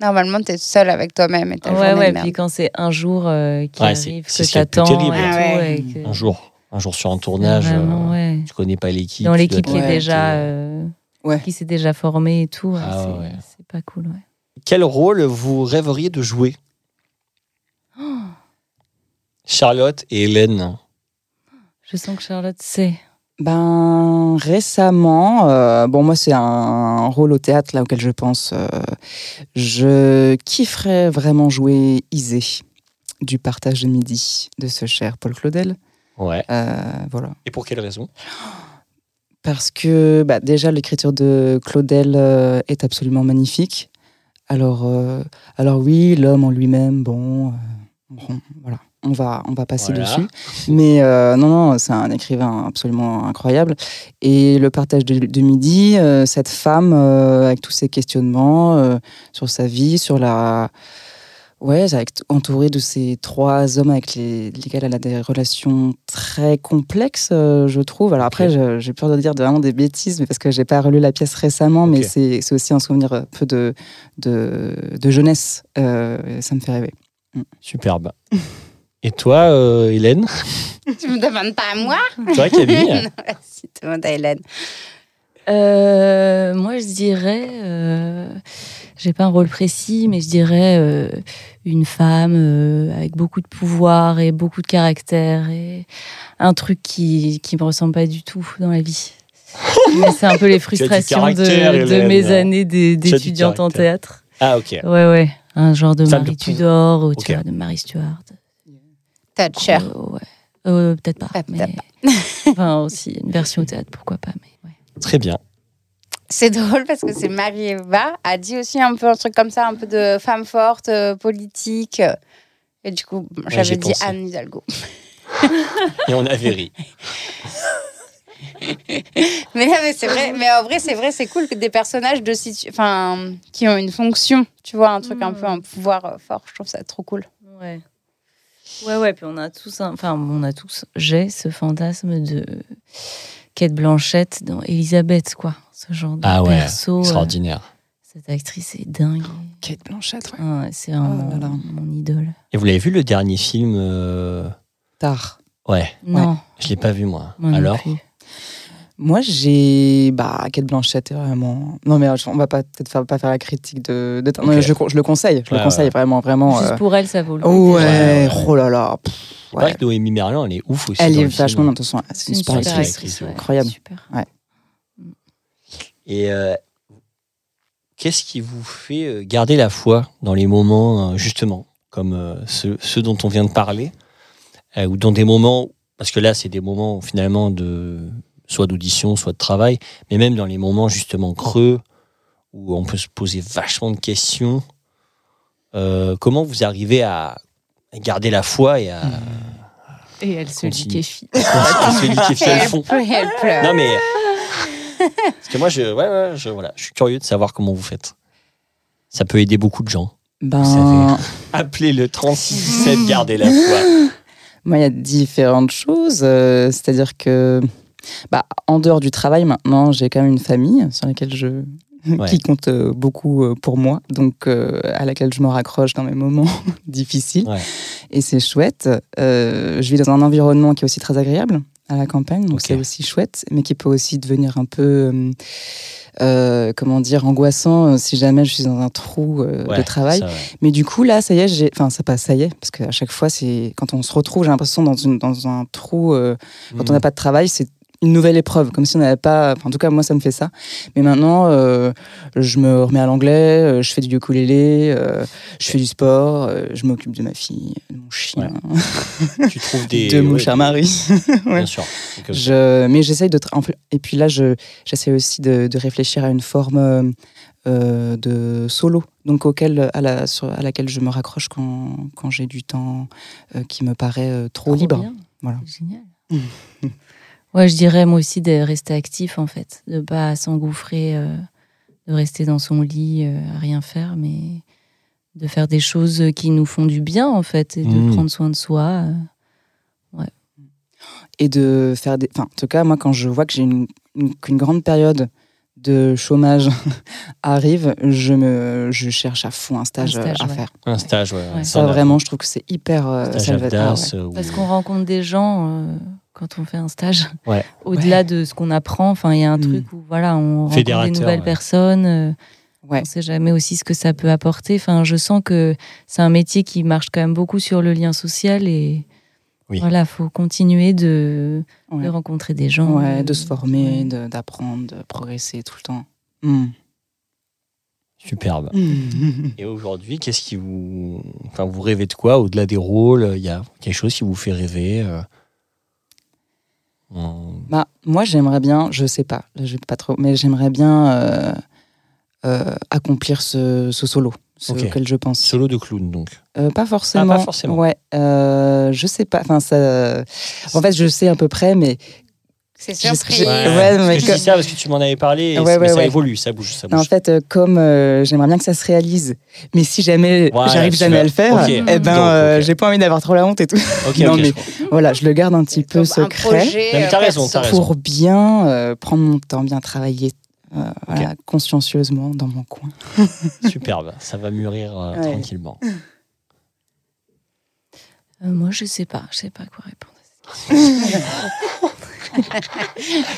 A: Normalement, t'es seule avec toi-même et ta
E: Ouais,
A: journée
E: ouais,
A: de merde.
E: puis quand c'est un jour euh, qui
B: Ouais, c'est-
E: arrive,
B: c'est
E: que
B: ce qui est le plus
E: t'attends et
B: terrible.
A: Ah
E: tout,
A: ouais.
E: et que-
B: Un jour, un jour sur un tournage,
C: Ah, bah,
B: euh,
E: Vraiment, ouais.
B: tu connais pas l'équipe.
E: Dans
B: tu
E: l'équipe
B: dois
E: qui est
B: être,
E: déjà.
B: euh,
E: euh,
C: Ouais.
E: Qui s'est déjà formée et tout. ouais,
B: Ah
E: c'est-
B: ouais.
E: c'est pas cool, ouais.
B: Quel rôle vous rêveriez de jouer Charlotte et Hélène.
E: Je sens que Charlotte sait.
C: Ben récemment, euh, bon moi c'est un rôle au théâtre là auquel je pense. euh, je kifferais vraiment jouer Isée du partage de midi de ce cher Paul Claudel.
B: Ouais.
C: Euh, voilà.
B: Et pour quelle raison
C: Parce que bah, déjà, l'écriture de Claudel euh, est absolument magnifique. Alors, euh, alors oui, l'homme en lui-même, bon, euh, bon, voilà, on va, on va passer
B: Voilà.
C: dessus. Mais euh, non, non, c'est un écrivain absolument incroyable. Et le partage de, de midi, euh, cette femme euh, avec tous ses questionnements euh, sur sa vie, sur la, Ouais, avec- entourée de ces trois hommes avec les- lesquels elle a des relations très complexes, euh, je trouve. Alors après,
B: Ok.
C: je- j'ai peur de dire de- vraiment des bêtises, mais parce que j'ai pas relu la pièce récemment, mais
B: Ok.
C: c'est- c'est aussi un souvenir un peu de, de, de jeunesse. Euh, ça me fait rêver.
B: Superbe. Et toi, euh, Hélène
A: Tu me demandes pas à moi
B: Toi, Camille
A: Si tu demandes à Hélène.
E: Euh, moi, je dirais, euh, j'ai pas un rôle précis, mais je dirais euh, une femme euh, avec beaucoup de pouvoir et beaucoup de caractère et un truc qui qui me ressemble pas du tout dans la vie. Mais c'est un peu les frustrations de,
B: caractère,
E: de
B: Hélène.
E: mes années d'é-
B: Tu as du
E: d'étudiante en
B: caractère.
E: théâtre.
B: Ah, ok.
E: Ouais, ouais. Un genre de
B: Femme
E: Marie
B: de pou-
E: Tudor ou tu
B: Ok.
E: vois, de Marie Stuart.
A: Thatcher.
E: Euh, ouais. Euh, Peut-être pas.
A: Ouais, peut-être
E: mais- enfin, aussi, une version au théâtre, pourquoi pas. Mais ouais.
B: Très bien.
A: C'est drôle parce que c'est Marie-Eva a dit aussi un peu un truc comme ça, un peu de femme forte, euh, politique. Et du coup, j'avais
B: j'ai
A: dit
B: pensé.
A: Anne Hidalgo.
B: Et on avait ri.
A: Mais là, mais c'est vrai, mais en vrai, c'est vrai, c'est cool que des personnages de situ- enfin, qui ont une fonction, tu vois, un truc un
E: Mm.
A: peu un pouvoir euh, fort, je trouve ça trop cool.
E: ouais. Ouais, puis on a tous, un- enfin, on a tous, j'ai ce fantasme de Kate Blanchette dans Elisabeth, quoi. Ce genre de
B: Ah ouais,
E: perso. euh,
B: Extraordinaire.
E: cette actrice est dingue.
C: Kate Blanchett, ouais.
E: Ah, c'est vraiment
C: Oh là là.
E: mon idole.
B: Et vous l'avez vu le dernier film euh,
C: Tard.
B: Ouais,
E: Non,
B: je l'ai pas vu moi.
E: moi non
B: Alors
E: plus.
C: Moi, j'ai. Bah, Kate Blanchett est vraiment. Non, mais euh, on va pas- peut-être faire- pas faire la critique de. de... Non,
B: Ok.
C: mais je, je le conseille, je
B: Ouais,
C: le conseille
B: ouais.
C: vraiment, vraiment.
E: Juste
C: euh,
E: pour elle, ça vaut le coup.
C: Ouais,
B: Ouais, ouais.
C: oh là là. pff,
B: C'est vrai
C: ouais.
B: que Noémie Merlin, elle est ouf aussi.
C: Elle
B: dans
C: est
B: le film.
C: vachement. Attention, c'est une super actrice.
E: ouais,
C: incroyable.
E: Super.
B: Et euh, qu'est-ce qui vous fait euh, garder la foi dans les moments, euh, justement, comme euh, ceux, ceux dont on vient de parler, euh, ou dans des moments, parce que là, c'est des moments finalement de soit d'audition, soit de travail, mais même dans les moments justement creux, où on peut se poser vachement de questions, euh, comment vous arrivez à garder la foi et à
E: Et elle se
B: Continue.
E: liquéfie.
B: à se liquéfier à
A: elle,
B: fond
A: pleure, elle pleure.
B: Non mais parce que moi je ouais, ouais, je voilà, je suis curieux de savoir comment vous faites. Ça peut aider beaucoup de gens.
C: Ben,
B: savez. Appelez le 3617 gardez la foi.
C: moi, il y a différentes choses. euh, C'est-à-dire que, bah, en dehors du travail, maintenant, j'ai quand même une famille sur laquelle je. qui compte euh, beaucoup euh, pour moi, donc euh, à laquelle je me raccroche dans mes moments difficiles.
B: Ouais.
C: Et c'est chouette. Euh, je vis dans un environnement qui est aussi très agréable à la campagne, donc
B: Ok.
C: c'est aussi chouette, mais qui peut aussi devenir un peu, euh, euh, comment dire, angoissant euh, si jamais je suis dans un trou euh,
B: Ouais,
C: de travail.
B: ça, ouais.
C: Mais du coup, là, ça y est, j'ai. Enfin, ça passe, ça y est, parce qu'à
B: Hmm. Mm.
C: chaque fois, c'est. Quand on se retrouve, j'ai l'impression, dans, une... dans un trou, euh, quand on n'a pas de travail, c'est. une nouvelle épreuve, comme si on n'avait pas. enfin, en tout cas, moi, ça me fait ça. Mais maintenant, euh, je me remets à l'anglais, euh, je fais du ukulélé, euh, je fais du sport, euh, je m'occupe de ma fille, de mon chien,
B: Tu trouves des.
C: de mon
B: ouais,
C: cher
B: des-
C: mari.
B: Bien
C: ouais.
B: sûr. C'est comme ça.
C: Je- mais j'essaye de. tra- en plus- Et puis là, je- j'essaie aussi de, de réfléchir à une forme euh, euh, de solo, donc auquel, à, la, sur- à laquelle je me raccroche quand, quand j'ai du temps euh, qui me paraît euh, trop, libre.
E: bien.
C: Voilà.
E: C'est Génial. ouais, je dirais moi aussi de rester actif en fait, de pas s'engouffrer, euh, de rester dans son lit euh, à rien faire, mais de faire des choses qui nous font du bien en fait et
B: Mhm.
E: de prendre soin de soi. euh.
C: Et de faire des. Enfin, en tout cas, moi, quand je vois que j'ai une, une- qu'une grande période de chômage arrive, je, me, je cherche à fond un stage,
E: Un stage,
C: euh, à
E: ouais.
C: faire.
B: Un stage, ouais.
E: Ouais.
C: Ça, vraiment, je trouve que c'est hyper. euh,
B: Un
C: ça
B: stage
C: va être- ah ouais.
B: Avdas, euh, ou-
E: Parce qu'on rencontre des gens euh, quand on fait un stage.
B: Ouais.
E: Au-delà de ce qu'on apprend, enfin il y a un
C: Mhm.
E: truc où voilà, on rencontre des
B: Fédérateur,
E: nouvelles
B: ouais.
E: personnes. euh,
C: Ouais.
E: On sait jamais aussi ce que ça peut apporter. Enfin, je sens que c'est un métier qui marche quand même beaucoup sur le lien social et
B: Oui.
E: voilà, faut continuer de,
C: Ouais.
E: de rencontrer des gens, euh,
C: Ouais, de se former,
E: ouais.
C: de- d'apprendre, de progresser tout le temps. Mm.
B: Superbe. Et aujourd'hui, qu'est-ce qui vous. Enfin, vous rêvez de quoi Au-delà des rôles, il y a quelque chose qui vous fait rêver euh, en-
C: Bah, moi, j'aimerais bien, je sais pas, là, je sais pas trop, mais j'aimerais bien euh, euh, accomplir ce, ce solo, ce
B: Ok.
C: auquel je pense.
B: Solo de clown, donc.
C: Euh, pas forcément.
B: Ah, pas forcément.
C: Ouais, euh, je sais pas. Enfin, ça. En fait, je sais à peu près, mais
B: Ah,
A: C'est
C: Je- je-
A: surprise.
C: Ouais,
B: parce
C: mais
B: que je
C: que-
B: dis ça parce que tu m'en avais parlé, et
C: Ouais,
B: c'est- mais
C: ouais,
B: ça
C: ouais.
B: évolue, ça bouge, ça
C: non, en
B: bouge.
C: fait, euh, comme euh, j'aimerais bien que ça se réalise, mais si jamais
B: Voilà,
C: j'arrive
B: tu
C: jamais
B: vas-
C: à le faire,
B: Ok.
C: eh ben,
B: Donc,
C: euh,
B: ok.
C: j'ai pas envie d'avoir trop la honte et tout.
B: Ok,
C: non,
B: ok, je
C: mais-
B: comprends.
C: voilà, je le garde un petit peu
A: Un
C: secret.
A: projet,
B: Non, mais t'as
A: euh,
B: raison, t'as
A: perso.
B: raison.
C: pour bien euh, prendre mon temps, bien travailler euh, voilà, consciencieusement dans mon coin.
B: Superbe, ça va mûrir euh,
C: Ouais.
B: tranquillement.
E: Euh, moi, je sais pas, je sais pas quoi répondre.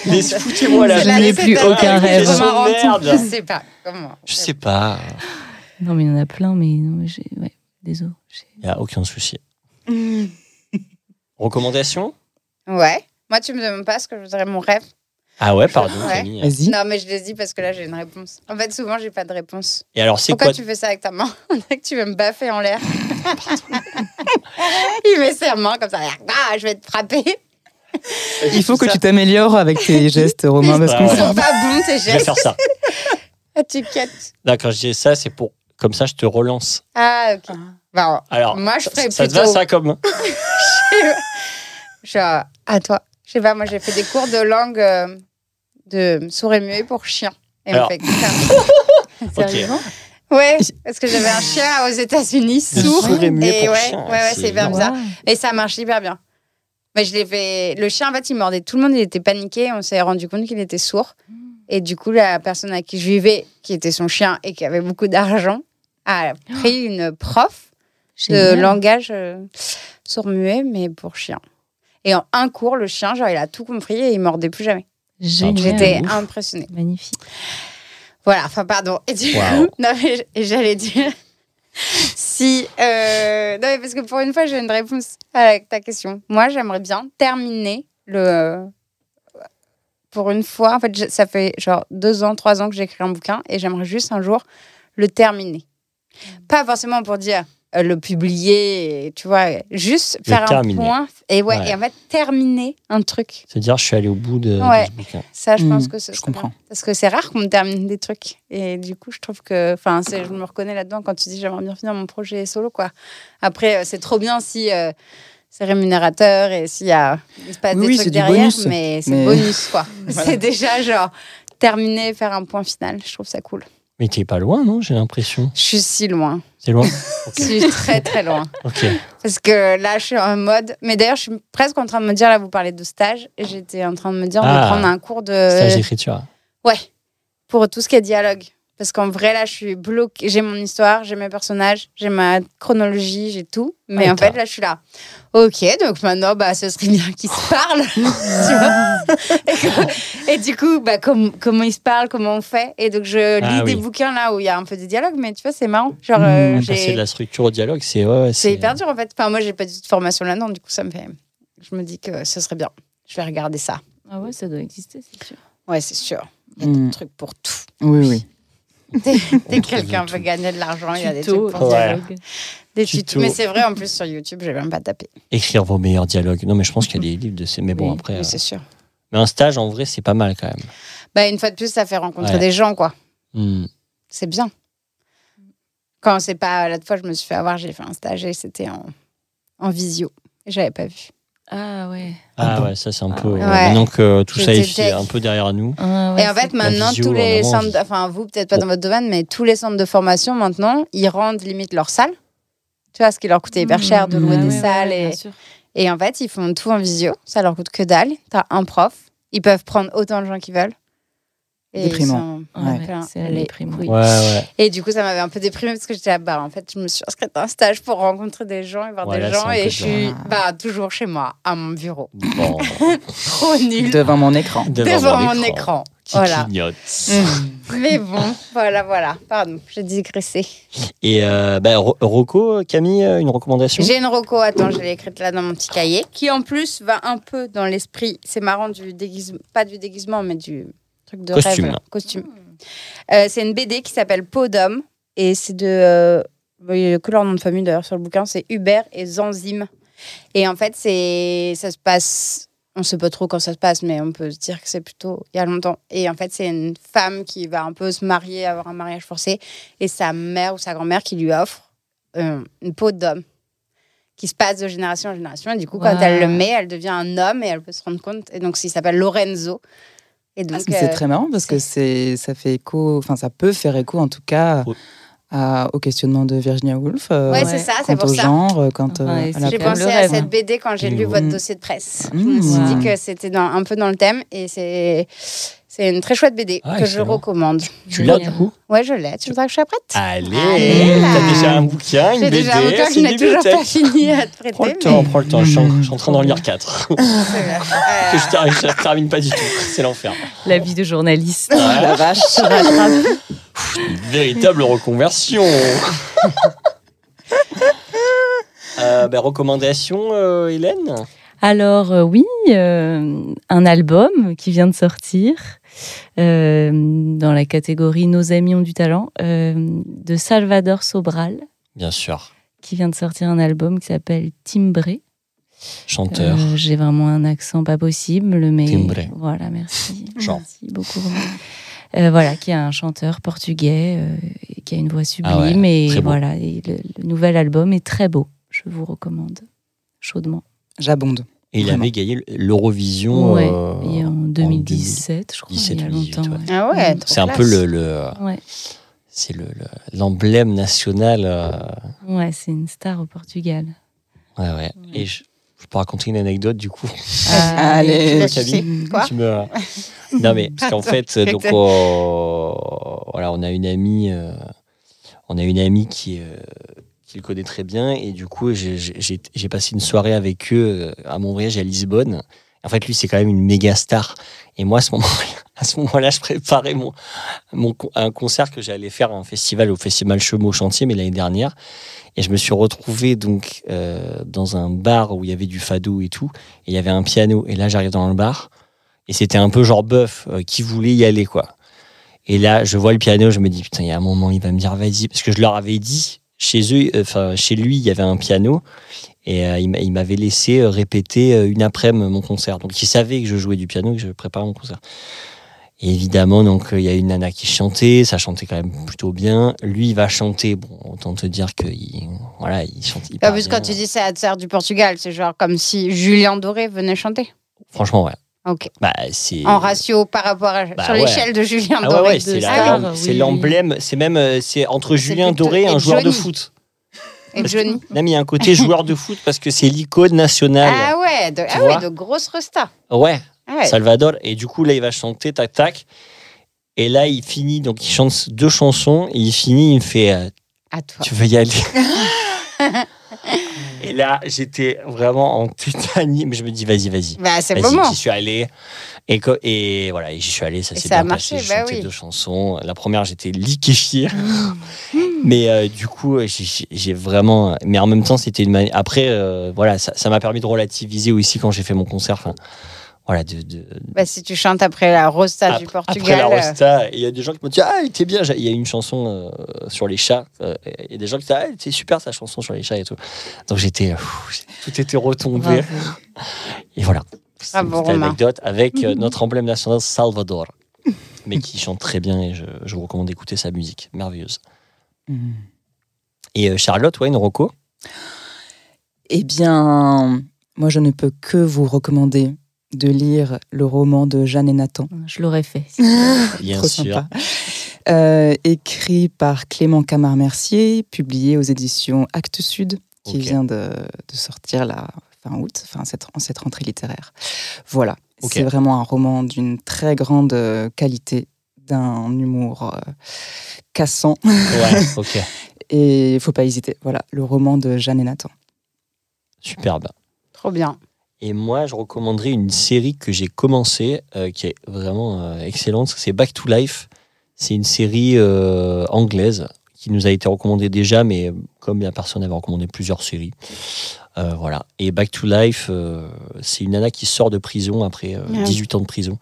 B: Laisse- Foutez-moi la
A: C'est la-
E: Je n'ai
A: c'est
E: plus
A: la-
E: aucun
A: c'est
E: rêve.
A: vraiment
B: Oh, merde.
A: rendu. Je sais pas comment.
B: Je sais pas,
E: Non, mais il y en a plein, mais non, mais j'ai, ouais, désolé. j'ai-
B: il n'y a aucun souci. Recommandation
A: Ouais. Moi, tu me demandes pas ce que je voudrais mon rêve.
B: Ah ouais, pardon,
A: Ouais.
B: Camille.
C: Vas-y.
A: Non, mais je les dis parce que là, j'ai une réponse. En fait, souvent, j'ai pas de réponse.
B: Et alors, c'est
A: Pourquoi
B: quoi
A: tu fais ça avec ta main On dirait que tu veux me baffer en l'air. Il met sa main comme ça. Ah, je vais te frapper.
C: Il faut que tu t'améliores avec tes gestes, Romain, parce
B: Ouais.
C: qu'on
A: Ils sont pas bons, tes
B: Ah. Je vais
A: gestes.
B: faire ça.
A: Ah, tu quêtes.
B: Là, quand je dis ça, c'est pour. Comme ça, je te relance.
A: Ah, ok. Bon,
B: Alors,
A: moi, je
B: Ah, ça,
A: ferais
B: ça te va,
A: plutôt.
B: ça, comme. hein
A: Genre, à toi. Je sais pas, moi, j'ai fait des cours de langue euh, de sourd et muet pour chien. Et on
B: Alors.
A: fait comme
B: Ok.
A: ça. Ouais, parce que j'avais un chien aux États-Unis, sourd.
B: sourd et muet
A: et
B: pour
A: ouais,
B: chien,
A: ouais, ouais,
B: c'est
A: c'est hyper
B: énorme.
A: bizarre. Et Bah, ça marche hyper bien. Mais je l'ai fait. Le chien, en fait, il mordait tout le monde, il était paniqué. On s'est rendu compte qu'il était sourd. Et du coup, la personne à qui je vivais, qui était son chien et qui avait beaucoup d'argent, a pris une prof de
E: Oh. Génial.
A: langage euh, sourd-muet, mais pour chien. Et en un cours, le chien, genre, il a tout compris et il mordait plus jamais.
B: Ah,
E: Génial.
A: J'étais
B: ouf.
A: impressionnée.
E: magnifique.
A: Voilà, enfin, pardon. Et du
B: Waouh.
A: coup, non, mais j- et j'allais dire. Si. euh, non, mais parce que pour une fois, j'ai une réponse à ta question. Moi, j'aimerais bien terminer le. Pour une fois, en fait, j- ça fait genre deux ans, trois ans que j'écris un bouquin et j'aimerais juste un jour le terminer. Pas forcément pour dire euh, le publier, tu vois, juste
B: Le
A: faire un
B: terminer.
A: point et, ouais,
B: Ouais.
A: et en fait terminer un truc.
B: C'est-à-dire, je suis allé au bout de, de
A: Ouais.
B: ce bouquin.
A: Ça, je
C: Mm,
A: pense que ce
C: je
A: serait bien.
C: comprends.
A: Parce que c'est rare qu'on me termine des trucs. Et du coup, je trouve que. Enfin, c'est- je me reconnais là-dedans quand tu dis j'aimerais bien finir mon projet solo, quoi. Après, euh, c'est trop bien si euh, c'est rémunérateur et s'il y a. Il se passe
C: Oui,
A: des
C: oui, c'est
A: trucs
C: du
A: derrière,
C: bonus.
A: mais c'est
C: Mais-
A: bonus, quoi. C'est déjà genre terminer, faire un point final. Je trouve ça cool.
B: Mais t'es pas loin, non J'ai l'impression.
A: Je suis si loin.
B: C'est loin
A: Je suis très, très loin.
B: Ok.
A: Parce que là, je suis en mode. Mais d'ailleurs, je suis presque en train de me dire là, vous parlez de stage. et J'étais en train de me dire
B: Ah.
A: de prendre un cours de.
B: Stage d'écriture.
A: Ouais, pour tout ce qui est dialogue. Parce qu'en vrai, là, je suis bloquée. J'ai mon histoire, j'ai mes personnages, j'ai ma chronologie, j'ai tout. Mais
B: Ah,
A: en fait, là, je suis là. Ok, donc maintenant, bah, ce serait bien qu'ils se parlent. tu vois et, que- et du coup, bah, com- comment ils se parlent, comment on fait. Et donc, je lis
B: Ah
A: des
B: oui.
A: bouquins là où il y a un peu des dialogues, mais tu vois, c'est marrant. Genre, euh,
C: Mmh.
B: Ah,
A: j'ai-
B: Passer de la structure au dialogue, c'est. ouais, ouais,
A: c'est hyper dur en fait. Enfin, moi, j'ai pas du tout de formation là-dedans, du coup, ça me fait. Je me dis que ce serait bien. Je vais regarder ça.
E: Ah ouais, ça doit exister, c'est sûr.
A: Ouais, c'est sûr. Il y a des
C: Mm.
A: trucs pour tout.
C: Oui, oui.
A: Dès, dès que
D: trouve
A: quelqu'un
D: de
A: veut
D: tout.
A: gagner de l'argent, il y a des
E: Tuto,
A: trucs pour
D: Ouais.
A: ça.
E: dialogue.
A: Des
D: Tuto.
A: tutos. Mais c'est vrai, en plus, sur YouTube, j'ai même pas tapé.
B: Écrire vos meilleurs dialogues. Non, mais je pense qu'il y a des livres de ces. Mais bon,
E: Oui,
B: après.
A: Oui,
B: euh,
A: c'est sûr.
B: Mais un stage, en vrai, c'est pas mal quand même.
A: Bah, une fois de plus, ça fait rencontrer
B: Ouais.
A: des gens, quoi.
B: Hmm.
A: C'est bien. Quand c'est pas. euh, L'autre fois, je me suis fait avoir, j'ai fait un stage et c'était en, en visio. J'avais pas vu.
E: Ah ouais.
B: Ah
C: Ah bon
B: ouais, ça, c'est un
E: Ah
B: peu.
E: ouais.
B: euh,
A: Ouais.
B: Maintenant que tout ça
A: J'étais
B: est fi-
A: tech.
B: un peu derrière nous.
E: Ah ouais,
A: et en fait,
E: c'est-
A: maintenant,
B: visio,
A: tous les
B: en avance.
A: centres. Enfin, vous, peut-être
E: Oh.
A: pas dans votre domaine, mais tous les centres de formation, maintenant, ils rendent limite leur salle. Tu vois, ce qui leur coûtait hyper cher de
E: Mmh.
A: louer
E: Ah
A: des
E: ouais, ouais,
A: salles.
E: ouais,
A: et...
E: bien sûr.
A: Et en fait, ils font tout en visio. Ça leur coûte que dalle. T'as un prof. Ils peuvent prendre autant de gens qu'ils veulent. ils
C: Déprimant.
A: sont
E: Ah
C: Ouais.
E: ouais,
A: pleins
E: c'est
A: les
E: déprimant.
A: couilles.
B: Ouais, ouais.
A: Et du coup, ça m'avait un peu déprimée parce que j'étais là, bah en fait, je me suis inscrite à un stage pour rencontrer des gens et voir
B: Ouais,
A: des
B: là, c'est
A: gens.
B: un peu
A: Et je
B: dur. Ah.
A: suis bah, toujours chez moi, à mon bureau.
B: Bon.
A: Trop nul.
C: Devant mon écran.
A: Devant mon écran.
B: Qui
A: Voilà. Mm.
B: clignote.
A: Mais bon, voilà, voilà. Pardon, j'ai digressé.
B: Et euh, bah, Ro- Rocco, Camille, euh, une recommandation
A: J'ai une roco, attends, je l'ai écrite là dans mon petit cahier, qui en plus va un peu dans l'esprit, c'est marrant, du déguisement, pas du déguisement, mais du truc de
B: Costume.
A: rêve, là, costume. Euh, c'est une BD qui s'appelle Peau d'homme, et c'est de... euh, bah, il y a que leur nom de famille d'ailleurs sur le bouquin, c'est Hubert et Zanzim. Et en fait, c'est ça se passe... On sait pas trop quand ça se passe, mais on peut se dire que c'est plutôt il y a longtemps. Et en fait, c'est une femme qui va un peu se marier, avoir un mariage forcé, et sa mère ou sa grand-mère qui lui offre euh, une peau d'homme qui se passe de génération en génération. Et du coup, quand
E: Wow.
A: elle le met, elle devient un homme et elle peut se rendre compte. Et donc, il s'appelle Lorenzo. Et donc,
C: Parce que c'est
A: euh,
C: très marrant parce que c'est ça fait écho, enfin ça peut faire écho en tout cas
B: Oui.
C: à- au questionnement de Virginia Woolf. euh,
A: ouais,
E: ouais,
A: c'est ça, c'est
C: quant
A: pour
C: au
A: ça.
C: genre, euh, quant euh,
E: Enfin, et
C: à
E: si
C: la
A: J'ai
E: peau.
C: peur.
A: pensé
E: Le
A: à
E: rêve.
A: cette BD quand j'ai lu
B: Mmh.
A: votre dossier de presse. Je
C: Mmh.
A: me suis
E: Wow.
A: dit que c'était dans- un peu dans le thème et c'est c'est une très chouette BD
B: Ah,
A: que je
B: excellent.
A: recommande.
B: Tu l'as du
E: Génial.
B: coup
A: Ouais, je l'ai. Tu voudrais que je sois prête
B: Allez,
A: Allez, là.
B: T'as déjà un bouquin, une
A: J'ai
B: BD,
A: déjà un bouquin
B: c'est
A: que je
B: une
A: n'ai toujours pas
B: bibliothèque.
A: fini à te
B: Prends le
A: prêter.
B: temps, prends le temps. Je suis en, je suis en train d'en lire 4. que
A: mais-
B: je termine, je la termine pas du tout. C'est l'enfer.
E: La vie de journaliste.
C: Ah, la vache.
B: Une véritable reconversion. Euh, ben, recommandation, euh, Hélène
E: Alors euh, oui, euh, un album qui vient de sortir euh, dans la catégorie Nos amis ont du talent euh, de Salvador Sobral
B: Bien sûr.
E: qui vient de sortir un album qui s'appelle Timbré.
B: Chanteur.
E: Euh, J'ai vraiment un accent pas possible, mais
B: Timbré.
E: voilà, merci.
B: Jean.
E: Merci beaucoup. Euh, voilà, qui est un chanteur portugais, euh, et qui a une voix sublime
B: Ah ouais, très
E: et
B: beau.
E: voilà, et le- le nouvel album est très beau. Je vous recommande chaudement.
C: J'abonde.
B: Et il
C: Vraiment.
B: avait gagné l'Eurovision.
E: Ouais,
B: euh,
E: Et en 2017, je crois,
B: 17
E: il y a
B: ou 18,
E: longtemps.
B: ouais.
A: Ah ouais,
E: Mm.
A: trop
B: C'est un
A: classe.
B: peu le, le-
E: Ouais,
B: c'est le- le- l'emblème national. euh,
E: ouais c'est une star au Portugal.
B: Ouais, ouais. Et je, je peux raconter une anecdote du coup.
E: Ah
C: Allez.
A: Bah,
B: Euh,
A: tu sais,
E: Camille,
A: quoi
B: Tu me- Non mais parce qu'en fait, euh,
A: Attends,
B: donc
A: j'étais-
B: on... voilà, on a une amie, euh, on a une amie qui euh, qui le connaît très bien et du coup j'ai- j'ai j'ai- j'ai passé une soirée avec eux euh, à mon voyage à Lisbonne. En fait, lui c'est quand même une méga star et moi à ce moment à ce moment-là, je préparais mon mon con- un concert que j'allais faire à un festival au festival Chemaux Chantier mais l'année dernière et je me suis retrouvé donc euh, dans un bar où il y avait du fado et tout et il y avait un piano et là j'arrive dans le bar et c'était un peu genre bœuf euh, qui voulait y aller quoi et là je vois le piano je me dis putain il y a un moment il va me dire vas-y parce que je leur avais dit chez eux euh, enfin chez lui il y avait un piano et euh, il m'a- il m'avait laissé euh, répéter euh, une après-midi mon concert donc il savait que je jouais du piano que je préparais mon concert et évidemment donc euh, il y a une nana qui chantait ça chantait quand même plutôt bien lui il va chanter bon autant te dire que il, voilà il chante
A: Ah,
B: hyper
A: parce que
B: bien.
A: quand tu dis c'est la sœur du Portugal, c'est genre comme si Julien Doré venait chanter.
B: franchement ouais
A: Ok.
B: bah c'est
A: En ratio par rapport à.
B: Bah
A: sur
B: ouais.
A: l'échelle de Julien
B: Ah ouais,
A: Doré.
B: ouais, c'est
E: de
B: la-
E: star,
B: l'em-
E: oui,
B: c'est
E: oui.
B: l'emblème, c'est même euh, c'est entre Julien
A: plutôt-
B: Doré et un
A: et
B: joueur de
A: Johnny.
B: foot.
A: Et
B: Parce que-
A: Johnny.
B: Non, mais il y a un côté joueur de foot parce que c'est l'icône nationale.
A: Ah ouais, de, ah
B: vois
A: ouais, de grosses restas.
B: Ouais,
A: Ah ouais.
B: Salvador. Et du coup, là, il va chanter, tac, tac. Et là, il finit, donc il chante deux chansons et il finit, il me fait euh,
A: À toi.
B: Tu veux y aller Et là, j'étais vraiment en tétanie, mais je me dis Vas-y, vas-y.
A: Bah, c'est le
B: Vas-y,
A: moment.
B: j'y suis allé. Et, co- et voilà, et j'y suis allé, ça
A: Et
B: s'est
A: ça a
B: bien
A: marché,
B: passé. J'ai
A: bah
B: chanté
A: oui.
B: deux chansons. La première, j'étais liquéfié. mais euh, du coup, j'ai- j'ai j'ai vraiment. Mais en même temps, c'était une manière. Après, euh, voilà, ça ça m'a permis de relativiser aussi quand j'ai fait mon concert. Enfin, voilà, de, de-
A: Bah, si tu chantes après la Rosta
B: Après-
A: du
B: après
A: Portugal.
B: la
A: euh,
B: Rosta, il y a des gens qui m'ont dit Ah, elle était bien. Il y a une chanson euh, sur les chats. euh, et des gens qui disaient Ah, elle était super sa chanson sur les chats et tout. Donc j'étais. euh, pff, tout était retombé. Et voilà. C'est une
A: Bravo,
B: petite
A: Romain.
B: anecdote avec euh, notre emblème national Salvador, mais qui chante très bien et je, je vous recommande d'écouter sa musique merveilleuse.
C: Mhm.
B: Et euh, Charlotte, ouais, une Rocco.
C: Eh bien, moi, je ne peux que vous recommander de lire le roman de Jeanne et Nathan.
E: Je l'aurais fait.
B: Bien
C: Trop
B: sûr.
C: sympa. Euh, écrit par Clément Camard-Mercier, publié aux éditions Actes Sud, qui
B: Ok.
C: vient de, de sortir la fin août, enfin cette, en cette rentrée littéraire. Voilà,
B: Ok.
C: c'est vraiment un roman d'une très grande euh, qualité, d'un humour euh, cassant,
B: Ouais, ok.
C: et il faut pas hésiter. Voilà, le roman de Jeanne et Nathan.
B: Superbe.
A: Trop bien.
B: Et moi, je recommanderais une série que j'ai commencée, euh, qui est vraiment euh, excellente. C'est Back to Life. C'est une série euh, anglaise qui nous a été recommandée déjà, mais comme la personne avait recommandé plusieurs séries, euh, voilà. Et Back to Life, euh, c'est une nana qui sort de prison après euh,
A: Ouais.
B: 18 ans de prison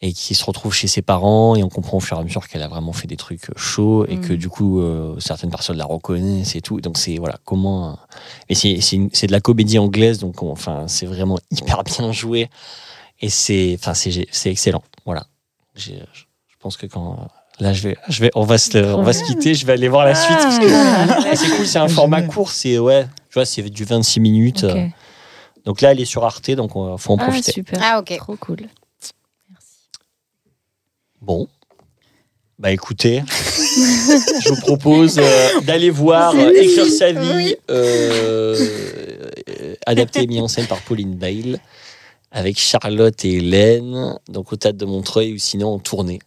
B: et qui se retrouve chez ses parents et on comprend au fur et à mesure qu'elle a vraiment fait des trucs euh, chauds et
E: Mm.
B: que du coup euh, certaines personnes la reconnaissent et tout. Donc c'est voilà comment. euh, Et c'est c'est une- c'est de la comédie anglaise, donc on- enfin c'est vraiment hyper bien joué et c'est enfin c'est gé- c'est excellent. Voilà. J'ai- euh, Je je pense que quand là je vais je vais on va se on va se quitter, je vais aller voir la suite parce que ah, c'est cool, c'est un
C: Génial.
B: format court, c'est ouais, tu vois, c'est du 26 minutes.
E: Ok.
B: euh, Donc là, elle est sur Arte, donc on, faut en
E: Ah,
B: profiter.
E: super.
A: Ah, ok.
E: Trop cool. Merci.
B: bon, bah écoutez, je vous propose euh, d'aller voir euh, Écrire sa vie,
A: Oui.
B: euh, euh, adapté et mis en scène par Pauline Bail, avec Charlotte et Hélène, donc au Théâtre de Montreuil ou sinon en tournée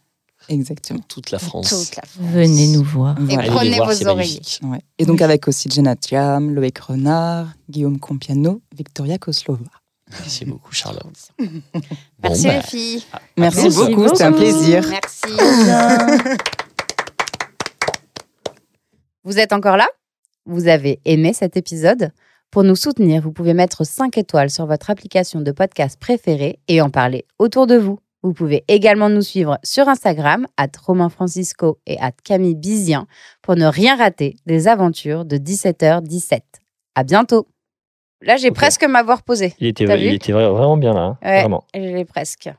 C: Exactement.
B: toute la France.
A: Toute la France.
E: Venez nous voir.
C: Voilà.
B: Allez
A: Prenez
B: les voir,
A: vos
B: c'est
A: oreilles.
B: magnifique.
C: Ouais. Et donc avec aussi Jenna Tiam, Loïc Renard, Guillaume Compiano, Victoria Koslova.
B: Merci beaucoup, Charlotte.
A: Merci
B: Bon, bah,
A: les filles.
C: Merci
E: Merci
C: beaucoup, c'était un
E: beaucoup.
C: plaisir.
A: Merci. Vous êtes encore là Vous avez aimé cet épisode Pour nous soutenir, vous pouvez mettre 5 étoiles sur votre application de podcast préférée et en parler autour de vous. Vous pouvez également nous suivre sur Instagram, à Romain Francisco et à Camille Bizien, pour ne rien rater des aventures de 17h17. À bientôt Là, j'ai
D: Ok.
A: presque m'avoir posé.
D: Il était,
A: T'as vu
D: il était vraiment bien là. hein.
A: Ouais.
D: Vraiment.
A: Je l'ai presque.